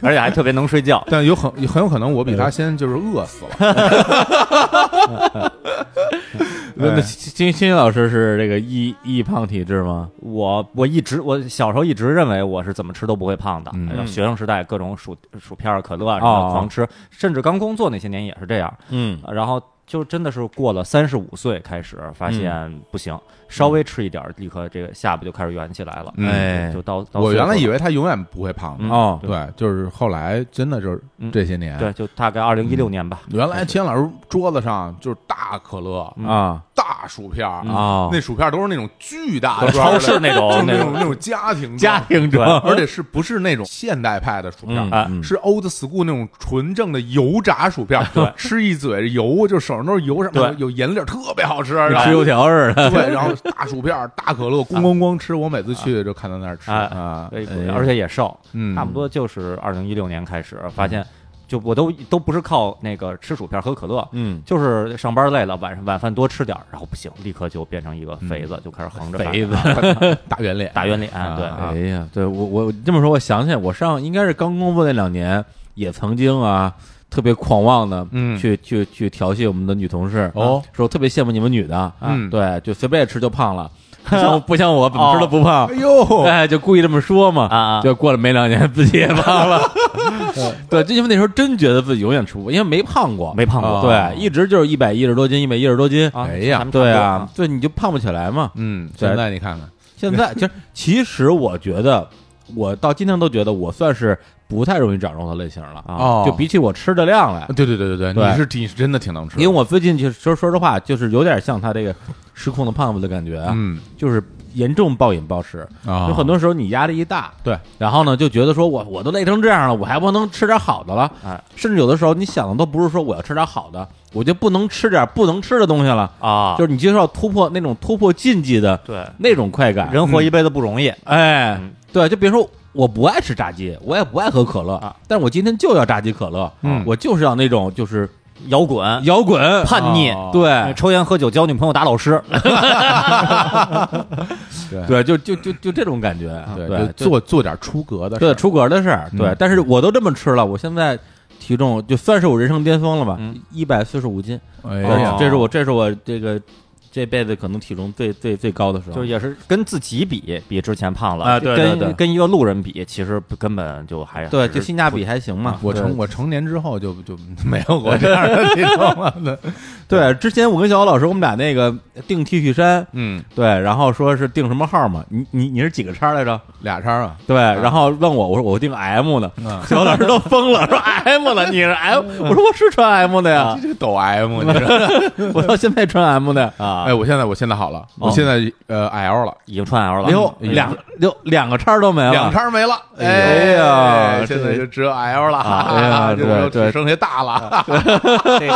Speaker 2: 而且还特别能睡觉
Speaker 1: 但有很很有可能我比他先就是饿死了。
Speaker 3: 那
Speaker 1: 哎
Speaker 3: 那金金老师是这个易易胖体质吗？
Speaker 2: 我我一直我小时候一直认为我是怎么吃都不会胖的，
Speaker 1: 嗯
Speaker 2: 然后学生时代各种薯薯片儿、可乐啊什么
Speaker 3: 哦
Speaker 2: 的狂吃，甚至刚工作那些年也是这样。
Speaker 3: 嗯
Speaker 2: 然后就真的是过了三十五岁开始
Speaker 1: 嗯
Speaker 2: 发现不行，稍微吃一点儿，立刻这个下巴就开始圆起来了。
Speaker 1: 嗯
Speaker 3: 哎
Speaker 2: 就到到
Speaker 1: 我原来
Speaker 2: 岁数
Speaker 1: 以
Speaker 2: 了
Speaker 1: 为他永远不会胖的，
Speaker 3: 哦，
Speaker 1: 对，就是后来真的就是
Speaker 2: 嗯
Speaker 1: 这些年，
Speaker 2: 对，就大概二零
Speaker 1: 嗯
Speaker 2: 一六年吧。
Speaker 1: 原来秦老师桌子上就是大可乐、
Speaker 3: 啊
Speaker 1: 大薯片儿
Speaker 3: 啊
Speaker 1: 那薯片都是那种巨大嗯的
Speaker 2: <laughs> 超市那
Speaker 1: <laughs>
Speaker 2: 种
Speaker 1: 就是
Speaker 2: 那
Speaker 1: 那种
Speaker 2: 种
Speaker 1: 那种家庭
Speaker 3: 家
Speaker 1: 装
Speaker 3: 庭
Speaker 1: 对
Speaker 3: 装
Speaker 1: 而且是不是那种现代派的薯片
Speaker 3: 嗯
Speaker 1: 儿？
Speaker 3: 嗯
Speaker 1: 是 old school 那种纯正的油炸薯片儿，吃一嘴油，就手上都是油，上面
Speaker 2: 对
Speaker 1: 有盐粒儿，特别好吃。
Speaker 3: 跟
Speaker 1: 然
Speaker 3: 吃
Speaker 1: 后
Speaker 3: 油条似的。
Speaker 1: 对，然后大薯片儿、大可乐，咣咣咣吃。我每次去就看到那儿吃
Speaker 2: 啊
Speaker 1: 啊，
Speaker 2: 对
Speaker 3: 哎，
Speaker 2: 而且也瘦，
Speaker 1: 嗯
Speaker 2: 差不多就是二零一六年开始发现，就我都都不是靠那个吃薯片喝可乐，
Speaker 3: 嗯
Speaker 2: 就是上班累了，晚上晚饭多吃点儿，然后不行，立刻就变成一个
Speaker 1: 嗯
Speaker 2: 肥子，就开始横着
Speaker 3: 肥
Speaker 2: 子
Speaker 1: 大圆脸，
Speaker 2: 打圆脸，
Speaker 1: 啊
Speaker 2: 对，
Speaker 3: 哎呀，对我我这么说，我想起来，我上应该是刚工作那两年，也曾经啊特别狂妄的，
Speaker 1: 嗯
Speaker 3: 去去去调戏我们的女同事，啊
Speaker 1: 哦
Speaker 3: 说我特别羡慕你们女的，啊
Speaker 1: 嗯
Speaker 3: 对，就随便吃就
Speaker 2: <laughs>
Speaker 3: 胖了，不像不像我怎么吃都不胖
Speaker 1: 哎，呦，
Speaker 3: 哎，就故意这么说嘛，
Speaker 2: 啊哦啊
Speaker 3: 就过了没两年自己也
Speaker 2: <laughs>
Speaker 3: 胖了，对，就因为那时候真觉得自己永远吃不，因为没胖过，
Speaker 2: 没胖过
Speaker 1: 啊
Speaker 3: 对，一直就是一百一十多斤，一百一十多斤，
Speaker 2: 啊
Speaker 1: 哎呀
Speaker 2: 咱们差不多
Speaker 3: 对啊，，对，你就胖不起来嘛，
Speaker 1: 嗯，
Speaker 3: 对
Speaker 1: 现在你看看，
Speaker 3: 现在其实 <laughs> 其实我觉得，我到今天都觉得我算是不太容易长肉的类型了啊，
Speaker 1: 哦嗯
Speaker 3: 就比起我吃的量来，
Speaker 1: 啊对对对对对，
Speaker 3: 对
Speaker 1: 你是挺真的挺能吃的，
Speaker 3: 因为我最近就是说说实话，就是有点像他这个失控的胖子的感觉啊，
Speaker 1: 嗯
Speaker 3: 就是严重暴饮暴食，
Speaker 1: 啊，
Speaker 3: 有很多时候你压力一大。
Speaker 1: 对，
Speaker 3: 然后呢，就觉得说我我都累成这样了，我还不能吃点好的了？
Speaker 2: 哎，
Speaker 3: 甚至有的时候你想的都不是说我要吃点好的，我就不能吃点不能吃的东西了，
Speaker 2: 啊，
Speaker 3: 就是你就是要突破那种突破禁忌的
Speaker 2: 对，
Speaker 3: 那种快感。
Speaker 2: 人活一辈子不容易，
Speaker 3: 哎
Speaker 2: 嗯，
Speaker 3: 对，就比如说我不爱吃炸鸡，我也不爱喝可乐，
Speaker 2: 啊
Speaker 3: 但是我今天就要炸鸡可乐，
Speaker 1: 嗯
Speaker 3: 我就是要那种就是
Speaker 2: 摇滚、
Speaker 3: 摇滚啊
Speaker 2: 叛逆，
Speaker 1: 哦
Speaker 3: 对
Speaker 2: 抽烟喝酒、交女朋友、打老师，
Speaker 3: 对，就就就就这种感觉，
Speaker 2: 啊
Speaker 1: 啊对，
Speaker 3: 对，
Speaker 1: 就做做点出格的事儿，
Speaker 3: 对出格的事儿，对，
Speaker 1: 嗯
Speaker 3: 但是我都这么吃了，我现在体重就算是我人生巅峰了吧
Speaker 2: 嗯，
Speaker 3: 一百四十五斤，
Speaker 1: 哎
Speaker 3: 对
Speaker 1: 呀，
Speaker 3: 这是我这是我这个这辈子可能体重最最最高的时候，
Speaker 2: 就是也是跟自己比，比之前胖了
Speaker 3: 啊对对对
Speaker 2: 跟跟一个路人比，其实不根本就还
Speaker 3: 对，
Speaker 2: 还
Speaker 3: 就是性价比还行嘛。
Speaker 1: 我
Speaker 3: 对
Speaker 1: 成我成年之后就就没有过这样的体重 <laughs> 了。对
Speaker 3: 对之前我跟小欧老师我们俩那个订 T 恤衫，
Speaker 1: 嗯，
Speaker 3: 对，然后说是订什么号嘛？你你你是几个叉来着？
Speaker 1: 俩叉啊，
Speaker 3: 对，然后问我，我说我定 M 的，
Speaker 1: 嗯
Speaker 3: <laughs> 小老师都疯了，说 M 的，你是 M？我说我是穿 M 的呀，
Speaker 1: 这个抖 M，你知道？ <laughs>
Speaker 3: <laughs> 我到现在穿 M 的，
Speaker 2: 啊
Speaker 1: 哎，，我现在我现在好了，我
Speaker 3: 哦
Speaker 1: 现在呃 L 了，
Speaker 2: 已经穿 L 了，哎
Speaker 3: 哟，两六两个叉都没了，
Speaker 1: 两叉没了，
Speaker 3: 哎呀
Speaker 1: 哎
Speaker 3: 这
Speaker 1: 现在就只有 L 了，哈
Speaker 3: 哎呀
Speaker 1: <laughs> 哈，就
Speaker 3: 对对啊
Speaker 1: 只剩下大 <laughs> 了。
Speaker 2: 这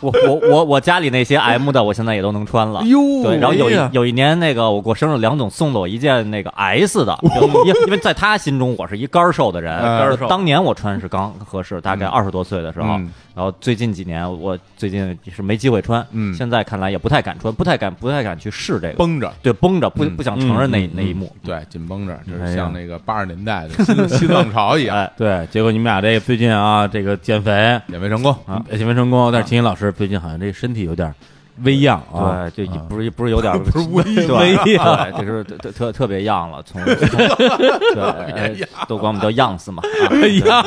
Speaker 2: 我我我我家里那些 M 的，我现在也都能穿了。
Speaker 1: 哟
Speaker 2: 对，然后有
Speaker 3: 哎
Speaker 2: 一
Speaker 3: 呀
Speaker 2: 有一年那个我过生日，梁总送了我一件那个 S 的，因为因为在他心中我是一干瘦的人，
Speaker 1: 哎
Speaker 2: 干瘦当年我穿是刚合适，大概二十多岁的时候，
Speaker 1: 嗯
Speaker 2: 然后最近几年我最近是没机会穿，
Speaker 1: 嗯
Speaker 2: 现在看来也不太敢穿，不太敢不太敢去试这个，
Speaker 1: 绷着，
Speaker 2: 对绷着不
Speaker 1: 嗯
Speaker 2: 不想承认那
Speaker 3: 嗯嗯
Speaker 2: 那一幕，
Speaker 1: <laughs> 对，紧绷着，就
Speaker 3: 哎呀
Speaker 1: 是像那个八十年代的新新浪潮一样，
Speaker 2: 哎，
Speaker 3: 对，结果你们俩这最近啊，这个减肥
Speaker 1: 也没成功。
Speaker 3: 啊，减肥成功，但是秦宇老师最近好像这身体有点微恙啊，
Speaker 2: 对，就不是不是有点不
Speaker 1: 是微
Speaker 2: <laughs> 对，对就是特特特别样了，从对，呃都管我们叫样子嘛，啊
Speaker 3: 恙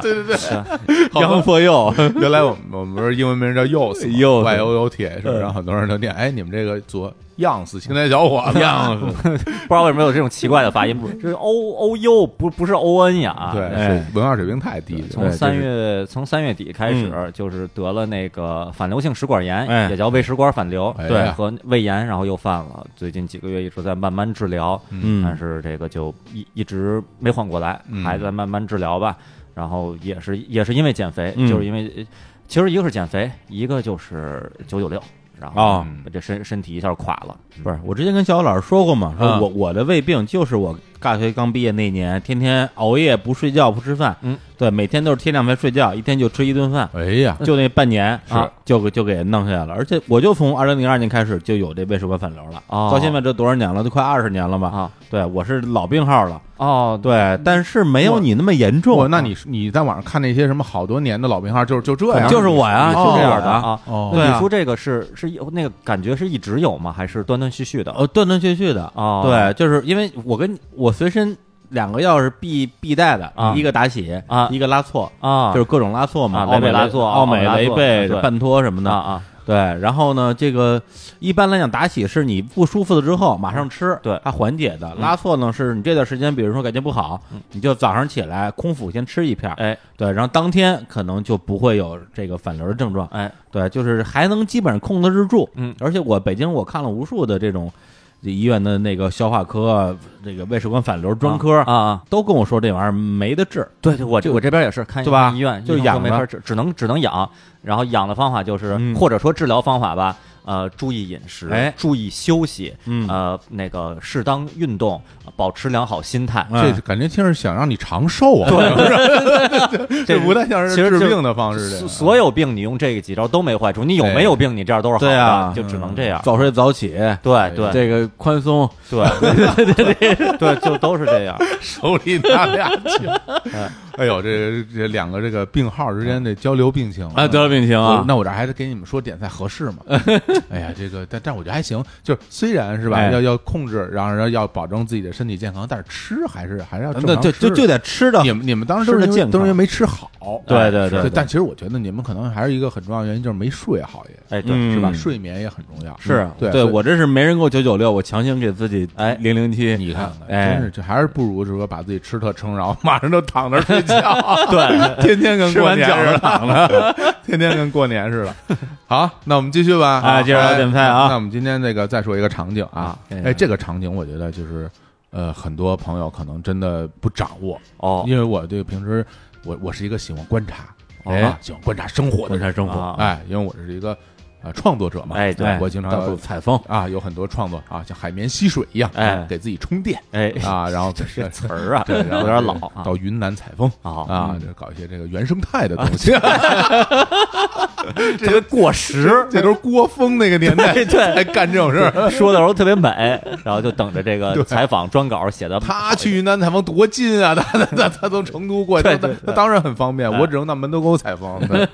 Speaker 1: 对对对， <laughs> 好
Speaker 3: <laughs>
Speaker 1: 多
Speaker 3: 恙
Speaker 1: <laughs>
Speaker 3: 佛佑，
Speaker 1: 原来我们我们不是英文名叫 Yos
Speaker 3: <laughs> Yos
Speaker 1: Y O O T，是不是？然后很多人都念，哎，你们这个做样似青年小伙子， <laughs> 样
Speaker 3: <laughs>
Speaker 2: 不知道为什么有这种奇怪的发音，这是 O O U 不不是 O N 呀？啊
Speaker 1: 对，
Speaker 3: 哎
Speaker 1: 水文化水平太低了。
Speaker 2: 从
Speaker 3: 对
Speaker 2: 三
Speaker 3: 就
Speaker 2: 月从三月底开始，就是得了那个反流性食管
Speaker 3: 哎
Speaker 2: 炎，也叫胃食管反流，
Speaker 1: 哎呀
Speaker 2: 对，和胃炎，然后又犯了，最近几个月一直在慢慢治疗，但
Speaker 3: 嗯，
Speaker 2: 是这个就一一直没缓过来，
Speaker 1: 嗯
Speaker 2: 还在慢慢治疗吧。然后也是也是因为减肥，
Speaker 3: 嗯
Speaker 2: 就是因为其实一个是减肥，一个就是九九六，然后
Speaker 3: 哦
Speaker 2: 把这身身体一下垮了。
Speaker 3: 不是，我之前跟小欧老师说过嘛，说
Speaker 1: 嗯
Speaker 3: 我我的胃病就是我大学刚毕业那年，天天熬夜不睡觉不吃饭，
Speaker 2: 嗯，
Speaker 3: 对，每天都是贴两排睡觉，一天就吃一顿饭，
Speaker 1: 哎呀，
Speaker 3: 就那半年
Speaker 2: 是
Speaker 3: 啊，就给就给弄下来了。而且我就从二零零二年开始就有这胃食管反流了，
Speaker 2: 哦
Speaker 3: 到现在这多少年了？都快二十年了吧？
Speaker 2: 啊，
Speaker 3: 对，我是老病号了，
Speaker 2: 哦，
Speaker 3: 对，但是没有你那么严
Speaker 1: 哇
Speaker 3: 重。啊
Speaker 1: 那你你在网上看那些什么好多年的老病号，就是就这样，
Speaker 3: 啊就是我呀，
Speaker 1: 哦
Speaker 3: 就这样的啊。
Speaker 2: 啊。
Speaker 1: 哦
Speaker 3: 对
Speaker 2: 那
Speaker 3: 啊
Speaker 2: 你说这个是是有那个感觉是一直有吗？还是断断续续的？
Speaker 3: 呃，断断续续的
Speaker 2: 哦
Speaker 3: 对，就是因为我跟我随身两个钥匙必必带的，
Speaker 2: 啊
Speaker 3: 一个打喜
Speaker 2: 啊
Speaker 3: 一个拉错。
Speaker 2: 啊，
Speaker 3: 就是各种拉错嘛，
Speaker 2: 啊
Speaker 3: 奥美
Speaker 2: 雷贝拉错
Speaker 3: 奥美
Speaker 2: 奥美拉
Speaker 3: 雷
Speaker 2: 错
Speaker 3: 贝、
Speaker 2: 对
Speaker 3: 半托什么的
Speaker 2: 啊啊，
Speaker 3: 对，然后呢，这个一般来讲打喜是你不舒服了之后马上吃，
Speaker 2: 嗯对嗯
Speaker 3: 它缓解的。拉错呢是你这段时间，比如说感觉不好，你就早上起来空腹先吃一片，
Speaker 2: 哎
Speaker 3: 对，然后当天可能就不会有这个反流的症状，
Speaker 2: 哎，
Speaker 3: 对，就是还能基本上控制得住，
Speaker 2: 嗯，
Speaker 3: 而且我北京我看了无数的这种医院的那个消化科、啊这个胃食管反流专科
Speaker 2: 啊啊，
Speaker 3: 都跟我说这玩意儿没得治，
Speaker 2: 对对，我这
Speaker 3: 就
Speaker 2: 我这边也是看
Speaker 3: 对吧
Speaker 2: 医院，
Speaker 3: 就
Speaker 2: 医生
Speaker 3: 养
Speaker 2: 说没法
Speaker 3: 着
Speaker 2: 治，只能只能养。然后养的方法就是，
Speaker 3: 嗯
Speaker 2: 或者说治疗方法吧，呃，注意饮食，
Speaker 3: 哎
Speaker 2: 注意休息，
Speaker 3: 嗯
Speaker 2: 呃，那个适当运动，保持良好心态。
Speaker 3: 嗯
Speaker 1: 这感觉听着想让你长寿啊， <laughs> 这不太像是
Speaker 2: 其实
Speaker 1: 治
Speaker 2: 就
Speaker 1: 病的方式。这
Speaker 2: 所
Speaker 1: 个
Speaker 2: 所有病你用这个几招都没坏处，你有
Speaker 1: 对嗯
Speaker 2: 没有病你这样都是好
Speaker 3: 对
Speaker 2: 的，
Speaker 3: 啊
Speaker 2: 就只能这样。
Speaker 3: 早睡早起，
Speaker 2: 对对对
Speaker 3: 这个宽松，
Speaker 2: 对对 <laughs> 对，就都是这样。
Speaker 1: 手里拿
Speaker 3: <laughs>
Speaker 1: 俩球，
Speaker 3: 嗯
Speaker 1: 哎呦，这这两个这个病号之间的交流病情
Speaker 3: 啊，得了病情
Speaker 1: 我
Speaker 3: 啊，
Speaker 1: 那我这还得给你们说点菜合适
Speaker 3: <laughs>
Speaker 1: 吗？哎呀，这个，但但我觉得还行，就是虽然是吧，
Speaker 3: 哎
Speaker 1: 要要控制，然后然后要保证自己的身体健康，但是吃还是还是要正
Speaker 3: 那
Speaker 1: 常
Speaker 3: 就
Speaker 1: 吃
Speaker 3: 就就得吃的
Speaker 1: 你们你们当时都是
Speaker 3: 吃得
Speaker 1: 因
Speaker 3: 健
Speaker 1: 为
Speaker 3: 康
Speaker 1: 都是因为没吃好，
Speaker 3: 对
Speaker 1: 哎
Speaker 3: 对
Speaker 1: 是
Speaker 3: 对对
Speaker 1: 但其实我觉得你们可能还是一个很重要的原因，就是没睡好也
Speaker 2: 哎，对，
Speaker 3: 嗯
Speaker 1: 是吧？睡眠也很重要，嗯
Speaker 3: 是
Speaker 1: 对
Speaker 3: 嗯对，
Speaker 1: 所以
Speaker 3: 我这是没人给我九九六，我强行给自己哎零零七，
Speaker 1: 你看看，
Speaker 3: 哎
Speaker 1: 真是这还是不如就是说把自己吃特撑，然后马上就躺那儿睡觉，
Speaker 3: <laughs>
Speaker 1: 对， <laughs> 天天跟
Speaker 3: 吃
Speaker 1: 过
Speaker 3: 完
Speaker 1: 年
Speaker 3: 饺
Speaker 1: 似
Speaker 3: 子
Speaker 1: 的，
Speaker 3: 躺着，
Speaker 1: <laughs> 天天跟过年似的。好，那我们继续吧。
Speaker 3: 哎接着聊点菜啊
Speaker 1: 那我们今天这个再说一个场景啊，
Speaker 3: 哎
Speaker 1: 哎，这个场景我觉得就是，呃，很多朋友可能真的不掌握，
Speaker 2: 哦，
Speaker 1: 因为我这个平时我我是一个喜欢观察，
Speaker 3: 哎
Speaker 1: 啊，喜欢观察生活的
Speaker 3: 观
Speaker 1: 人，
Speaker 3: 察生活，
Speaker 2: 啊
Speaker 1: 哎，因为我是一个呃创作者嘛，
Speaker 2: 哎对
Speaker 1: 我经常
Speaker 3: 到处采风，
Speaker 1: 啊有很多创作啊，像海绵吸水一样，
Speaker 2: 哎
Speaker 1: 给自己充电 <laughs>
Speaker 2: 哎， <laughs>
Speaker 1: 啊，然后
Speaker 2: 这词儿啊，
Speaker 1: 对，然后
Speaker 2: 有点老 <laughs> 啊。
Speaker 1: 到云南采风
Speaker 2: 哦
Speaker 1: 啊，就搞一些这个原生态的
Speaker 2: 啊
Speaker 1: 东
Speaker 2: <laughs>
Speaker 1: 西，
Speaker 2: 特别过时，
Speaker 1: <laughs> 这都是郭峰那个年代
Speaker 2: 对对
Speaker 1: 还干这种事儿。
Speaker 2: 说的时候特别美，然后就等着这个采访专稿写的。
Speaker 1: <laughs> 他去云南采风多近啊！他他他他从成都过去，
Speaker 2: 对
Speaker 1: 他
Speaker 2: 对
Speaker 1: 他当然很方便。
Speaker 2: 哎
Speaker 1: 我只能
Speaker 2: <laughs> 嗯
Speaker 1: 到门头沟采风。对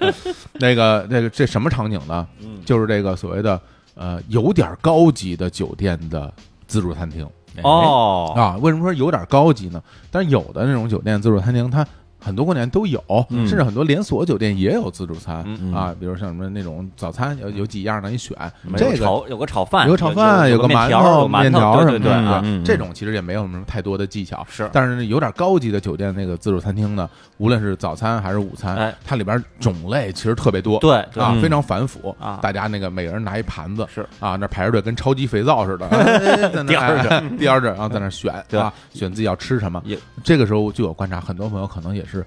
Speaker 1: 那个那个这什么场景呢？就是这个所谓的呃有点高级的酒店的自助餐厅
Speaker 2: 哦，
Speaker 1: 啊。为什么说有点高级呢？但是有的那种酒店自助餐厅，它很多过年都有，
Speaker 3: 嗯
Speaker 1: 甚至很多连锁酒店也有自助餐、
Speaker 2: 嗯
Speaker 1: 啊，比如像什么那种早餐有有几样能你选，
Speaker 2: 有
Speaker 1: 这
Speaker 2: 个
Speaker 1: 个
Speaker 2: 炒有个炒饭，
Speaker 1: 有个炒饭，
Speaker 2: 有
Speaker 1: 个
Speaker 2: 面
Speaker 1: 馒
Speaker 2: 条，有
Speaker 1: 面
Speaker 2: 条
Speaker 1: 条
Speaker 2: 对
Speaker 1: 什
Speaker 2: 对
Speaker 1: 么
Speaker 2: 对
Speaker 1: 的，
Speaker 2: 啊
Speaker 3: 嗯嗯
Speaker 1: 这种其实也没有什么太多的技巧。
Speaker 2: 是
Speaker 1: 但是有点高级的酒店那个自助餐厅呢，无论是早餐还是午餐，
Speaker 2: 哎
Speaker 1: 它里边种类其实特别多。
Speaker 2: 对对
Speaker 1: 啊，
Speaker 3: 嗯
Speaker 1: 非常繁复
Speaker 2: 啊
Speaker 1: 大家那个每个人拿一盘子，
Speaker 2: 是
Speaker 1: 啊，那排着队跟超级肥皂
Speaker 2: <laughs>
Speaker 1: 似的，哎在那
Speaker 2: 第二
Speaker 1: 阵， <laughs> 第二阵，然后在那选
Speaker 2: 对
Speaker 1: 啊，选自己要吃什么
Speaker 2: 也。
Speaker 1: 这个时候，据我观察，很多朋友可能也是，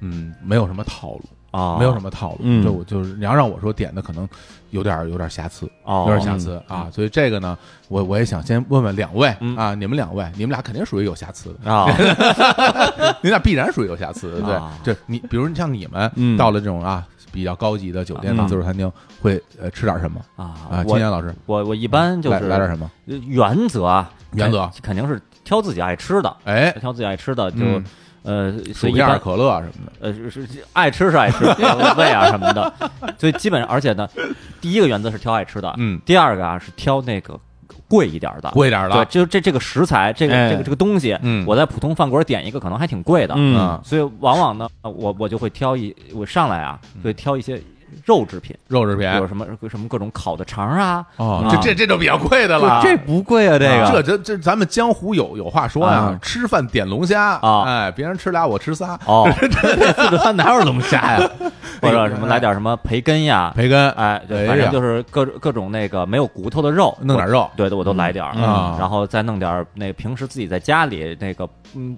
Speaker 1: 嗯，没有什么套路，
Speaker 2: 哦，
Speaker 1: 没有什么套路。
Speaker 3: 嗯
Speaker 1: 就我就是你要让我说点的，可能有点有点瑕疵。
Speaker 2: 哦，
Speaker 1: 有点瑕疵
Speaker 2: 嗯
Speaker 1: 啊，所以这个呢，我我也想先问问两位
Speaker 2: 嗯
Speaker 1: 啊，你们两位，你们俩肯定属于有瑕疵的，
Speaker 2: 啊，
Speaker 1: 你俩必然属于有瑕疵的，
Speaker 2: 啊
Speaker 1: 对，这你比如像你们
Speaker 3: 嗯
Speaker 1: 到了这种啊比较高级的酒店
Speaker 3: 嗯
Speaker 1: 自助餐厅，会呃吃点什么
Speaker 2: 啊
Speaker 1: 啊？，青
Speaker 2: 我
Speaker 1: 年老师，
Speaker 2: 我我一般就是呃
Speaker 1: 来来点什么？
Speaker 2: 原则啊，
Speaker 1: 原则
Speaker 2: 肯肯定是挑自己爱吃的，
Speaker 1: 哎，
Speaker 2: 挑自己爱吃的就
Speaker 1: 嗯
Speaker 2: 呃，
Speaker 1: 薯
Speaker 2: 所以一
Speaker 1: 片儿、
Speaker 2: 般
Speaker 1: 可乐啊什么的，
Speaker 2: 呃是是爱吃是爱吃，无味啊什么的，所以基本上而且呢，第一个原则是挑爱吃的，
Speaker 1: 嗯，
Speaker 2: 第二个啊是挑那个贵一点的，
Speaker 1: 贵点儿
Speaker 2: 对，
Speaker 1: 的，
Speaker 2: 就这这个食材，这个
Speaker 3: 哎
Speaker 2: 这个这个东西，
Speaker 1: 嗯
Speaker 2: 我在普通饭馆点一个可能还挺贵的，
Speaker 3: 嗯
Speaker 1: 啊，
Speaker 2: 所以往往呢，我我就会挑一我上来啊，
Speaker 1: 嗯
Speaker 2: 会挑一些肉制品，
Speaker 1: 肉制品
Speaker 2: 有什么什么各种烤的肠啊，
Speaker 1: 哎哦，
Speaker 2: 啊
Speaker 1: 这这这就比较贵的了，
Speaker 3: 这不贵啊，这
Speaker 1: 这
Speaker 3: 个
Speaker 1: 这这，咱们江湖有有话说呀
Speaker 2: 啊，
Speaker 1: 吃饭点龙虾
Speaker 2: 啊
Speaker 1: 哎，别人吃俩我吃仨，
Speaker 2: 哦，
Speaker 1: <laughs>
Speaker 3: 自助餐哪有龙虾呀？
Speaker 2: <laughs> 或者什么来点什么培根呀，
Speaker 1: 哎培根，
Speaker 2: 哎，
Speaker 1: 哎
Speaker 2: 对，
Speaker 1: 呀
Speaker 2: 反正就是各各种那个没有骨头的肉，
Speaker 1: 弄点
Speaker 2: 我。
Speaker 1: 肉，
Speaker 2: 对的，我都来点儿，
Speaker 1: 嗯啊
Speaker 2: 然后再弄点儿那个平时自己在家里那个，嗯，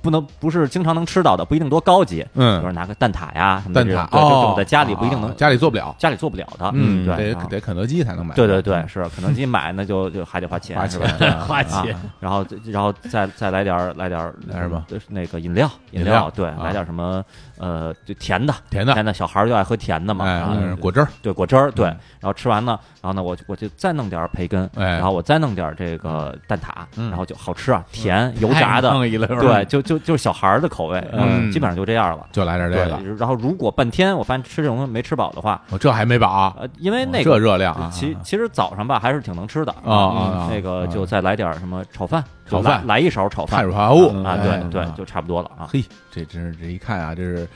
Speaker 2: 不能不是经常能吃到的，不一定多高级，比
Speaker 1: 嗯
Speaker 2: 如，说拿个蛋挞呀什么的
Speaker 1: 蛋
Speaker 2: 这种，
Speaker 1: 挞
Speaker 2: 对，就这
Speaker 1: 哦
Speaker 2: 种，在家里不一定能
Speaker 1: 啊家里做不了，
Speaker 2: 家里做不了的，
Speaker 1: 嗯，
Speaker 2: 对，
Speaker 1: 得
Speaker 2: 然后
Speaker 1: 得肯德基才能买，
Speaker 2: 对对对，是肯德基买那就就还得花钱，
Speaker 1: 花
Speaker 2: 是
Speaker 1: 钱
Speaker 2: 吧？ <laughs>
Speaker 3: 花
Speaker 2: 啊
Speaker 3: 钱，
Speaker 2: 然后然后再再来点儿来点儿
Speaker 1: 来什么？
Speaker 2: 就是那个饮料，
Speaker 1: 饮
Speaker 2: 饮
Speaker 1: 料
Speaker 2: 对，
Speaker 1: 啊
Speaker 2: 来点儿什么呃，就甜的，
Speaker 1: 甜的，
Speaker 2: 甜的，小孩儿就爱喝甜的嘛，啊
Speaker 1: 哎，
Speaker 2: 然后
Speaker 1: 嗯果汁儿，
Speaker 2: 对果汁儿，对。
Speaker 1: 嗯
Speaker 2: 然后吃完呢，然后呢，我就我就再弄点儿培根，
Speaker 1: 哎
Speaker 2: 然后我再弄点儿这个蛋挞，
Speaker 1: 嗯
Speaker 2: 然后就好吃啊，甜油炸
Speaker 3: 太
Speaker 2: 的，
Speaker 3: 弄一溜儿
Speaker 2: 对，，就就就是小孩儿的口味，然后
Speaker 1: 嗯
Speaker 2: 基本上就这样了。
Speaker 1: 就来点这个，
Speaker 2: 对，然后如果半天我发现吃这种东西没吃饱的话，
Speaker 1: 我这还没饱啊，
Speaker 2: 呃，因为那
Speaker 1: 这
Speaker 2: 个
Speaker 1: 热量啊，
Speaker 2: 其其实早上吧还是挺能吃的
Speaker 1: 啊啊
Speaker 2: 嗯那个就再来点儿什么炒饭，
Speaker 1: 炒
Speaker 2: 就来
Speaker 1: 饭
Speaker 2: 来一勺炒
Speaker 1: 碳
Speaker 2: 饭
Speaker 1: 水化合物
Speaker 2: 啊，
Speaker 1: 哎
Speaker 2: 对对
Speaker 1: 啊，
Speaker 2: 就差不多了啊。
Speaker 1: 嘿，这真是这一看啊，这是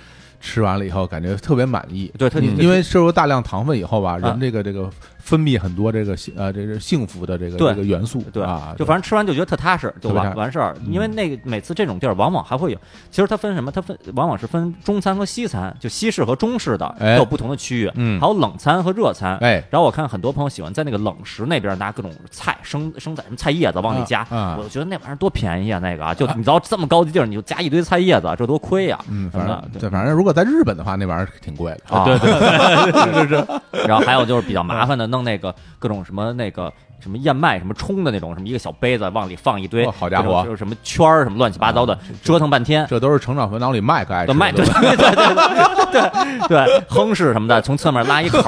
Speaker 1: 吃完了以后感觉特别满意。
Speaker 2: 对，特
Speaker 1: 嗯因为摄入大量糖分以后吧，
Speaker 2: 啊
Speaker 1: 人这个这个分泌很多这个幸呃这是幸福的这个
Speaker 2: 对
Speaker 1: 这个元素
Speaker 2: 对
Speaker 1: 啊，
Speaker 2: 就反正吃完就觉得特踏实，就
Speaker 1: 特别踏
Speaker 2: 完
Speaker 1: 实
Speaker 2: 完事儿。
Speaker 1: 嗯
Speaker 2: 因为那个每次这种地儿往往还会有，其实它分什么？它分往往是分中餐和西餐，就西式和中式的
Speaker 1: 哎
Speaker 2: 都有不同的区域，
Speaker 1: 嗯
Speaker 2: 还有冷餐和热餐。
Speaker 1: 哎
Speaker 2: 然后我看很多朋友喜欢在那个冷食那边拿各种菜生生菜什么菜叶子往里加，
Speaker 1: 啊啊
Speaker 2: 我就觉得那玩意儿多便宜啊！那个啊就你到这么高级地儿，你就加一堆菜叶子，这多亏呀、
Speaker 1: 嗯，
Speaker 2: 什
Speaker 1: 反
Speaker 2: 么的
Speaker 1: 正
Speaker 2: 对
Speaker 1: 对，反正如果在日本的话，那玩意儿挺贵的。
Speaker 2: 啊，对对是是是。然后还有就是比较麻烦的，弄那个各种什么那个什么燕麦什么冲的那种，什么一个小杯子往里放一堆，
Speaker 1: 哦好家伙
Speaker 2: 就是什么圈儿什么乱七八糟的，折腾半天。
Speaker 1: 这都是成长烦恼里麦克爱吃
Speaker 2: 对
Speaker 1: 的
Speaker 2: 麦对对对对对对，亨氏什么的，从侧面拉一口，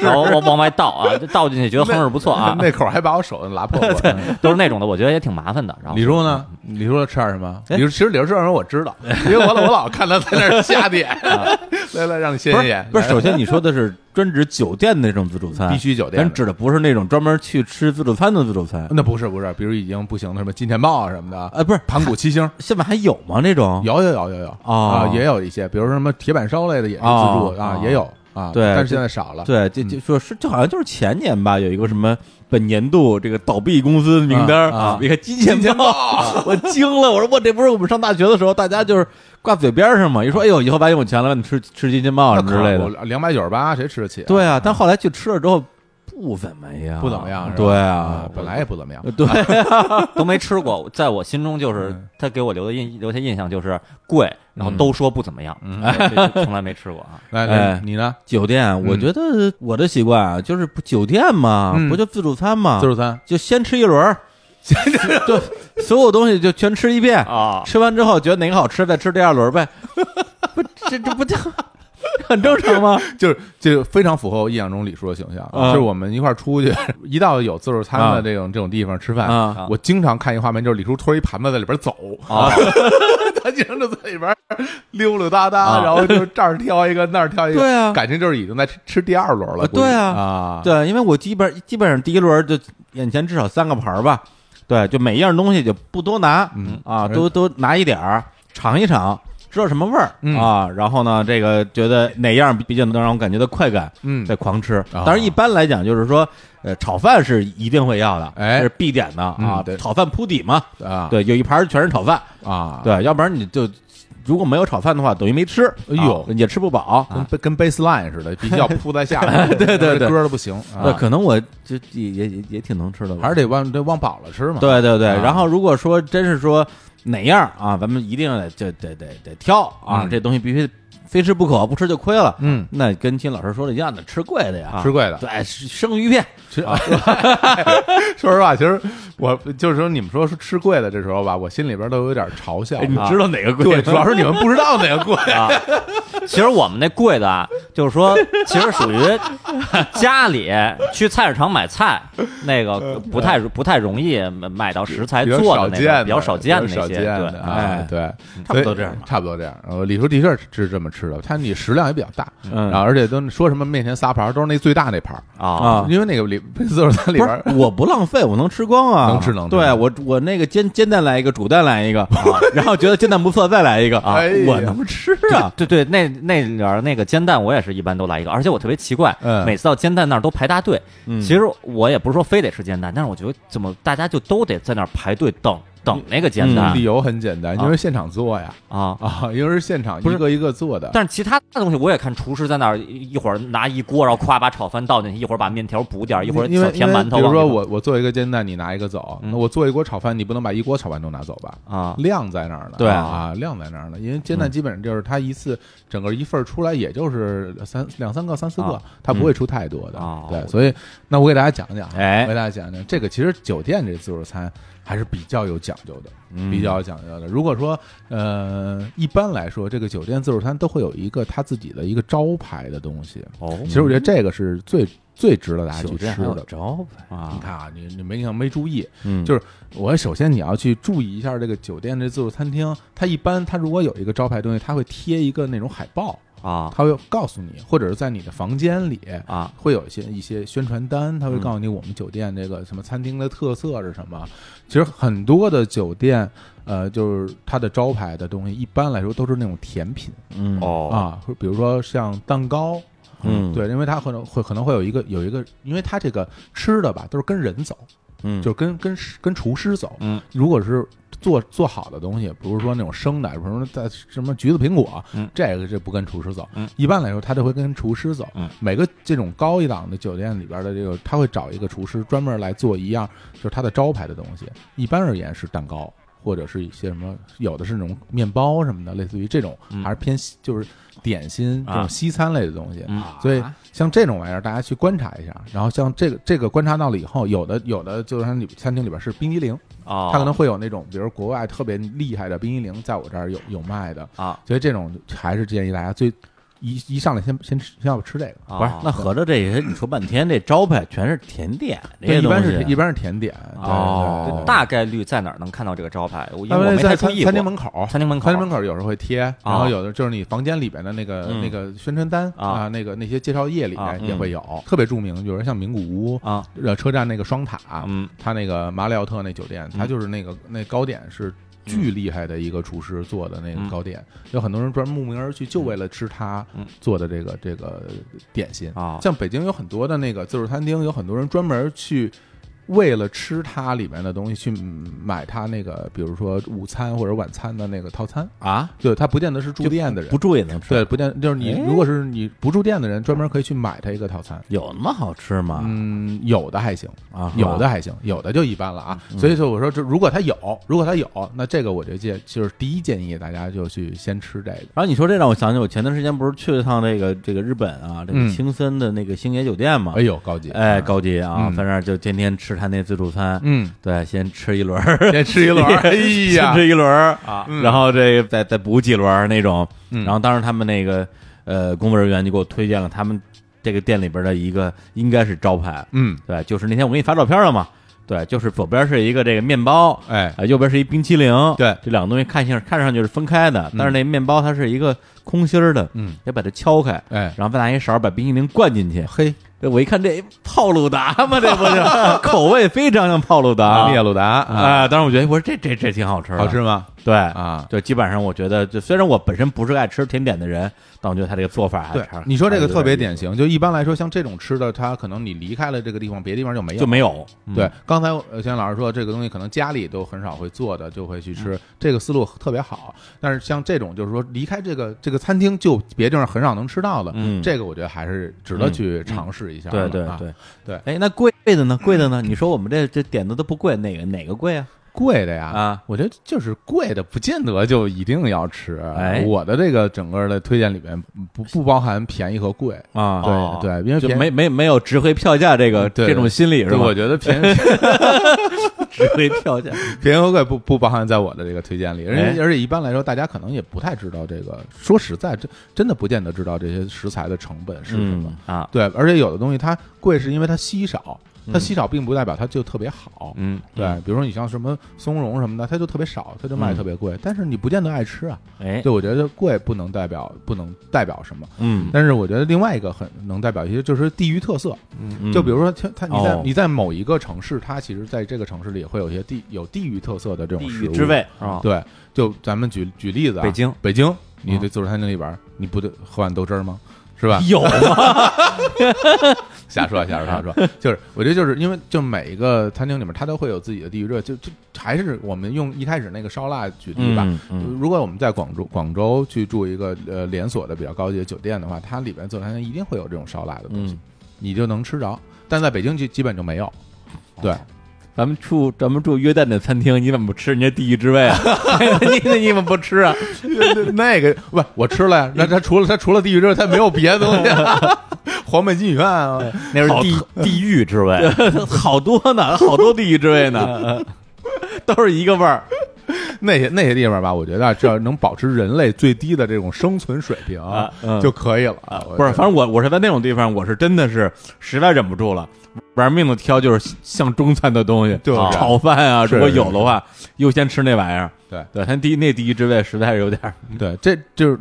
Speaker 2: 然后往往外倒啊，就倒进去觉得亨氏不错啊，
Speaker 1: <laughs> 那口儿还把我手拉破
Speaker 2: <laughs>
Speaker 1: 过。嗯
Speaker 2: 都是那种的，我觉得也挺麻烦的。然后
Speaker 1: 李叔呢？李叔吃点什么？
Speaker 3: 哎
Speaker 1: 李叔其实李叔吃点什么我知
Speaker 3: <laughs>
Speaker 1: 道，因为我老我老看他在那儿瞎点。 <laughs> 来来，让你歇
Speaker 3: 啊
Speaker 1: 歇
Speaker 3: 不是
Speaker 1: 眼。
Speaker 3: 不是，首先你说的是专指酒店的那种自助餐，
Speaker 1: 必须酒店的
Speaker 3: 咱指的不是那种专门去吃自助餐的自助餐。
Speaker 1: 那不是不是，比如已经不行的什么金钱豹啊什么的，
Speaker 3: 哎，不是，
Speaker 1: 盘古七星
Speaker 3: 现在还有吗？那种
Speaker 1: 有有有有有啊
Speaker 3: 哦，
Speaker 1: 也有一些，比如说什么铁板烧类的也是自助
Speaker 3: 哦
Speaker 1: 啊
Speaker 3: 哦，
Speaker 1: 也有啊，
Speaker 3: 对
Speaker 1: 但是现在少了。
Speaker 3: 对，就
Speaker 1: 嗯
Speaker 3: 就说是，就好像就是前年吧，有一个什么本年度这个倒闭公司的名单儿
Speaker 1: 啊啊
Speaker 3: 你看金钱
Speaker 1: 金钱
Speaker 3: <laughs>
Speaker 1: 豹
Speaker 3: 豹，我惊了，我说我这不是我们上大学的时候大家就是挂嘴边儿上嘛，一说哎呦以后咱有钱了，你吃吃金钱豹
Speaker 1: 那
Speaker 3: 什么之类的，
Speaker 1: 可不，两百九十八谁吃得起？
Speaker 3: 对啊，但后来去吃了之后不怎么样，
Speaker 1: 不怎么样是吧
Speaker 3: 对
Speaker 1: 啊
Speaker 3: 啊，，
Speaker 1: 本来也不怎么样。
Speaker 3: 对，
Speaker 2: 都没吃过，在我心中就是
Speaker 1: 嗯
Speaker 2: 他给我留的印留下印象就是贵，然后
Speaker 1: 嗯
Speaker 2: 都说不怎么样，对就从来没吃过啊。
Speaker 1: 来来
Speaker 3: 哎，
Speaker 1: 你呢？
Speaker 3: 酒店，我觉得我的习惯啊，就是不酒店嘛，
Speaker 1: 嗯
Speaker 3: 不就自助餐嘛，
Speaker 1: 自助餐
Speaker 3: 就先吃一轮儿，对，所有东西就全吃一遍
Speaker 2: 啊
Speaker 1: <laughs>
Speaker 3: 吃完之后觉得哪个好吃，再吃第二轮呗。不，这这不就 <laughs> 很正常吗？
Speaker 1: 就是就是非常符合我印象中李叔的形象，
Speaker 3: 啊
Speaker 1: 就是我们一块儿出去，一到有自助餐的这种、这种地方吃饭，
Speaker 3: 啊
Speaker 1: 我经常看一画面，就是李叔推一盘子在里边走，
Speaker 3: 啊，
Speaker 1: <laughs> 他经常就在里边溜溜达达，
Speaker 3: 啊
Speaker 1: 然后就这儿挑一个那儿挑一个，
Speaker 3: <laughs> 对啊
Speaker 1: 感情就是已经在吃吃第二轮了，估
Speaker 3: 啊
Speaker 1: 计
Speaker 3: 对啊
Speaker 1: 啊，
Speaker 3: 对，因为我基本基本上第一轮就眼前至少三个盘儿吧，对，就每一样东西就不多拿，
Speaker 1: 嗯
Speaker 3: 啊，都都拿一点儿尝一尝，知道什么味儿、
Speaker 1: 嗯
Speaker 3: 啊，然后呢，这个觉得哪样比较能让我感觉到快感，
Speaker 1: 嗯
Speaker 3: 再狂吃。
Speaker 1: 啊
Speaker 3: 当然，一般来讲就是说，呃，炒饭是一定会要的，
Speaker 1: 哎
Speaker 3: 这是必点的啊
Speaker 1: 嗯，对
Speaker 3: 炒饭铺底嘛，
Speaker 1: 啊，
Speaker 3: 对，有一盘儿全是炒饭，
Speaker 1: 啊，
Speaker 3: 对，要不然你就如果没有炒饭的话，等于没吃，
Speaker 1: 哎呦
Speaker 3: 啊也吃不饱。
Speaker 1: 跟跟 baseline 似的，必须要铺在下面，
Speaker 3: <laughs> 对对对
Speaker 1: 歌的不行，
Speaker 3: 对，
Speaker 1: 啊，
Speaker 3: 可能我就也也也也挺能吃的吧，嗯
Speaker 1: 还是得往得往饱了吃嘛，
Speaker 3: 对对对，
Speaker 1: 啊
Speaker 3: 然后如果说真是说哪样啊，咱们一定得就得得得挑啊，
Speaker 1: 嗯
Speaker 3: 这东西必须非吃不可，不吃就亏了。
Speaker 1: 嗯，
Speaker 3: 那跟金老师说的一样的，啊吃贵的呀，
Speaker 1: 吃贵的，
Speaker 3: 对是生鱼片
Speaker 1: 其
Speaker 2: 啊
Speaker 1: 实， <laughs> 说实话，其实我就是说，你们说是吃贵的这时候吧，我心里边都有点嘲笑。
Speaker 2: 哎
Speaker 3: 哎
Speaker 2: 你
Speaker 1: 啊
Speaker 2: 知道哪个贵
Speaker 1: 对，主要是你们不知道哪个贵。
Speaker 2: 啊？其实我们那贵的啊，就是说，其实属于家里去菜市场买菜，那个不太不太容易买到食
Speaker 1: <laughs> 呃
Speaker 2: 材
Speaker 1: 哎比较
Speaker 2: 做
Speaker 1: 少
Speaker 2: 的那
Speaker 1: 见
Speaker 2: 个，
Speaker 1: 的，
Speaker 2: 比较少见
Speaker 1: 比
Speaker 2: 的
Speaker 1: 较
Speaker 2: 那
Speaker 1: 少
Speaker 2: 些，
Speaker 1: 见的
Speaker 2: 对。
Speaker 1: 啊
Speaker 3: 哎，
Speaker 1: 对，
Speaker 3: 差不多这样吧
Speaker 1: 所以差不多这样。呃，李叔的确是这么吃的，他你食量也比较大，
Speaker 3: 嗯
Speaker 1: 然后而且都说什么面前仨盘儿都是那最大那盘儿，
Speaker 2: 啊，
Speaker 3: 啊。
Speaker 1: 因为那个里自助餐里
Speaker 3: 不
Speaker 1: 边儿
Speaker 3: 是，我不浪费，我能吃光啊，
Speaker 1: 能吃能吃
Speaker 3: 对我我那个煎煎蛋来一个，煮蛋来一
Speaker 1: <laughs>
Speaker 3: 个，啊然后觉得煎蛋不错，再来一个啊
Speaker 1: 哎呀，
Speaker 3: 我能吃
Speaker 1: <laughs>
Speaker 3: 啊，
Speaker 2: 对对，那那里边那个煎蛋，我也是一般都来一个，而且我特别奇怪，
Speaker 1: 嗯
Speaker 2: 每次到煎蛋那儿都排大队。
Speaker 3: 嗯
Speaker 2: 其实我也不是说非得吃煎蛋，但是我觉得怎么大家就都得在那儿排队等等那个煎蛋、
Speaker 1: 嗯理由很简单，
Speaker 2: 啊
Speaker 1: 因为现场做呀，
Speaker 2: 啊。
Speaker 1: 啊，因为是现场
Speaker 2: 不是
Speaker 1: 一个一个做的。
Speaker 2: 但是其他的东西我也看厨师在那儿一一会儿拿一锅，然后咵把炒饭倒进去，一会儿把面条补啊点儿，一会儿
Speaker 1: 因为
Speaker 2: 小甜
Speaker 1: 因为
Speaker 2: 馒头
Speaker 1: 比如
Speaker 2: 往里
Speaker 1: 说
Speaker 2: 放。
Speaker 1: 我我做一个煎蛋，你拿一个走，
Speaker 2: 嗯
Speaker 1: 那我做一锅炒饭，你不能把一锅炒饭都拿走吧？
Speaker 2: 啊嗯
Speaker 1: 量在那儿呢，
Speaker 3: 对啊
Speaker 1: 啊，量在那儿呢，因为煎蛋基本上就是它一次整个一份儿出来也就是三两三个、三四个
Speaker 2: 啊，
Speaker 1: 它不会出太多的
Speaker 2: 哦，
Speaker 1: 对，所以那我给大家讲讲，
Speaker 3: 哎
Speaker 1: 我给大家讲讲这个，其实酒店这自助餐还是比较有讲究的，
Speaker 2: 嗯
Speaker 1: 比较有讲究的。如果说呃，一般来说，这个酒店自助餐都会有一个它自己的一个招牌的东西，
Speaker 2: 哦
Speaker 1: 其实我觉得这个是最最值得大家
Speaker 3: 酒
Speaker 1: 去
Speaker 3: 店
Speaker 1: 嗯吃
Speaker 3: 还有
Speaker 1: 的。
Speaker 3: 招牌，
Speaker 1: 你
Speaker 2: 啊
Speaker 1: 看啊，你你没想没注意，
Speaker 3: 嗯
Speaker 1: 就是我首先你要去注意一下这个酒店这自助餐厅，它一般它如果有一个招牌东西，它会贴一个那种海报，
Speaker 2: 啊
Speaker 1: 它会告诉你，或者是在你的房间里
Speaker 2: 啊
Speaker 1: 会有一些一些宣传单，它会告诉你我们酒店这个什么餐厅的特色是什么。其实很多的酒店，呃，就是它的招牌的东西，一般来说都是那种甜品
Speaker 3: 嗯
Speaker 2: 哦
Speaker 1: 啊，或者比如说像蛋糕，
Speaker 3: 嗯
Speaker 1: 对，因为它可能会可能会有一个有一个，因为它这个吃的吧，都是跟人走，
Speaker 3: 嗯
Speaker 1: 就是跟跟师跟厨师走。
Speaker 2: 嗯，
Speaker 1: 如果是做做好的东西，不是说那种生的，比如说在什么橘子苹果，
Speaker 2: 嗯
Speaker 1: 这个这不跟厨师走。
Speaker 2: 嗯，
Speaker 1: 一般来说，他都会跟厨师走。
Speaker 2: 嗯，
Speaker 1: 每个这种高一档的酒店里边的这个，他会找一个厨师专门来做一样，就是他的招牌的东西。一般而言是蛋糕。或者是一些什么，有的是那种面包什么的，类似于这种，
Speaker 2: 嗯
Speaker 1: 还是偏西就是点心这
Speaker 2: 啊
Speaker 1: 种西餐类的东西。
Speaker 2: 嗯
Speaker 1: 所以像这种玩意儿，大家去观察一下。然后像这个这个观察到了以后，有的有的就是里餐厅里边是冰激凌，
Speaker 2: 哦，
Speaker 1: 它可能会有那种，比如国外特别厉害的冰激凌，在我这儿有有卖的。
Speaker 2: 啊
Speaker 1: 所以这种还是建议大家最一一上来先先吃，先要吃这个。
Speaker 2: 啊
Speaker 3: 不是，那合着这些你说半天，这招牌全是甜点，这些
Speaker 1: 一般
Speaker 3: 东
Speaker 1: 是
Speaker 3: 西啊
Speaker 1: 一般是甜点，
Speaker 2: 哦
Speaker 1: 对对对
Speaker 2: 大概率在哪儿能看到这个招牌？我因
Speaker 1: 大
Speaker 2: 为我
Speaker 1: 概
Speaker 2: 没
Speaker 1: 在
Speaker 2: 太注
Speaker 1: 餐
Speaker 2: 意过
Speaker 1: 餐厅门口，
Speaker 2: 餐厅门口
Speaker 1: 餐厅门口有时候会贴，然后
Speaker 2: 哦
Speaker 1: 有的就是你房间里边的那个、
Speaker 3: 嗯
Speaker 1: 那个宣传单
Speaker 2: 啊
Speaker 1: 啊，那个那些介绍页里
Speaker 2: 啊
Speaker 1: 面也会有，特别著名，有人像名古屋
Speaker 2: 啊，
Speaker 1: 呃车站那个双塔，
Speaker 2: 嗯
Speaker 1: 他那个马里奥特那酒店，他就是那个那糕点是巨厉害的一个厨师做的那个糕点，有很多人专门慕名而去，就为了吃他
Speaker 2: 嗯
Speaker 1: 做的这个这个点心。
Speaker 2: 啊
Speaker 1: 像北京有很多的那个自助餐厅，有很多人专门去。为了吃它里面的东西，去买它那个，比如说午餐或者晚餐的那个套餐，
Speaker 3: 啊，
Speaker 1: 对，他不见得是住店的人，
Speaker 3: 不注意能吃。
Speaker 1: 对，，不见就是你
Speaker 3: 哎
Speaker 1: 如果是你不住店的人，专门可以去买它一个套餐。
Speaker 3: 有那么好吃吗？
Speaker 1: 嗯，有的还行，
Speaker 3: 啊，是吧
Speaker 1: 有的还行，有的就一般了啊。所以说，我说这如果他有，如果他有，那这个我就建就是第一建议大家就去先吃这个。
Speaker 3: 然后你说这让我想起，我前段时间不是去了趟这个这个日本啊，这个
Speaker 1: 嗯
Speaker 3: 青森的那个星野酒店嘛
Speaker 1: 哎，呦，高级，
Speaker 3: 哎，，高级啊，
Speaker 1: 嗯
Speaker 3: 反正就天天吃他那自助餐，
Speaker 1: 嗯，
Speaker 3: 对，先吃一轮儿，
Speaker 1: <laughs> 先吃一轮 <laughs> 儿，哎呀
Speaker 3: 先，吃一轮儿
Speaker 2: 啊
Speaker 3: 然后这个再再补几轮儿那种，
Speaker 1: 嗯
Speaker 3: 然后当时他们那个呃工作人员就给我推荐了他们这个店里边的一个应该是招牌，
Speaker 1: 嗯，
Speaker 3: 对，就是那天我给你发照片了嘛，对，就是左边是一个这个面包，
Speaker 1: 哎
Speaker 3: 啊，右边是一冰淇淋，
Speaker 1: 对
Speaker 3: 这两个东西看上看上去是分开的，但是那面包它是一个空心儿的，
Speaker 1: 嗯，
Speaker 3: 得把它敲开，
Speaker 1: 哎
Speaker 3: 然后再拿一勺把冰淇淋灌进去。
Speaker 1: 嘿，
Speaker 3: 这我一看这泡鲁达嘛，这不是口味非常像泡鲁达
Speaker 1: 聂鲁达啊，
Speaker 3: 啊！当时我觉得我说这这这挺好吃的，
Speaker 1: 好吃吗？
Speaker 3: 对
Speaker 1: 啊
Speaker 3: 就基本上我觉得，就虽然我本身不是爱吃甜点的人，但我觉得他这个做法还
Speaker 1: 对
Speaker 3: 还，
Speaker 1: 你说这个
Speaker 3: 还是
Speaker 1: 特别
Speaker 3: 有点
Speaker 1: 典型，就一般来说，像这种吃的，它可能你离开了这个地方，别的地方就没有
Speaker 3: 就。没有
Speaker 1: 对，刚才呃，像老师说，这个东西可能家里都很少会做的，就会去
Speaker 3: 嗯
Speaker 1: 吃，这个思路特别好。但是像这种，就是说离开这个这个餐厅，就别地方很少能吃到的，
Speaker 3: 嗯
Speaker 1: 这个我觉得还是值得去尝试一下的、
Speaker 3: 对对
Speaker 1: 啊
Speaker 3: 对
Speaker 1: 对
Speaker 3: 哎，那贵的呢？贵的呢？你说我们这这点子都不贵，哪个哪个贵啊？
Speaker 1: 贵的呀，
Speaker 3: 啊
Speaker 1: 我觉得就是贵的，不见得就一定要吃。
Speaker 3: 哎
Speaker 1: 我的这个整个的推荐里面不不包含便宜和贵。
Speaker 3: 啊
Speaker 1: 对、
Speaker 2: 哦
Speaker 1: 对，因为
Speaker 3: 就
Speaker 1: 便宜嗯
Speaker 3: 没没没有值回票价这个
Speaker 1: 对
Speaker 3: 这种心理是
Speaker 1: 对
Speaker 3: 吧？
Speaker 1: 我觉得便
Speaker 3: <laughs>
Speaker 1: 宜
Speaker 3: 值回票价，
Speaker 1: 便宜和贵不不包含在我的这个推荐里，而
Speaker 3: 哎
Speaker 1: 且而且一般来说，大家可能也不太知道这个。说实在，真真的不见得知道这些食材的成本是什么。
Speaker 3: 嗯
Speaker 2: 啊，
Speaker 1: 对，而且有的东西它贵是因为它稀少，它稀少并不代表它就特别好。
Speaker 2: 嗯，
Speaker 1: 对，比如说你像什么松茸什么的，它就特别少，它就卖
Speaker 3: 嗯
Speaker 1: 特别贵，但是你不见得爱吃啊。
Speaker 2: 哎，
Speaker 1: 对，我觉得贵不能代表不能代表什么，
Speaker 3: 嗯，
Speaker 1: 但是我觉得另外一个很能代表一些就是地域特色，
Speaker 3: 嗯
Speaker 1: 就比如说它它你在、
Speaker 3: 哦
Speaker 1: 你在某一个城市，它其实在这个城市里也会有一些地有地域特色的这
Speaker 2: 地
Speaker 1: 种食
Speaker 2: 狱
Speaker 1: 物
Speaker 2: 之味啊，
Speaker 1: 对，就咱们举举例子啊，
Speaker 2: 北京
Speaker 1: 北京，你的自助餐厅里边儿，你不得喝碗豆汁儿吗？是吧？
Speaker 3: 有吗？
Speaker 1: 瞎说瞎说瞎说，就是我觉得就是因为就每一个餐厅里面，它都会有自己的地域热，就就还是我们用一开始那个烧腊举例吧。
Speaker 3: 嗯嗯
Speaker 1: 如果我们在广州广州去住一个呃连锁的比较高级的酒店的话，它里边自助餐厅一定会有这种烧腊的东西，
Speaker 3: 嗯，
Speaker 1: 你就能吃着。但在北京就基本就没有，对，
Speaker 3: 咱们住咱们住约旦的餐厅，你怎么不吃人家地狱之
Speaker 1: <laughs>
Speaker 3: 味啊？ <laughs> 你你怎么不吃啊？
Speaker 1: 那个不，我吃了呀。那它除了它除了地狱之外，它没有别的东西、 <laughs> 黄焖鸡米饭啊，
Speaker 2: 那是地地狱之
Speaker 1: <laughs>
Speaker 2: 味，
Speaker 3: <laughs> 好多呢，好多地狱之味呢， <laughs> 都是一个味儿。
Speaker 1: 那些那些地方吧，我觉得啊只要能保持人类最低的这种生存水平
Speaker 3: 啊嗯
Speaker 1: 就可以了。啊我
Speaker 3: 不
Speaker 1: 觉
Speaker 3: 是，
Speaker 1: 得
Speaker 3: 反正我我是在那种地方，我是真的是实在忍不住了，玩命的挑，就是像中餐的东西，
Speaker 1: 对
Speaker 3: 炒饭啊，
Speaker 1: 是
Speaker 3: 如果有的话，优先吃那玩意儿。
Speaker 1: 对
Speaker 3: 对，但第一那第一之位实在是有点儿，
Speaker 1: 对，这就是，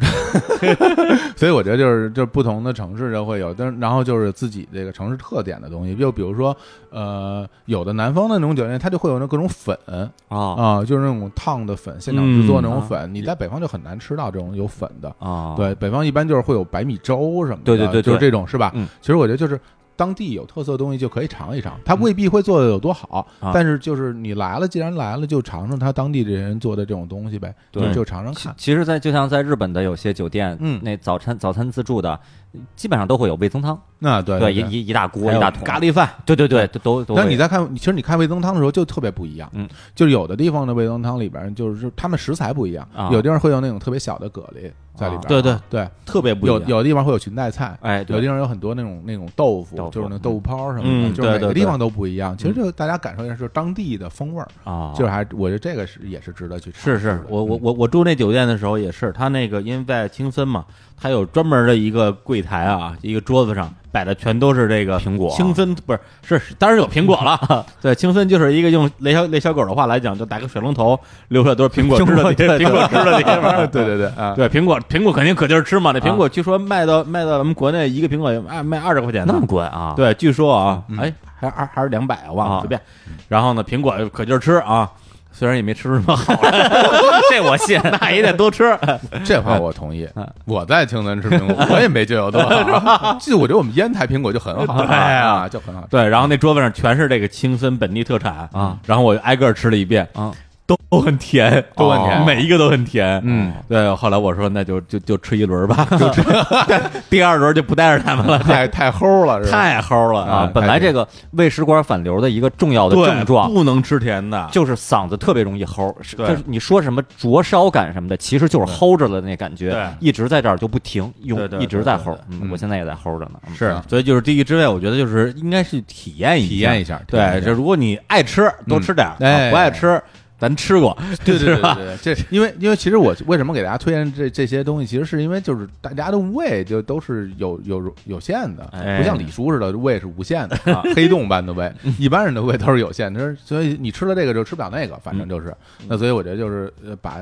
Speaker 1: <laughs> 所以我觉得就是就是不同的城市就会有，但是然后就是自己这个城市特点的东西，就比如说呃，有的南方的那种酒店，它就会有那各种粉
Speaker 2: 啊
Speaker 1: 啊、就是那种烫的粉，现场制作那
Speaker 2: 嗯
Speaker 1: 种
Speaker 2: 啊
Speaker 1: 粉，你在北方就很难吃到这种有粉的。
Speaker 2: 啊，
Speaker 1: 对，北方一般就是会有白米粥什么的，
Speaker 2: 对对对
Speaker 1: 就是
Speaker 2: 对
Speaker 1: 这种是吧？
Speaker 2: 嗯
Speaker 1: 其实我觉得就是当地有特色的东西就可以尝一尝，它未必会做的有多好，
Speaker 2: 啊
Speaker 1: 但是就是你来了，既然来了，就尝尝他当地这人做的这种东西呗，
Speaker 2: 对
Speaker 1: 就尝尝
Speaker 2: 其
Speaker 1: 看。
Speaker 2: 其实在，就像在日本的有些酒店，
Speaker 1: 嗯
Speaker 2: 那早餐早餐自助的，基本上都会有味增汤，
Speaker 1: 那对
Speaker 2: 对，
Speaker 1: 对
Speaker 2: 一
Speaker 1: 对
Speaker 2: 一一大锅
Speaker 3: 还
Speaker 2: 一
Speaker 3: 有
Speaker 2: 大桶
Speaker 3: 咖，喱饭，
Speaker 2: 对对对，都都都会
Speaker 1: 那
Speaker 2: 有。
Speaker 1: 你在看，其实你看味增汤的时候就特别不一样，
Speaker 2: 嗯，
Speaker 1: 就是有的地方的味增汤里边就是他们食材不一样，
Speaker 2: 啊
Speaker 1: 有地方会有那种特别小的蛤蜊在里边，
Speaker 2: 啊
Speaker 3: 对对
Speaker 1: 对，
Speaker 3: 特别不一
Speaker 1: 有
Speaker 3: 样。
Speaker 1: 有的地方会有裙带菜，
Speaker 2: 哎，
Speaker 1: 有地
Speaker 2: 对，
Speaker 1: 方有很多那种那种豆腐，
Speaker 2: 豆腐
Speaker 1: 就是那豆腐泡什么的，
Speaker 3: 嗯
Speaker 1: 就是每
Speaker 3: 对对
Speaker 1: 个
Speaker 3: 对嗯
Speaker 1: 地方都不一样。其实就大家感受一下，就是当地的风味儿，
Speaker 2: 啊，
Speaker 1: 就是还我觉得这个是也是值得去尝
Speaker 3: 是
Speaker 1: 试的。嗯
Speaker 3: 是，我我我我住那酒店的时候也是，他那个因为在青森嘛，他有专门的一个柜台啊，一个桌子上摆的全都是这个
Speaker 2: 苹果
Speaker 3: 青森不是是是当然有苹果 <laughs> 了，对，青森就是一个用雷小雷小狗的话来讲，就打个水龙头流出来都是苹果汁的地 <laughs> 苹果汁的地方，
Speaker 1: <laughs> 对对对啊，
Speaker 3: 对，苹果苹果肯定可劲儿吃嘛，那苹果据说卖到卖到咱们国内一个苹果也卖卖二十块钱呢
Speaker 2: 那么贵啊？，
Speaker 3: 对，据说啊，哎，还还还是两百，我忘了，
Speaker 2: 啊
Speaker 3: 随便。然后呢，苹果可劲儿吃啊，虽然也没吃出什 <laughs> 么好来，
Speaker 2: <laughs> 这我信。
Speaker 3: 那也得
Speaker 2: <laughs>
Speaker 3: 多吃。
Speaker 1: 这
Speaker 3: 啊
Speaker 1: 话我同意。我在青森吃苹果，我也没觉得有多好，啊 <laughs> 就我觉得我们烟台苹果就很好，
Speaker 3: 对啊
Speaker 1: 啊，就很好。
Speaker 3: 对，然后那桌子上全是这个青森本地特产
Speaker 2: 啊，
Speaker 3: 然后我挨个儿吃了一遍
Speaker 2: 啊，
Speaker 3: 都很甜，
Speaker 1: 都很甜
Speaker 3: 每一个都很甜。
Speaker 1: 哦嗯，
Speaker 3: 对。后来我说那就就就吃一轮儿吧， <laughs> 第二轮就不带着他们
Speaker 1: <laughs>
Speaker 3: 了，
Speaker 1: 太太齁了，是吧？
Speaker 3: 太齁了
Speaker 2: 啊
Speaker 3: 啊！，
Speaker 2: 本来这个胃食管反流的一个重要的
Speaker 3: 对
Speaker 2: 症状
Speaker 3: 不能吃甜的，
Speaker 2: 就是嗓子特别容易齁，是
Speaker 3: 对
Speaker 2: 就是你说什么灼烧感什么的，其实就是齁着的那感觉
Speaker 3: 对，
Speaker 2: 一直在这儿就不停，用
Speaker 3: 对对
Speaker 2: 一直在
Speaker 3: 对
Speaker 2: 齁
Speaker 3: 对。
Speaker 2: 嗯，我现在也在齁着呢。嗯
Speaker 3: 是，所以就是地狱之味，我觉得就是应该去体验一下
Speaker 1: 啊体验一下体验一
Speaker 3: 对，
Speaker 1: 下
Speaker 3: 就如果你爱吃，多吃点儿；
Speaker 1: 嗯哎
Speaker 3: 啊不爱吃，咱吃过，
Speaker 1: <laughs> 对对
Speaker 3: 是
Speaker 1: 对
Speaker 3: 吧？
Speaker 1: 对对，这因为因为其实我为什么给大家推荐这这些东西，其实是因为就是大家的胃就都是有有有限的，
Speaker 3: 哎嗯
Speaker 1: 不像李叔似的胃是无限的，啊、黑洞般的
Speaker 3: <laughs>
Speaker 1: 胃，一般人的胃都是有限的，就是所以你吃了这个就吃不了那个，反正就是、
Speaker 3: 嗯
Speaker 1: 那，所以我觉得就是呃把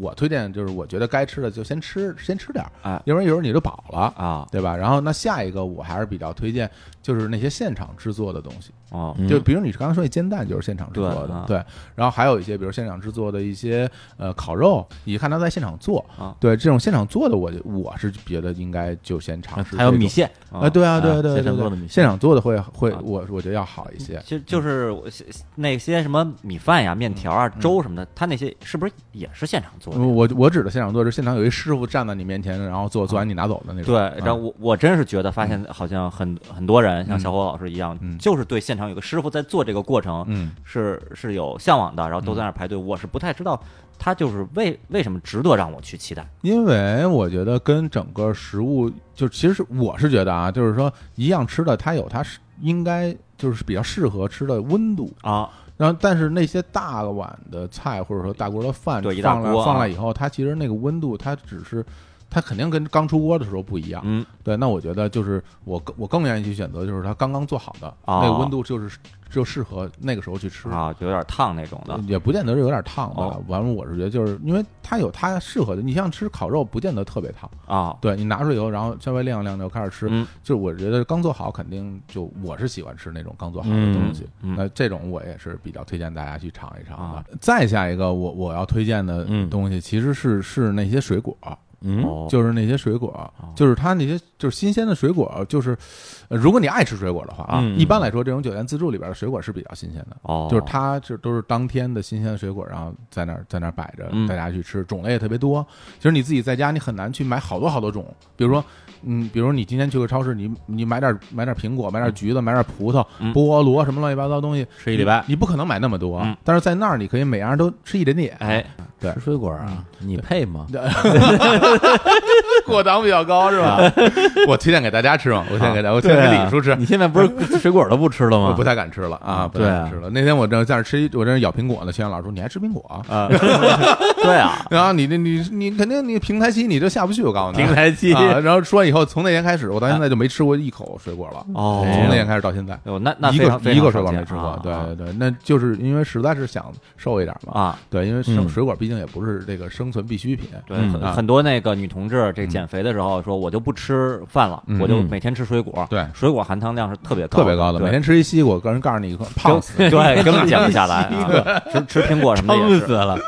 Speaker 1: 我推荐就是我觉得该吃的就先吃，先吃点儿，
Speaker 3: 哎
Speaker 1: 因为有时候你就饱了。
Speaker 2: 啊
Speaker 1: 对吧？然后那下一个我还是比较推荐，就是那些现场制作的东西，
Speaker 2: 哦
Speaker 3: 嗯
Speaker 1: 就比如你刚刚说的煎蛋就是现场制作的，
Speaker 2: 对
Speaker 1: 对
Speaker 2: 啊
Speaker 1: 然后还有一些比如现场制作的一些呃烤肉，你看他在现场做，
Speaker 2: 啊
Speaker 1: 对这种现场做的我就，我是觉得应该就先
Speaker 2: 嗯
Speaker 1: 尝试。
Speaker 3: 还有米，线，
Speaker 1: 啊，对啊，对啊对啊对啊
Speaker 3: 现
Speaker 1: 对
Speaker 3: 场
Speaker 1: 啊
Speaker 3: 做的米线
Speaker 1: 现场做的会会
Speaker 2: 啊，
Speaker 1: 我我觉得要好一些。
Speaker 2: 其实就是我那些什么米饭呀、面条啊、
Speaker 1: 嗯
Speaker 2: 粥什么的，他那些是不是也是现场
Speaker 3: 嗯
Speaker 2: 做的？
Speaker 1: 我我指的现场做是现场有一师傅站在你面前，然后做做完你拿走的那种。
Speaker 2: 对，
Speaker 1: 啊
Speaker 2: 然后我我真是觉得发现好像很很多人像小伙老师一样
Speaker 1: 嗯，
Speaker 2: 就是对现场有个师傅在做这个过程
Speaker 1: 嗯，
Speaker 2: 是是有向往的，然后都在那儿排队。我是不太知道他就是为为什么值得让我去期待
Speaker 1: 因为我觉得跟整个食物，就其实我是觉得啊，就是说一样吃的，它有它是应该就是比较适合吃的温度。
Speaker 2: 啊。
Speaker 1: 然后，但是那些大碗的菜或者说大锅的饭
Speaker 2: 对一大
Speaker 1: 放来
Speaker 2: 锅啊
Speaker 1: 放来以后，它其实那个温度，它只是它肯定跟刚出锅的时候不一样。
Speaker 2: 嗯，
Speaker 1: 对，那我觉得就是我更我更愿意去选择就是它刚刚做好的、
Speaker 2: 哦
Speaker 1: 那个温度，就是就适合那个时候去吃。
Speaker 2: 啊，就有点烫那种的
Speaker 1: 也不见得是有点烫吧
Speaker 2: 哦，
Speaker 1: 完了、我是觉得就是因为它有它适合的，你像吃烤肉不见得特别烫，
Speaker 2: 啊。
Speaker 1: 对你拿出来以后，然后稍微晾一晾就开始吃，
Speaker 2: 嗯
Speaker 1: 就是我觉得刚做好肯定就我是喜欢吃那种刚做好的东西，
Speaker 2: 嗯嗯
Speaker 1: 那这种我也是比较推荐大家去尝一尝的。
Speaker 2: 啊
Speaker 1: 再下一个我我要推荐的
Speaker 3: 嗯
Speaker 1: 东西其实是是那些水果，
Speaker 3: 嗯，
Speaker 2: 哦，
Speaker 1: 就是那些水果，就是它那些就是新鲜的水果，就是呃如果你爱吃水果的话啊，
Speaker 3: 嗯
Speaker 1: 一般来说这种酒店自助里边的水果是比较新鲜的。
Speaker 2: 哦，
Speaker 1: 就是它，这都是当天的新鲜的水果，然后在那儿在那儿摆着
Speaker 2: 嗯，
Speaker 1: 大家去吃，种类也特别多。其实你自己在家，你很难去买好多好多种。比如说，嗯，比如你今天去个超市，你你买点买点苹果，买点橘子，买点葡萄、
Speaker 2: 嗯
Speaker 1: 菠萝，什么乱七八糟东西，
Speaker 3: 吃一礼拜
Speaker 1: 你，你不可能买那么多。
Speaker 2: 嗯
Speaker 1: 但是在那儿，你可以每样都吃一点点。
Speaker 2: 哎，
Speaker 1: 对
Speaker 3: 吃水果啊，你配吗？
Speaker 1: 过档比较高是吧？啊我推荐给大家吃嘛，我推荐给嗯大家，我推荐
Speaker 3: 对
Speaker 1: 给
Speaker 3: 啊
Speaker 1: 李叔吃
Speaker 3: 你。现在不
Speaker 1: <laughs>
Speaker 3: 是水果都不吃了
Speaker 1: 我
Speaker 3: 吗
Speaker 1: 不？太敢吃了啊，不太
Speaker 3: 对啊
Speaker 1: 敢吃了。那天我正在那儿吃一，我正咬苹果呢，学长老师说你还吃苹果啊？
Speaker 3: 啊，
Speaker 2: 呃 <laughs> 对啊，
Speaker 1: 然后你这你你肯定你平台期你就下不去，我告诉你。
Speaker 3: 平台期
Speaker 1: 啊，然后说完以后，从那天开始，我到现在就没吃过一口水果了。
Speaker 2: 哦
Speaker 1: 从那天开始到现在，
Speaker 2: 哦，那那
Speaker 1: 一
Speaker 2: 非常
Speaker 1: 个
Speaker 2: 非
Speaker 1: 一
Speaker 2: 常
Speaker 1: 个水果
Speaker 2: 少见
Speaker 1: 没吃过
Speaker 2: 啊。
Speaker 1: 对
Speaker 2: 啊
Speaker 1: 对对，那就是因为实在是想瘦一点嘛。
Speaker 2: 啊，
Speaker 1: 对，因为生
Speaker 3: 嗯
Speaker 1: 水果毕竟也不是这个生存必需品。
Speaker 2: 对，
Speaker 3: 嗯
Speaker 2: 很
Speaker 1: 啊
Speaker 2: 很多那个女同志这减肥的时候说，我就不吃饭了，
Speaker 1: 嗯
Speaker 2: 我就每天吃水果。
Speaker 1: 对
Speaker 2: 水果含糖量是特别高
Speaker 1: 特别高的，
Speaker 2: 对
Speaker 1: 每天吃一西瓜，个人告诉你，胖死。
Speaker 2: <laughs> 对，根本减不
Speaker 1: <laughs>
Speaker 2: 下来啊。吃吃苹果什么的也
Speaker 3: 撑
Speaker 2: 是
Speaker 3: 死了。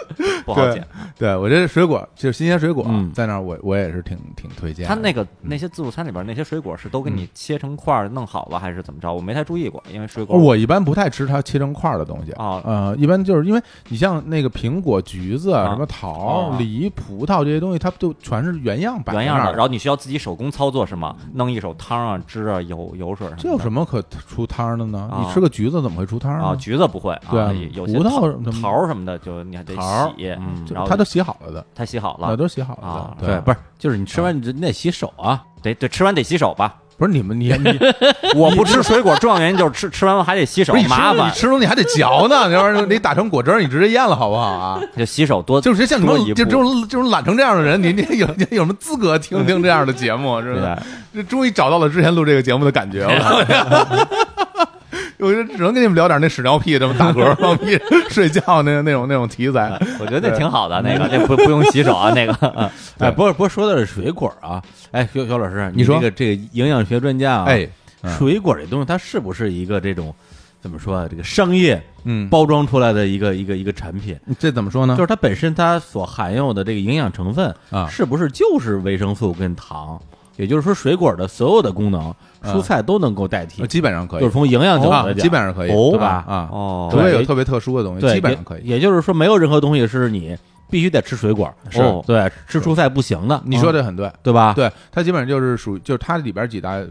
Speaker 2: 不好减。
Speaker 1: 对我觉得水果就是新鲜水果
Speaker 3: 嗯，
Speaker 1: 在那儿我我也是挺挺推荐的。
Speaker 2: 他那个那些自助餐里边那些水果是都给
Speaker 1: 嗯
Speaker 2: 你切成块儿弄好了，还是怎么着？我没太注意过，因为水果
Speaker 1: 我一般不太吃它切成块儿的东西
Speaker 2: 哦
Speaker 1: 呃，一般就是因为你像那个苹果、橘子、
Speaker 2: 啊
Speaker 1: 什么
Speaker 2: 哦
Speaker 1: 桃、梨、葡萄这些东西，它不就全是原样摆在
Speaker 2: 原
Speaker 1: 那
Speaker 2: 样
Speaker 1: 儿
Speaker 2: 的，然后你需要自己手工操作是吗？弄一手汤啊、汁啊、油油水什么的。
Speaker 1: 这有什么可出汤儿的呢？
Speaker 2: 啊
Speaker 1: 你吃个橘子怎么会出汤儿呢
Speaker 2: 啊？橘子不会
Speaker 1: 对
Speaker 2: 啊
Speaker 1: 啊，
Speaker 2: 有些
Speaker 1: 葡萄
Speaker 2: 桃
Speaker 1: 什么的
Speaker 2: 桃儿什么的，就你还得
Speaker 1: 桃儿
Speaker 2: 洗，
Speaker 3: 嗯
Speaker 1: 就
Speaker 2: 然后
Speaker 1: 它都洗好了的，
Speaker 2: 它洗好
Speaker 1: 那
Speaker 2: 了，
Speaker 1: 都洗好
Speaker 2: 啊
Speaker 1: 了的。
Speaker 3: 对，不是，就是你吃完你就你得洗手啊。
Speaker 2: 得得吃完得洗
Speaker 1: <laughs>
Speaker 2: 手吧。
Speaker 1: 不是你们你
Speaker 2: <laughs>
Speaker 1: 你
Speaker 2: 我不吃水果，重要原因就是吃吃完还得洗手
Speaker 1: 不是你，吃
Speaker 2: 麻
Speaker 1: 东西你
Speaker 2: 烦，
Speaker 1: 吃东西还得嚼呢，你要是你打成果汁儿，你直接咽了好不好啊？
Speaker 2: 就洗手多
Speaker 1: 就是像你们
Speaker 2: 多一步
Speaker 1: 就这种这种懒成这样的人，你你有你有什么资格听听这样的节目？是
Speaker 2: 对
Speaker 1: 吧？
Speaker 3: 啊
Speaker 1: 这终于找到了之前录这个节目的感觉了。 <laughs> 我就只能跟你们聊点那屎尿屁、这么打嗝、放屁、睡觉那那种那种题材。
Speaker 3: 啊
Speaker 2: 我觉得那挺好的，那个那不不用洗手啊，
Speaker 1: <laughs>
Speaker 2: 那个
Speaker 3: 哎，不是，不是，说的是水果啊。哎，小小老师，
Speaker 1: 你说
Speaker 3: 这个这个营养学专家啊，
Speaker 1: 哎，嗯
Speaker 3: 水果这东西它是不是一个这种怎么说啊？这个商业
Speaker 1: 嗯，
Speaker 3: 包装出来的一个一个一个产品，
Speaker 1: 这怎么说呢
Speaker 3: 就？是它本身它所含有的这个营养成分
Speaker 1: 啊
Speaker 3: 是不是就是维生素跟糖？也就是说，水果的所有的功能，蔬菜都能够代
Speaker 1: 啊
Speaker 3: 替
Speaker 1: 呃，基本上可以，
Speaker 3: 就是从营养角度
Speaker 1: 啊
Speaker 3: 来讲，
Speaker 1: 基本上可以，
Speaker 3: 哦
Speaker 1: 对吧？
Speaker 3: 吧？
Speaker 1: 啊，
Speaker 2: 哦
Speaker 1: 除非有
Speaker 3: 对
Speaker 1: 特别特殊的东西，
Speaker 3: 对，
Speaker 1: 基本
Speaker 3: 也
Speaker 1: 上可以。
Speaker 3: 也就是说，没有任何东西是你必须得吃水果，
Speaker 2: 是
Speaker 3: 哦对，吃蔬菜不行的。
Speaker 1: 你说
Speaker 3: 的
Speaker 1: 的很对，
Speaker 3: 对吧？
Speaker 1: 对，它基本上就是属于，就是它里边几大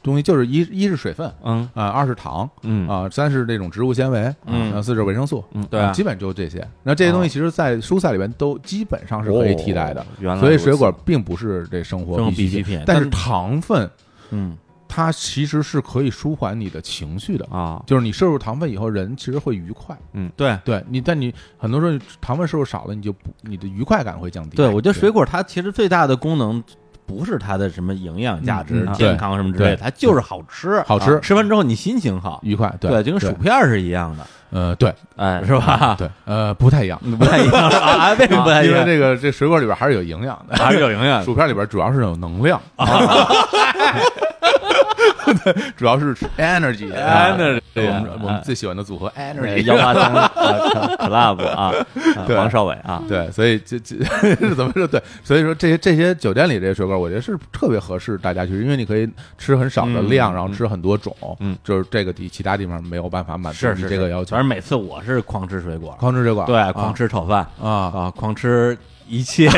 Speaker 1: 东西，就是一一是水分
Speaker 2: 嗯
Speaker 1: 啊，二是糖，
Speaker 2: 嗯
Speaker 1: 啊，三是这种植物纤维，
Speaker 3: 嗯
Speaker 1: 啊，四是维生素，
Speaker 2: 嗯
Speaker 3: 对啊哦
Speaker 1: 啊基本就这些。那这些东西其实，在蔬菜里面都基本上是可以替代的
Speaker 2: 哦原来，
Speaker 1: 所以
Speaker 2: 如此
Speaker 1: 水果并不是这生活
Speaker 3: 生活
Speaker 1: 必
Speaker 3: 必需
Speaker 1: 需
Speaker 3: 品
Speaker 1: 但是
Speaker 3: 但
Speaker 1: 糖分
Speaker 3: 嗯，
Speaker 1: 它其实是可以舒缓你的情绪的，
Speaker 2: 啊，嗯
Speaker 1: 就是你摄入糖分以后，人其实会愉快。
Speaker 3: 对
Speaker 1: 对你，但你很多时候糖分摄入少了，你就不你的愉快感会降低。
Speaker 3: 对，我觉得水果它其实最大的功能不是它的什么营养价值
Speaker 1: 嗯嗯、
Speaker 3: 健康什么之类的，
Speaker 1: 对
Speaker 3: 它就是好吃，
Speaker 1: 好吃
Speaker 3: 啊吃完之后你心情好，
Speaker 1: 愉快，
Speaker 3: 对，就跟薯片是一样的，
Speaker 1: 呃对
Speaker 2: 哎， <laughs>
Speaker 3: 是吧？
Speaker 1: 对呃不太一样，
Speaker 3: 不太一样是吧啊？为什么不太一
Speaker 1: 因为
Speaker 3: 样？
Speaker 1: 这个这水果里边还是有营养的，
Speaker 3: 还是有营
Speaker 2: <laughs>
Speaker 3: 养的
Speaker 1: 薯片里边主要是有能
Speaker 3: <laughs>
Speaker 1: 量， <laughs> 对，主要是 energy
Speaker 3: <laughs>
Speaker 1: 啊
Speaker 3: Energy，哎
Speaker 1: 对我们我们最喜欢的组合 energy
Speaker 2: 幺八三 club 啊，啊
Speaker 1: 对
Speaker 2: 王少伟啊，
Speaker 1: <laughs> 对，所以这 <laughs> 这是怎么说？对，所以说这些这些酒店里这些水果，我觉得是特别合适大家去，因为你可以吃很少的量，
Speaker 3: 嗯
Speaker 1: 然后吃很多种，
Speaker 2: 嗯，
Speaker 1: 就是这个地其他地方没有办法满足
Speaker 3: 是
Speaker 1: 你
Speaker 3: 是
Speaker 1: 这个要求
Speaker 3: 反。正每次我是狂吃水果，
Speaker 1: 狂吃水果，
Speaker 3: 对，
Speaker 1: 啊
Speaker 3: 狂吃炒饭
Speaker 1: 啊，
Speaker 3: 啊，狂吃一
Speaker 1: <laughs>
Speaker 3: 切，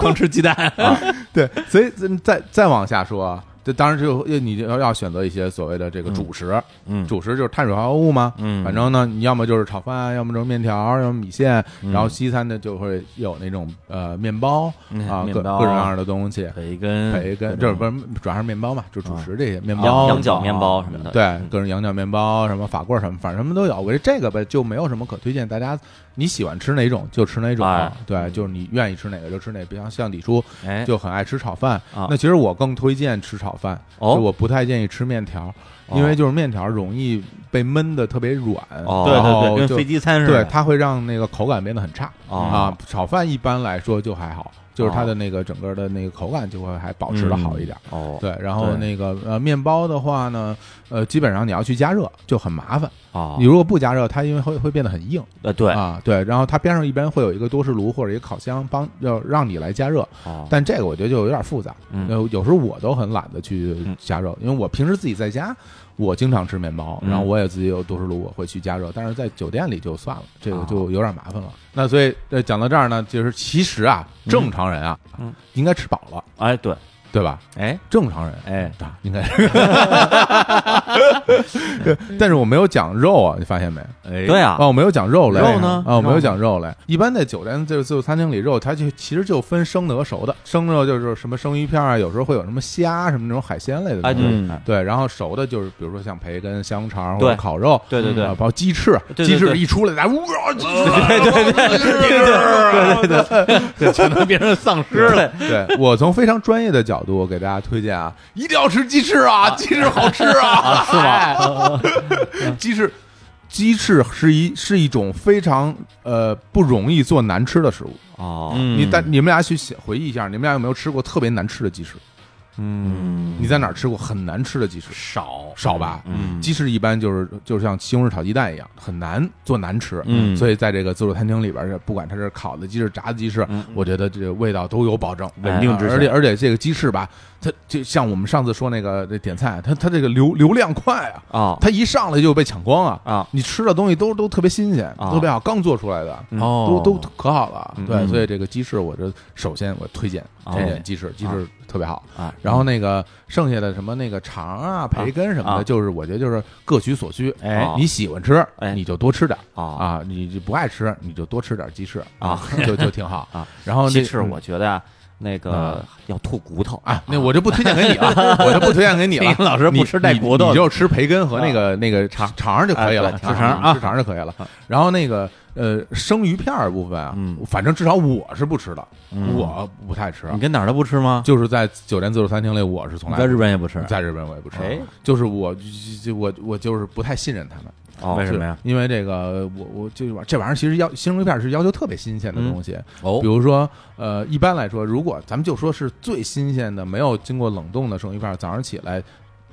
Speaker 3: 狂吃鸡蛋啊，
Speaker 1: 对，所以咱再再往下说啊，这当然就你要要选择一些所谓的这个主食，
Speaker 3: 嗯
Speaker 1: 主食就是碳水化合物嘛，
Speaker 3: 嗯
Speaker 1: 反正呢，你要么就是炒饭，要么就是面条，要么米线，
Speaker 2: 嗯
Speaker 1: 然后西餐呢就会有那种呃面包
Speaker 3: 嗯
Speaker 1: 啊，
Speaker 3: 面
Speaker 1: 各各
Speaker 3: 包
Speaker 1: 种各样的东西，
Speaker 3: 培根，
Speaker 1: 培根，就是不是主要是面包嘛，就主食这些面包、
Speaker 2: 嗯啊羊羊角面包什么的，
Speaker 1: 啊
Speaker 2: 嗯
Speaker 1: 对，各种羊角面包，什么法棍儿什么，反正什么都有。我觉得这个呗，就没有什么可推荐。大家你喜欢吃哪种就吃哪种，
Speaker 2: 哎
Speaker 1: 对，就是你愿意吃哪个就吃哪个。比方像李叔
Speaker 3: 哎，
Speaker 1: 就很爱吃炒饭，
Speaker 2: 啊
Speaker 1: 那其实我更推荐吃炒饭，
Speaker 2: 哦
Speaker 1: 就我不太建议吃面条，
Speaker 3: 哦
Speaker 1: 因为就是面条容易被焖的特别软，
Speaker 2: 哦
Speaker 3: 对
Speaker 1: 然
Speaker 3: 对
Speaker 1: 后
Speaker 3: 对，
Speaker 1: 就
Speaker 3: 跟飞机餐似
Speaker 1: 对
Speaker 3: 的，
Speaker 1: 它会让那个口感变得很差、
Speaker 2: 哦
Speaker 1: 啊。炒饭一般来说就还好，就是它的那个整个的那个口感就会还保持的好一点。
Speaker 2: 哦，
Speaker 1: 对，然后
Speaker 3: 对
Speaker 1: 那个呃，面包的话呢，呃，基本上你要去加热就很麻烦。
Speaker 3: 哦
Speaker 2: 啊
Speaker 1: 你，如果不加热，它因为会会变得很硬
Speaker 2: 呃，对，
Speaker 1: 啊。对，然后它边上一般会有一个多士炉或者一个烤箱帮要让你来加热，
Speaker 2: 哦
Speaker 1: 但这个我觉得就有点复杂。
Speaker 2: 嗯
Speaker 1: 呃，有时候我都很懒得去
Speaker 2: 嗯
Speaker 1: 加热，因为我平时自己在家，我经常吃面包，
Speaker 2: 嗯
Speaker 1: 然后我也自己有多士炉，我会去加热。但是在酒店里就算了，这个
Speaker 2: 啊
Speaker 1: 就有点麻烦了。那所以呃，讲到这儿呢，就是其实啊，正常人啊，
Speaker 2: 嗯
Speaker 1: 应该吃饱了，
Speaker 2: 哎，对，
Speaker 1: 对吧？
Speaker 2: 哎，
Speaker 1: 正常人
Speaker 2: 哎
Speaker 1: 啊，应该是。 <laughs> 对但是我没有讲肉啊，你发现没？
Speaker 3: 哎
Speaker 2: 对啊
Speaker 1: 啊，，我没有讲肉类。
Speaker 3: 肉呢
Speaker 1: 啊，我没有讲肉类。一般在酒店、就是自助餐厅里，肉它就其实就分生的和熟的。生肉就是什么生鱼片啊，有时候会有什么虾什么那种海鲜类的
Speaker 2: 哎，
Speaker 1: 东
Speaker 2: 对
Speaker 1: 西。，
Speaker 3: 嗯
Speaker 1: 对，然后熟的就是比如说像培根、香肠或
Speaker 2: 对
Speaker 1: 者烤肉。
Speaker 2: 对对对
Speaker 1: 啊，包括鸡翅，
Speaker 2: 对对
Speaker 1: 鸡翅
Speaker 2: 对
Speaker 1: 一出来，大家呜，
Speaker 3: 对对对
Speaker 1: 啊
Speaker 3: 对对对对对，全都变成丧尸了。
Speaker 1: 对我从非常专业的角度给大家推荐啊，一定要吃鸡翅啊，鸡翅好吃
Speaker 3: <laughs>
Speaker 1: 啊，是吗？鸡翅，鸡翅是一是一种非常呃不容易做难吃的食物。
Speaker 2: 哦，
Speaker 3: 嗯
Speaker 1: 你但你们俩去想回忆一下，你们俩有没有吃过特别难吃的鸡翅？
Speaker 2: 嗯，
Speaker 1: 你在哪儿吃过很难吃的鸡翅？
Speaker 3: 少
Speaker 1: 少吧？
Speaker 3: 嗯
Speaker 1: 鸡翅一般就是就像西红柿炒鸡蛋一样，很难做难吃。
Speaker 3: 嗯
Speaker 1: 所以在这个自助餐厅里边儿，不管它是烤的鸡翅、炸的鸡翅，
Speaker 3: 嗯
Speaker 1: 我觉得这个味道都有保证，啊
Speaker 2: 稳定
Speaker 1: 之。而且而且这个鸡翅吧，它就像我们上次说那个这点菜，它它这个流流量快啊，
Speaker 2: 哦，
Speaker 1: 它一上来就被抢光啊
Speaker 2: 啊
Speaker 1: 你吃的东西都都特别新鲜，
Speaker 2: 啊嗯
Speaker 1: 特别好，刚做出来的，
Speaker 3: 哦
Speaker 1: 都都可好了。对，
Speaker 3: 嗯
Speaker 1: 所以这个鸡翅，我这首先我推荐
Speaker 2: 哦
Speaker 1: 推荐鸡翅，鸡翅特别好。
Speaker 2: 啊，
Speaker 1: 然后那个剩下的什么那个肠啊、培根什么
Speaker 2: 啊啊
Speaker 1: 的，就是我觉得就是各取所需。
Speaker 3: 哎
Speaker 1: 你喜欢吃
Speaker 2: 哎，
Speaker 1: 你就多吃点儿
Speaker 2: 哦
Speaker 1: 啊；你就不爱吃，你就多吃点鸡翅
Speaker 2: 啊，
Speaker 1: <laughs> 就就挺好
Speaker 2: <laughs> 啊。
Speaker 1: 然后那嗯
Speaker 2: 鸡翅，我觉得啊，那个要吐骨头
Speaker 1: 啊，那我就不推荐给你了， <laughs> 我就不推荐给你了。
Speaker 3: 老师
Speaker 1: 你
Speaker 3: 不吃带
Speaker 1: 你
Speaker 3: 骨头
Speaker 1: 你就吃培根和那个那个肠肠就可以
Speaker 2: 哎
Speaker 1: 了，
Speaker 2: 对
Speaker 1: 吃
Speaker 2: 肠
Speaker 1: 肠
Speaker 3: 啊
Speaker 1: 吃肠就可以了。然后那个呃，生鱼片儿部分啊
Speaker 3: 嗯，
Speaker 1: 反正至少我是不吃的，
Speaker 3: 嗯
Speaker 1: 我不太吃
Speaker 3: 你，跟哪儿都不吃吗？
Speaker 1: 就是在酒店自助餐厅里，我是从来
Speaker 3: 在
Speaker 1: 不
Speaker 3: 日本也不吃，
Speaker 1: 在日本我也不吃
Speaker 2: 哎，
Speaker 1: 就是我就就我我就是不太信任他们，
Speaker 2: 哦
Speaker 3: 为什么呀？
Speaker 1: 因为这个我我这玩这玩意儿其实要生鱼片儿是要求特别新鲜的东西，
Speaker 3: 哦
Speaker 1: 比如说，呃，一般来说，如果咱们就说是最新鲜的，没有经过冷冻的生鱼片，早上起来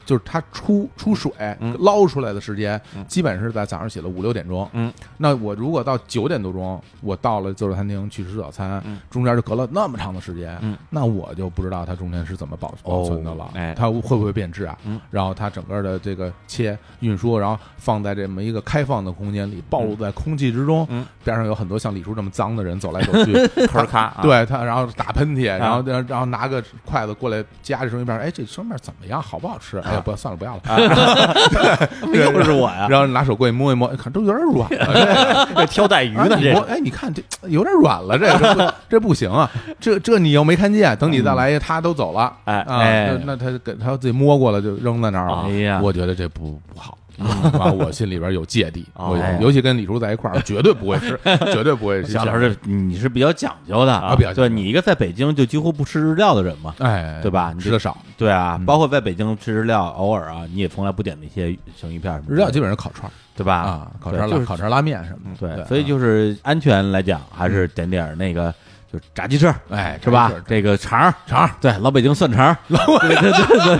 Speaker 1: 就是它出出水、捞出来的时间，基本是在早上起来五六点钟。
Speaker 2: 嗯，
Speaker 1: 那我如果到九点多钟，我到了自助餐厅去吃早餐，中间就隔了那么长的时间，
Speaker 2: 嗯
Speaker 1: 那我就不知道它中间是怎么保保存的了，
Speaker 2: 哎
Speaker 1: 它会不会变质啊？
Speaker 2: 嗯
Speaker 1: 然后它整个的这个切运输，然后放在这么一个开放的空间里，暴露在空气之中，
Speaker 2: 嗯
Speaker 1: 边上有很多像李叔这么脏的人走来
Speaker 2: <laughs>
Speaker 1: 走去，
Speaker 2: 吭儿咔啊，
Speaker 1: 对他，然后
Speaker 3: 啊
Speaker 1: 打喷嚏，然后然后然后拿个筷子过来夹着生鱼片儿，哎，这生鱼片儿怎么样？好不好吃？哎呦，哎，
Speaker 3: 啊，
Speaker 1: 不算了，不要了。 <laughs> 对
Speaker 3: 又是我呀，
Speaker 1: 然后拿手过去摸一摸，看都有点软啊了。
Speaker 3: <laughs>
Speaker 2: 这挑带鱼
Speaker 1: 这
Speaker 2: 呢，这
Speaker 1: 哎
Speaker 2: 是
Speaker 1: 我哎，你看这有点软了，这这
Speaker 3: <laughs>
Speaker 1: 不这不行啊！这这你又没看见，等你再来，他都走了。
Speaker 2: 哎
Speaker 1: 啊，
Speaker 3: 哎
Speaker 1: 那那他给他自己摸过了，就扔在那儿了。
Speaker 3: 哎呀
Speaker 1: 我觉得这不不好。啊，我心里边有芥
Speaker 3: <laughs>
Speaker 1: 蒂，
Speaker 2: 哦
Speaker 1: 我
Speaker 3: 哎呀
Speaker 1: 尤其跟李叔在一块儿，绝对不
Speaker 3: <laughs>
Speaker 1: 会吃，绝对不会吃。
Speaker 3: 小老师，你是比较讲究的
Speaker 1: 啊比较讲究
Speaker 3: 对你一个在北京就几乎不吃日料的人嘛，
Speaker 1: 哎，
Speaker 3: 对吧你
Speaker 1: 吃的少，
Speaker 3: 对
Speaker 1: 嗯
Speaker 3: 啊，包括在北京吃日料，偶尔啊，你也从来不点那些生鱼片什么的
Speaker 1: 日料基本上烤串儿
Speaker 3: 对吧？
Speaker 1: 啊，烤串儿
Speaker 3: 对就
Speaker 1: 拉
Speaker 3: 是嗯
Speaker 1: 烤串儿拉面什么的。啊
Speaker 3: 对，所以就是安全来讲，还是点点那个就是炸鸡翅，
Speaker 1: 哎
Speaker 3: 是吧
Speaker 1: 嗯炸鸡翅？
Speaker 3: 这个肠儿
Speaker 1: 肠儿，
Speaker 3: 对，老北京蒜肠儿，对对对对对，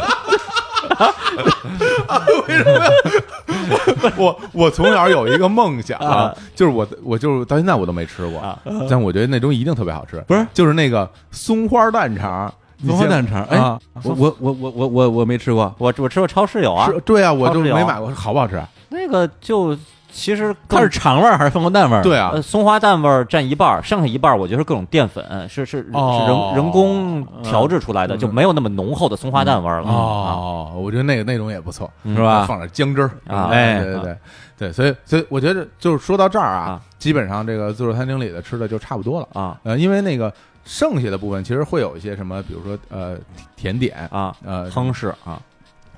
Speaker 1: 我我从小有一个梦想啊，就是我我就是到现在我都没吃过，但我觉得那东西一定特别好吃。
Speaker 3: 啊不是
Speaker 1: 就是那个松花蛋肠，
Speaker 3: 松花蛋肠，
Speaker 1: 你见
Speaker 3: 哎
Speaker 1: 啊，
Speaker 3: 我我我我我我我没吃过，
Speaker 2: 我我吃过超市有
Speaker 3: 哎
Speaker 2: 啊，
Speaker 1: 是对啊，我就
Speaker 2: 超市有
Speaker 1: 没买过，好不好吃？
Speaker 3: 嗯
Speaker 2: 那个就其实
Speaker 3: 它
Speaker 2: 更
Speaker 3: 是肠味儿还是凤凰蛋味儿？
Speaker 1: 对啊
Speaker 2: 呃，，松花蛋味儿占一半儿，剩下一半儿我觉得是各种淀粉，是是是
Speaker 1: 哦嗯
Speaker 2: 人人工调制出来的，就没有那么浓厚的松花蛋味儿了。
Speaker 1: 哦，我觉得那个那种也不错，
Speaker 3: 嗯啊是吧
Speaker 1: 放点姜汁儿
Speaker 2: 啊
Speaker 1: 哎，
Speaker 3: 哎
Speaker 1: 对对对对，所以所以我觉得就是说到这儿啊
Speaker 2: 啊，
Speaker 1: 基本上这个自助餐厅里的吃的就差不多了。
Speaker 2: 啊
Speaker 1: 呃，因为那个剩下的部分其实会有一些什么，比如说呃甜点
Speaker 2: 啊，啊，
Speaker 1: 呃
Speaker 2: 亨氏啊，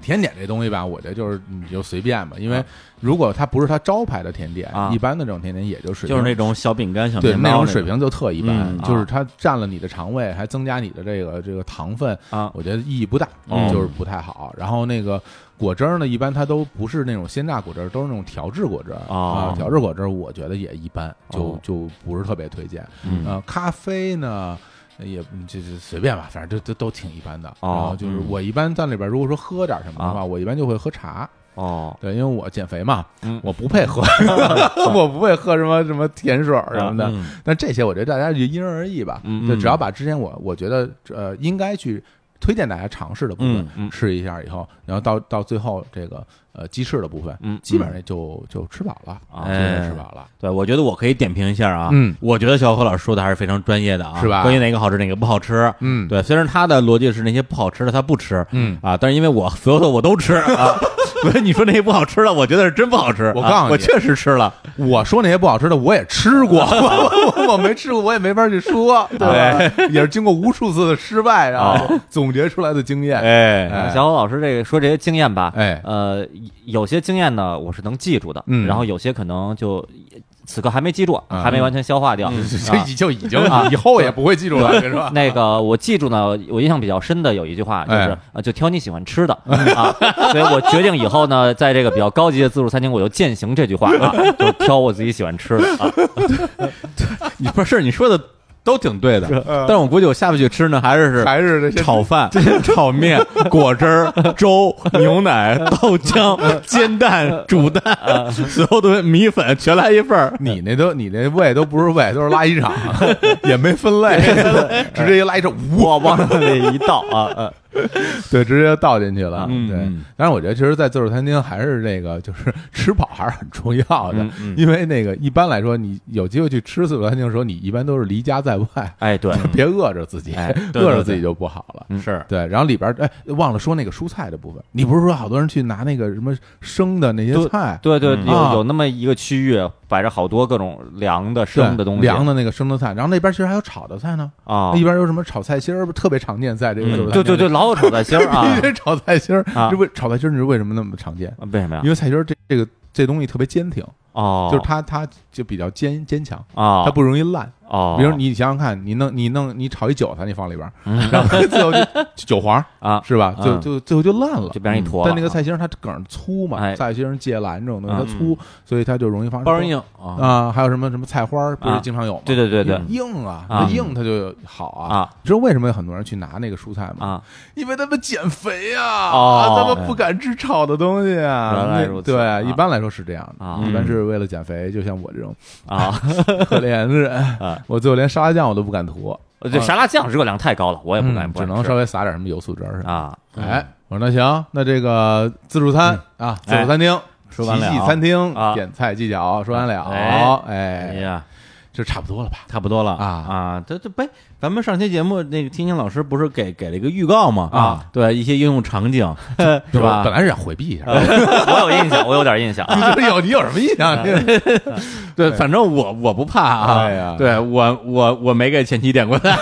Speaker 1: 甜点这东西吧，我觉得就是你就随便吧，因为如果它不是它招牌的甜点，
Speaker 2: 啊
Speaker 1: 一般的这种甜点也就水平
Speaker 3: 就是那种小饼干、小
Speaker 1: 对
Speaker 3: 面
Speaker 1: 那
Speaker 3: 包那
Speaker 1: 种水平就特一般，
Speaker 3: 嗯啊
Speaker 1: 就是它占了你的肠胃，还增加你的这个这个糖分
Speaker 2: 啊
Speaker 1: 我觉得意义不大，
Speaker 3: 哦
Speaker 1: 就是不太好。然后那个果汁儿呢，一般它都不是那种鲜榨果汁儿，都是那种调制果汁儿、
Speaker 2: 哦
Speaker 1: 啊，调制果汁儿我觉得也一般，就、
Speaker 2: 哦
Speaker 1: 就不是特别推荐。
Speaker 3: 嗯
Speaker 1: 呃，咖啡呢。呃也这这随便吧，反正这这都挺一般的。
Speaker 2: 哦
Speaker 1: 然后就是
Speaker 3: 嗯
Speaker 1: 我一般在里边，如果说喝点什么的话，
Speaker 2: 啊
Speaker 1: 我一般就会喝茶。
Speaker 2: 哦，
Speaker 1: 对，因为我减肥嘛，
Speaker 2: 嗯
Speaker 1: 我不配喝，
Speaker 2: 啊
Speaker 1: 我不会喝什么什么甜水儿什么的。
Speaker 3: 嗯
Speaker 1: 但这些我觉得大家就因人而异吧。
Speaker 2: 嗯
Speaker 1: 就只要把之前我我觉得呃应该去推荐大家尝试的部分
Speaker 3: 嗯
Speaker 2: 嗯
Speaker 1: 吃一下以后，然后到到最后这个呃鸡翅的部分，
Speaker 2: 嗯
Speaker 1: 基本上就就吃饱了
Speaker 2: 啊
Speaker 1: 基本上吃饱了。
Speaker 3: 对，我觉得我可以点评一下啊。
Speaker 1: 嗯
Speaker 3: 我觉得小何老师说的还是非常专业的啊，
Speaker 1: 是吧
Speaker 3: 关于哪个好吃，哪个不好吃。
Speaker 1: 嗯
Speaker 3: 对，虽然他的逻辑是那些不好吃的他不吃，
Speaker 1: 嗯
Speaker 3: 啊，但是因为我所有的我都吃啊， <laughs> 所以你说那些不好吃的，我觉得是真不好吃。
Speaker 1: 我告诉
Speaker 3: 啊
Speaker 1: 你
Speaker 3: 我确实吃了。
Speaker 1: 我说那些不好吃的我也吃过， <laughs> 我我我没吃过，我也没法去说，对吧？也是经过无数次的失败，然后总结出来的经验。
Speaker 3: 哎，
Speaker 1: <laughs> 哎
Speaker 2: 小侯老师这个说这些经验吧，
Speaker 1: 哎
Speaker 2: 呃，有些经验呢我是能记住的，
Speaker 1: 嗯
Speaker 2: 然后有些可能就此刻还没记住，
Speaker 1: 啊
Speaker 2: 还没完全消化掉。
Speaker 1: <laughs> <laughs> 就
Speaker 2: 啊
Speaker 1: 已就已经
Speaker 2: 啊
Speaker 1: 以后也不会记住了，是吧？
Speaker 2: 那个我记住呢，我印象比较深的有一句话就是
Speaker 1: 哎嗯
Speaker 2: 呃就挑你喜欢吃的啊，所以我决定以后呢，在这个比较高级的自助餐厅，我就践行这句话啊，就挑我自己喜欢吃的啊。 <laughs>
Speaker 3: 你不是你说的都挺对的，但是我估计我下不去吃呢，还是
Speaker 1: 还是这些
Speaker 3: 炒饭、 <laughs> 炒面、果汁儿、粥、牛奶、豆浆、煎蛋、煮蛋，所有东西米粉全来一份
Speaker 1: <laughs>
Speaker 3: 儿。
Speaker 1: 你那都你那胃都不是胃，都是垃圾场， <laughs> 也没分类，直接一垃圾场，
Speaker 2: 我往那里一倒啊，呃
Speaker 1: 对，直接倒进去了。
Speaker 3: 嗯
Speaker 1: 对
Speaker 3: 嗯，
Speaker 1: 但是我觉得，其实，在自助餐厅还是那个，就是吃饱还是很重要的，因为那个一般来说，你有机会去吃自助餐厅的时候，你一般都是离家在外，
Speaker 2: 哎对，
Speaker 1: 别饿着自己， <laughs>
Speaker 2: 哎
Speaker 3: 对
Speaker 1: 饿
Speaker 3: 对
Speaker 1: 着自己
Speaker 3: 对
Speaker 1: 就不好了。
Speaker 3: 嗯
Speaker 2: 嗯
Speaker 3: 是，
Speaker 1: 对，然后里边儿哎，忘了说那个蔬菜的部分。你不是说好多人去拿那个什么生的那些菜，
Speaker 2: 对对，
Speaker 3: 嗯
Speaker 1: 啊
Speaker 2: 有有那么一个区域摆着好多各种凉的、
Speaker 1: 对
Speaker 2: 生的东西，
Speaker 1: 凉的哎那个生的菜，然后那边其实还有炒的菜呢。
Speaker 2: 啊
Speaker 1: 那，一边有什么炒菜心儿，特别常见在这个
Speaker 3: 嗯
Speaker 1: 自助餐厅
Speaker 2: 对对对，
Speaker 1: 里，
Speaker 2: 老有炒菜心儿啊
Speaker 1: <laughs> ，这炒菜心儿，
Speaker 2: 啊
Speaker 1: 这为炒菜心儿，你知道为什么那么常见？
Speaker 2: 为什么呀
Speaker 1: 因？为菜心儿这这个这东西特别坚挺，
Speaker 2: 哦，
Speaker 1: 就是它它就比较坚坚强，
Speaker 2: 啊，
Speaker 1: 它不容易烂。
Speaker 2: 哦，
Speaker 1: 比如你想想看，你弄你弄你炒一韭菜，你放里边儿，
Speaker 2: 嗯
Speaker 1: 然后 <laughs> 最后就韭黄
Speaker 2: 啊，
Speaker 1: 是吧？就
Speaker 2: 嗯
Speaker 1: 就最后就烂了
Speaker 2: 就。变成一坨了，
Speaker 1: 但那个菜心儿它梗儿粗嘛，
Speaker 2: 哎
Speaker 1: 菜心儿芥蓝这种东西它
Speaker 2: 嗯
Speaker 1: 粗，所以它就容易发生
Speaker 3: 包容硬啊，
Speaker 1: 啊。还有什么什么菜花儿，不是
Speaker 2: 啊
Speaker 1: 经常有吗？
Speaker 2: 对对对对
Speaker 1: 硬啊，
Speaker 2: 啊
Speaker 1: 那硬它就好啊。
Speaker 2: 啊
Speaker 1: 你知道为什么有很多人去拿那个蔬菜吗？
Speaker 2: 啊，
Speaker 1: 因为他们减肥呀、啊，
Speaker 2: 哦
Speaker 1: 他们不敢吃炒的东西啊。
Speaker 2: 原来
Speaker 1: 那
Speaker 2: 如此啊
Speaker 1: 对，一般来说是这样的，
Speaker 2: 啊
Speaker 1: 一般是为了减肥，就像我这种 <laughs>
Speaker 2: 啊，
Speaker 1: 可怜的人
Speaker 2: 啊，
Speaker 1: 我最后连沙拉酱我都不敢涂，
Speaker 2: 这呃沙拉酱热量太高了，我也不
Speaker 1: 啊
Speaker 2: 敢，
Speaker 1: 嗯
Speaker 2: 不
Speaker 1: 只
Speaker 2: 敢
Speaker 1: 能
Speaker 2: 吃
Speaker 1: 稍微撒点什么油醋汁儿。
Speaker 2: 啊，
Speaker 1: 哎，我说那行，那这个自助餐啊，自助餐厅。
Speaker 3: 嗯哎说完了啊
Speaker 1: 奇迹餐厅
Speaker 2: 啊
Speaker 1: 点菜技巧说完了，
Speaker 2: 哎
Speaker 1: 哎
Speaker 3: 哎呀，
Speaker 1: 就差不多了吧？
Speaker 3: 差不多了
Speaker 1: 啊
Speaker 3: 啊，这这
Speaker 2: 哎
Speaker 3: 不，咱们上期节目那个天星老师不是给给了一个预告吗？
Speaker 1: 啊，
Speaker 3: 对一些应用场景是
Speaker 1: 就
Speaker 3: 吧
Speaker 1: 本？来是想回
Speaker 3: <laughs>
Speaker 1: 避一下，
Speaker 2: <laughs> 我有印象，我有点印象。啊
Speaker 1: 你 <laughs> 这有你有什么印
Speaker 3: <laughs>
Speaker 1: 象？这
Speaker 3: 对，反正我我不怕
Speaker 1: 哎呀
Speaker 3: 啊，对我我我没给前妻点过赞，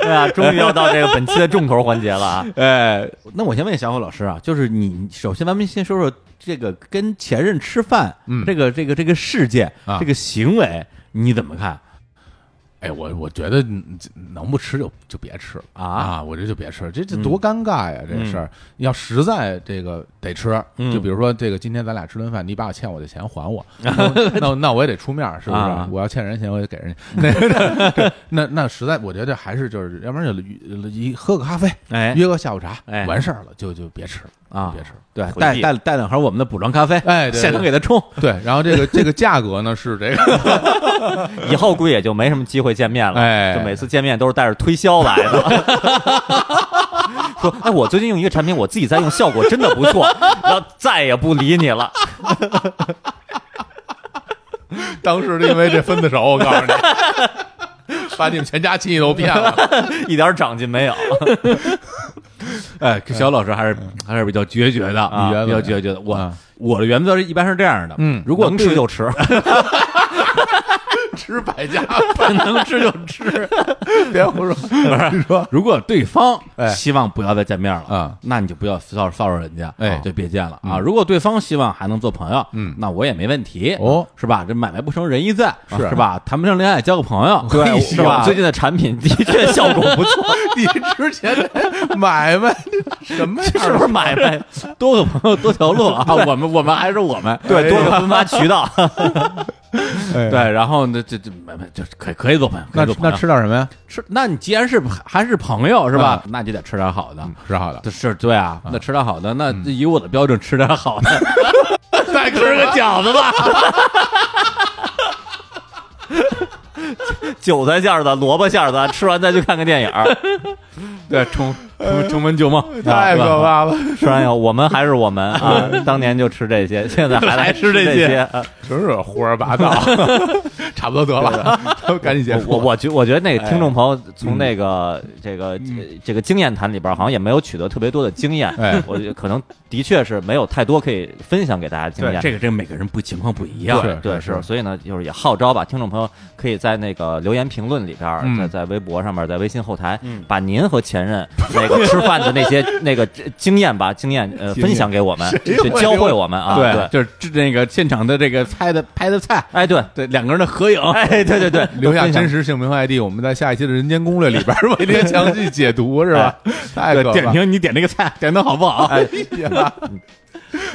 Speaker 2: 对啊，终于要到这个本期的重头环节了啊！
Speaker 3: 哎，那我先问小虎老师啊，就是你首先咱们先说说这个跟前任吃饭，
Speaker 1: 嗯
Speaker 3: 这个这个这个事件，
Speaker 1: 啊
Speaker 3: 这个行为你怎么看？
Speaker 1: 哎，我我觉得嗯能不吃就就别吃了
Speaker 3: 啊嗯
Speaker 1: 我这就别吃，这这多尴尬呀！这事儿要实在这个得吃，
Speaker 3: 嗯
Speaker 1: 就比如说这个今天咱俩吃顿饭，你把我欠我的钱还
Speaker 3: <laughs>
Speaker 1: 我，那那那我也得出面儿，是不是？
Speaker 3: 啊
Speaker 1: 我要欠人钱，我也给人家。 <laughs> 那这那那实在，我觉得还是就是，要不然就一一喝个咖啡，
Speaker 3: 哎
Speaker 1: 约个下午茶，
Speaker 3: 哎
Speaker 1: 完事儿了就就别吃了
Speaker 3: 啊
Speaker 1: 别吃了。
Speaker 3: 对，
Speaker 2: 回
Speaker 3: 带
Speaker 2: 避
Speaker 3: 带带两盒我们的补妆咖啡，
Speaker 1: 哎对
Speaker 3: 现场给他冲，
Speaker 1: 对，然后这个这个价格呢是这个， <laughs>
Speaker 3: <laughs>
Speaker 2: 以后估计也就没什么机会见面了，
Speaker 1: 哎
Speaker 2: 就每次见面都是带着推销来的。 <laughs> 说，哎，我最近用一个产品，我自己在用，效果真的不错， <laughs> 然后再也不理你了。
Speaker 1: 当时因为这分的少，我告诉你，把你们 <laughs> 全家亲戚都骗了。
Speaker 2: 一点长进没有。
Speaker 3: 哎，小老师还是还是比较决绝的，
Speaker 1: 啊
Speaker 3: 比较决绝的。我
Speaker 1: 啊
Speaker 3: 我的原则是一般是这样的，
Speaker 1: 嗯
Speaker 3: 如果
Speaker 2: 能
Speaker 3: 对
Speaker 2: 吃就吃，
Speaker 1: 吃百家，
Speaker 3: 能吃就吃，
Speaker 1: <laughs> 别胡说。你说
Speaker 3: 如果对方
Speaker 1: 哎
Speaker 3: 希望不要再见面了
Speaker 1: 啊，
Speaker 3: 那你就不要骚骚扰人家，
Speaker 1: 哎
Speaker 3: 就别见了啊。如果对方希望还能做朋友，
Speaker 1: 嗯
Speaker 3: 那我也没问题，
Speaker 1: 哦，
Speaker 3: 是吧？这买卖不成仁义在，
Speaker 1: 是
Speaker 3: 是吧？谈不上恋爱，交个朋友，
Speaker 1: 嘿
Speaker 3: 是
Speaker 2: 我
Speaker 3: 吧
Speaker 2: 最？近的产品的确效果不错，
Speaker 1: 你之前买卖什么
Speaker 3: <laughs>
Speaker 2: 是不是买卖？
Speaker 3: 多个朋友多条路啊，哎我们我们还是我们，
Speaker 2: <laughs> 对，多个分发渠道。
Speaker 1: 对
Speaker 3: 对，然后呢，这这买 <laughs> 卖就可以可以做朋友，可
Speaker 1: <laughs> 那
Speaker 3: 以做朋友
Speaker 1: 那吃点什么呀？
Speaker 3: 吃，那你既然是还是朋友是吧？那就得吃点好的。
Speaker 1: 吃好的，
Speaker 3: 这是对啊，那吃点好的，那以我的标准吃点好 <laughs> 的，再吃个饺子吧。
Speaker 2: <laughs> 韭菜馅儿的、萝卜馅儿的，吃完再去看个电影儿。
Speaker 3: 对，重重重温旧梦，
Speaker 1: <laughs> 太可怕了，
Speaker 2: 吃完
Speaker 1: <laughs>
Speaker 2: 以后，我们还是我们啊，当年就吃这些，现在还来
Speaker 3: 吃
Speaker 2: 这
Speaker 3: 这些
Speaker 2: 啊
Speaker 1: 真是胡说八道， <laughs> 啊差不多得了，赶紧结束。
Speaker 2: 呃我我觉我觉得那个听众朋友从那
Speaker 1: 哎
Speaker 2: 个这个这这个经验谈里边，好像也没有取得特别多的经验
Speaker 1: 哎。
Speaker 2: 我觉得可能的确是没有太多可以分享给大家经
Speaker 3: 对
Speaker 2: 验。
Speaker 3: 这个这个每个人不情况不一样，
Speaker 1: 是
Speaker 2: 对，
Speaker 1: 是
Speaker 2: 是，所以呢，就是也号召吧，听众朋友可以在那个留言评论里边儿，
Speaker 1: 嗯
Speaker 2: 在在微博上面，在微信后台，把您和前任那个吃饭的那些那个经验吧，经验呃
Speaker 1: 经验
Speaker 2: 分享给我们，
Speaker 1: 谁
Speaker 2: 就
Speaker 1: 会
Speaker 2: 教
Speaker 1: 留
Speaker 2: 会我们啊，
Speaker 3: 对，就是这那个现场的这个菜的拍的菜，
Speaker 2: 哎对，
Speaker 3: 对，两个人的合影，
Speaker 2: 哎对对
Speaker 3: <laughs>
Speaker 2: 对，
Speaker 1: 留下
Speaker 2: 都分享
Speaker 1: 真实姓名和 ID，我们在下一期的《人间攻略》里边儿为 <laughs> 您详细解读，是吧？太可怕
Speaker 3: 对，点
Speaker 1: 了！
Speaker 3: 评你点这个菜点的好不好？
Speaker 1: 哎呀 <laughs>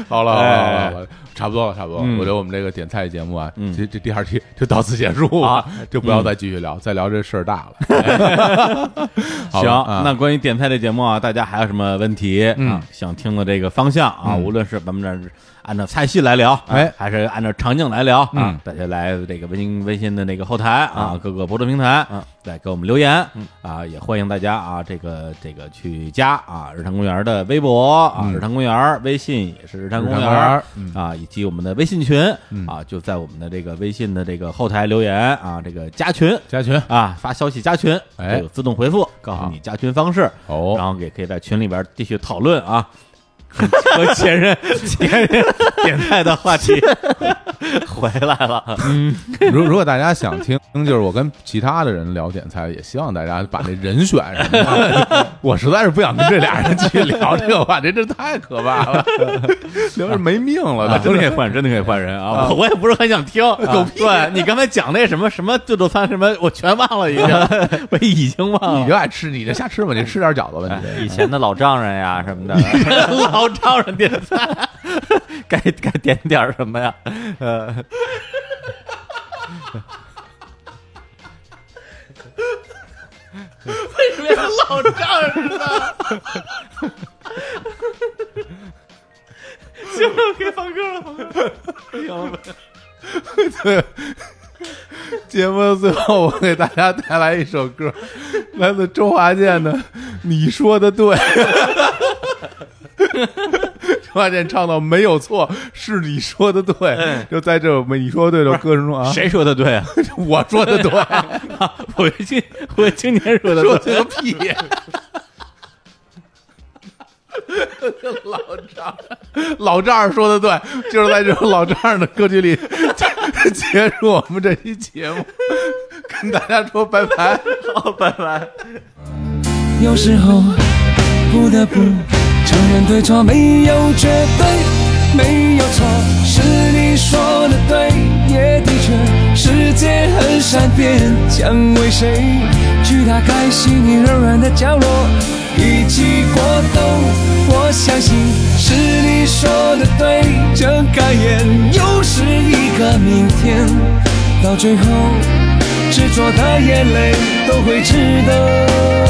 Speaker 1: 好了，好了，好了好了，差不多了，差不多了。
Speaker 3: 哎嗯
Speaker 1: 我觉得我们这个点菜节目啊，
Speaker 3: 嗯
Speaker 1: 这这第二期就到此结束吧
Speaker 3: 啊，
Speaker 1: 就不要再继续聊，再聊这事儿大了。好
Speaker 3: <laughs> 行，
Speaker 1: 吧啊
Speaker 3: 那关于点菜这节目啊，大家还有什么问题、
Speaker 1: 嗯
Speaker 3: 啊？想听的这个方向啊，
Speaker 1: 嗯
Speaker 3: 无论是咱们这儿按照菜系来聊，啊
Speaker 1: 哎
Speaker 3: 还是按照场景来聊啊，
Speaker 1: 嗯
Speaker 3: 大家来这个微信微信的那个后台啊，各个播客平台啊，来给我们留言、啊，也欢迎大家啊，这个这个去加啊，日坛公园的微博啊，
Speaker 1: 嗯
Speaker 3: 日坛公园微信也是
Speaker 1: 日
Speaker 3: 日坛
Speaker 1: 坛
Speaker 3: 公
Speaker 1: 公园嗯
Speaker 3: 啊，以及我们的微信群、
Speaker 1: 嗯
Speaker 3: 啊，就在我们的这个微信的这个后台留言啊，这个加群。
Speaker 1: 加群
Speaker 3: 啊，发消息加群，
Speaker 1: 哎
Speaker 3: 这个自动回复，告诉你加群方式，
Speaker 1: 哦
Speaker 3: 然后也可以在群里边继续讨论啊。和前任、前 <laughs> 任点菜的话题，
Speaker 2: 回来了，
Speaker 1: 如如果大家想听，就是我跟其他的人聊点菜，也希望大家把这人选什么
Speaker 3: <laughs>
Speaker 1: 的。我实在是不想跟这俩人继续聊这个话题，这太可怕
Speaker 3: <laughs>
Speaker 1: 了，聊着没命了，
Speaker 3: 啊
Speaker 1: 真
Speaker 3: 真的可以
Speaker 1: 的。
Speaker 3: 换，真的可以换人啊！我我也不是很想听，狗屁！对你刚才讲那什么什么自助餐什么，我全忘了，已经， <laughs> 我已经忘
Speaker 1: 你
Speaker 3: 了。
Speaker 1: 就爱吃，你就瞎吃吧，你吃点饺子吧，
Speaker 3: 哎
Speaker 2: 以前的老丈人
Speaker 3: <laughs>
Speaker 2: 呀什么的，
Speaker 3: 老丈人点菜，
Speaker 2: <laughs> 该该点点儿什么呀？ <laughs> 呃，
Speaker 1: 你。节目的最后，我给大家带来一首歌， <laughs> 来自 <laughs> 周华健的《你说的对》。发现唱到没有错，是你说的对，就在这没你说的对的歌声中
Speaker 3: <laughs>
Speaker 1: 啊，
Speaker 3: 谁说的对啊？
Speaker 1: 我说的对，
Speaker 3: 我今我今年说的
Speaker 1: 说
Speaker 3: 对，
Speaker 1: 对个屁！ <laughs> 老丈人老丈人说的对，就是在这种老丈人的歌曲里结束我们这期节目，跟大家说拜拜。
Speaker 6: 有时候不得不承认对错，没有绝对，没有错，是你说的对，也的确，世界很善变，将为谁去打开心里柔软的角落，一起过冬。我相信是你说的对，睁开眼又是一个明天，到最后，执着的眼泪都会值得。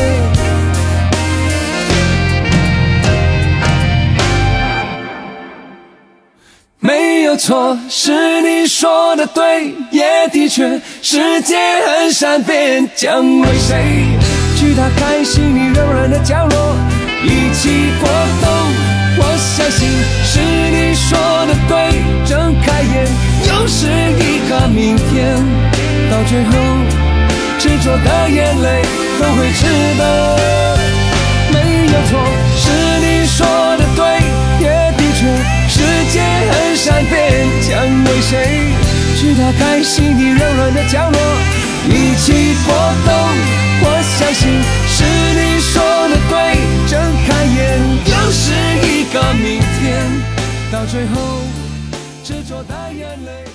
Speaker 6: 没有错，是你说的对，也的确，世界很善变，将为谁去打开心里柔软的角落，一起过冬。我相信是你说的对，睁开眼又是一个明天，到最后，执着的眼泪都会值得。没有错，是你说的对，也的确，世界很善变，将为谁去打开心底柔软的角落，一起过冬。我相信是你说的对，睁开眼又是一个明天，到最后，执着的眼泪。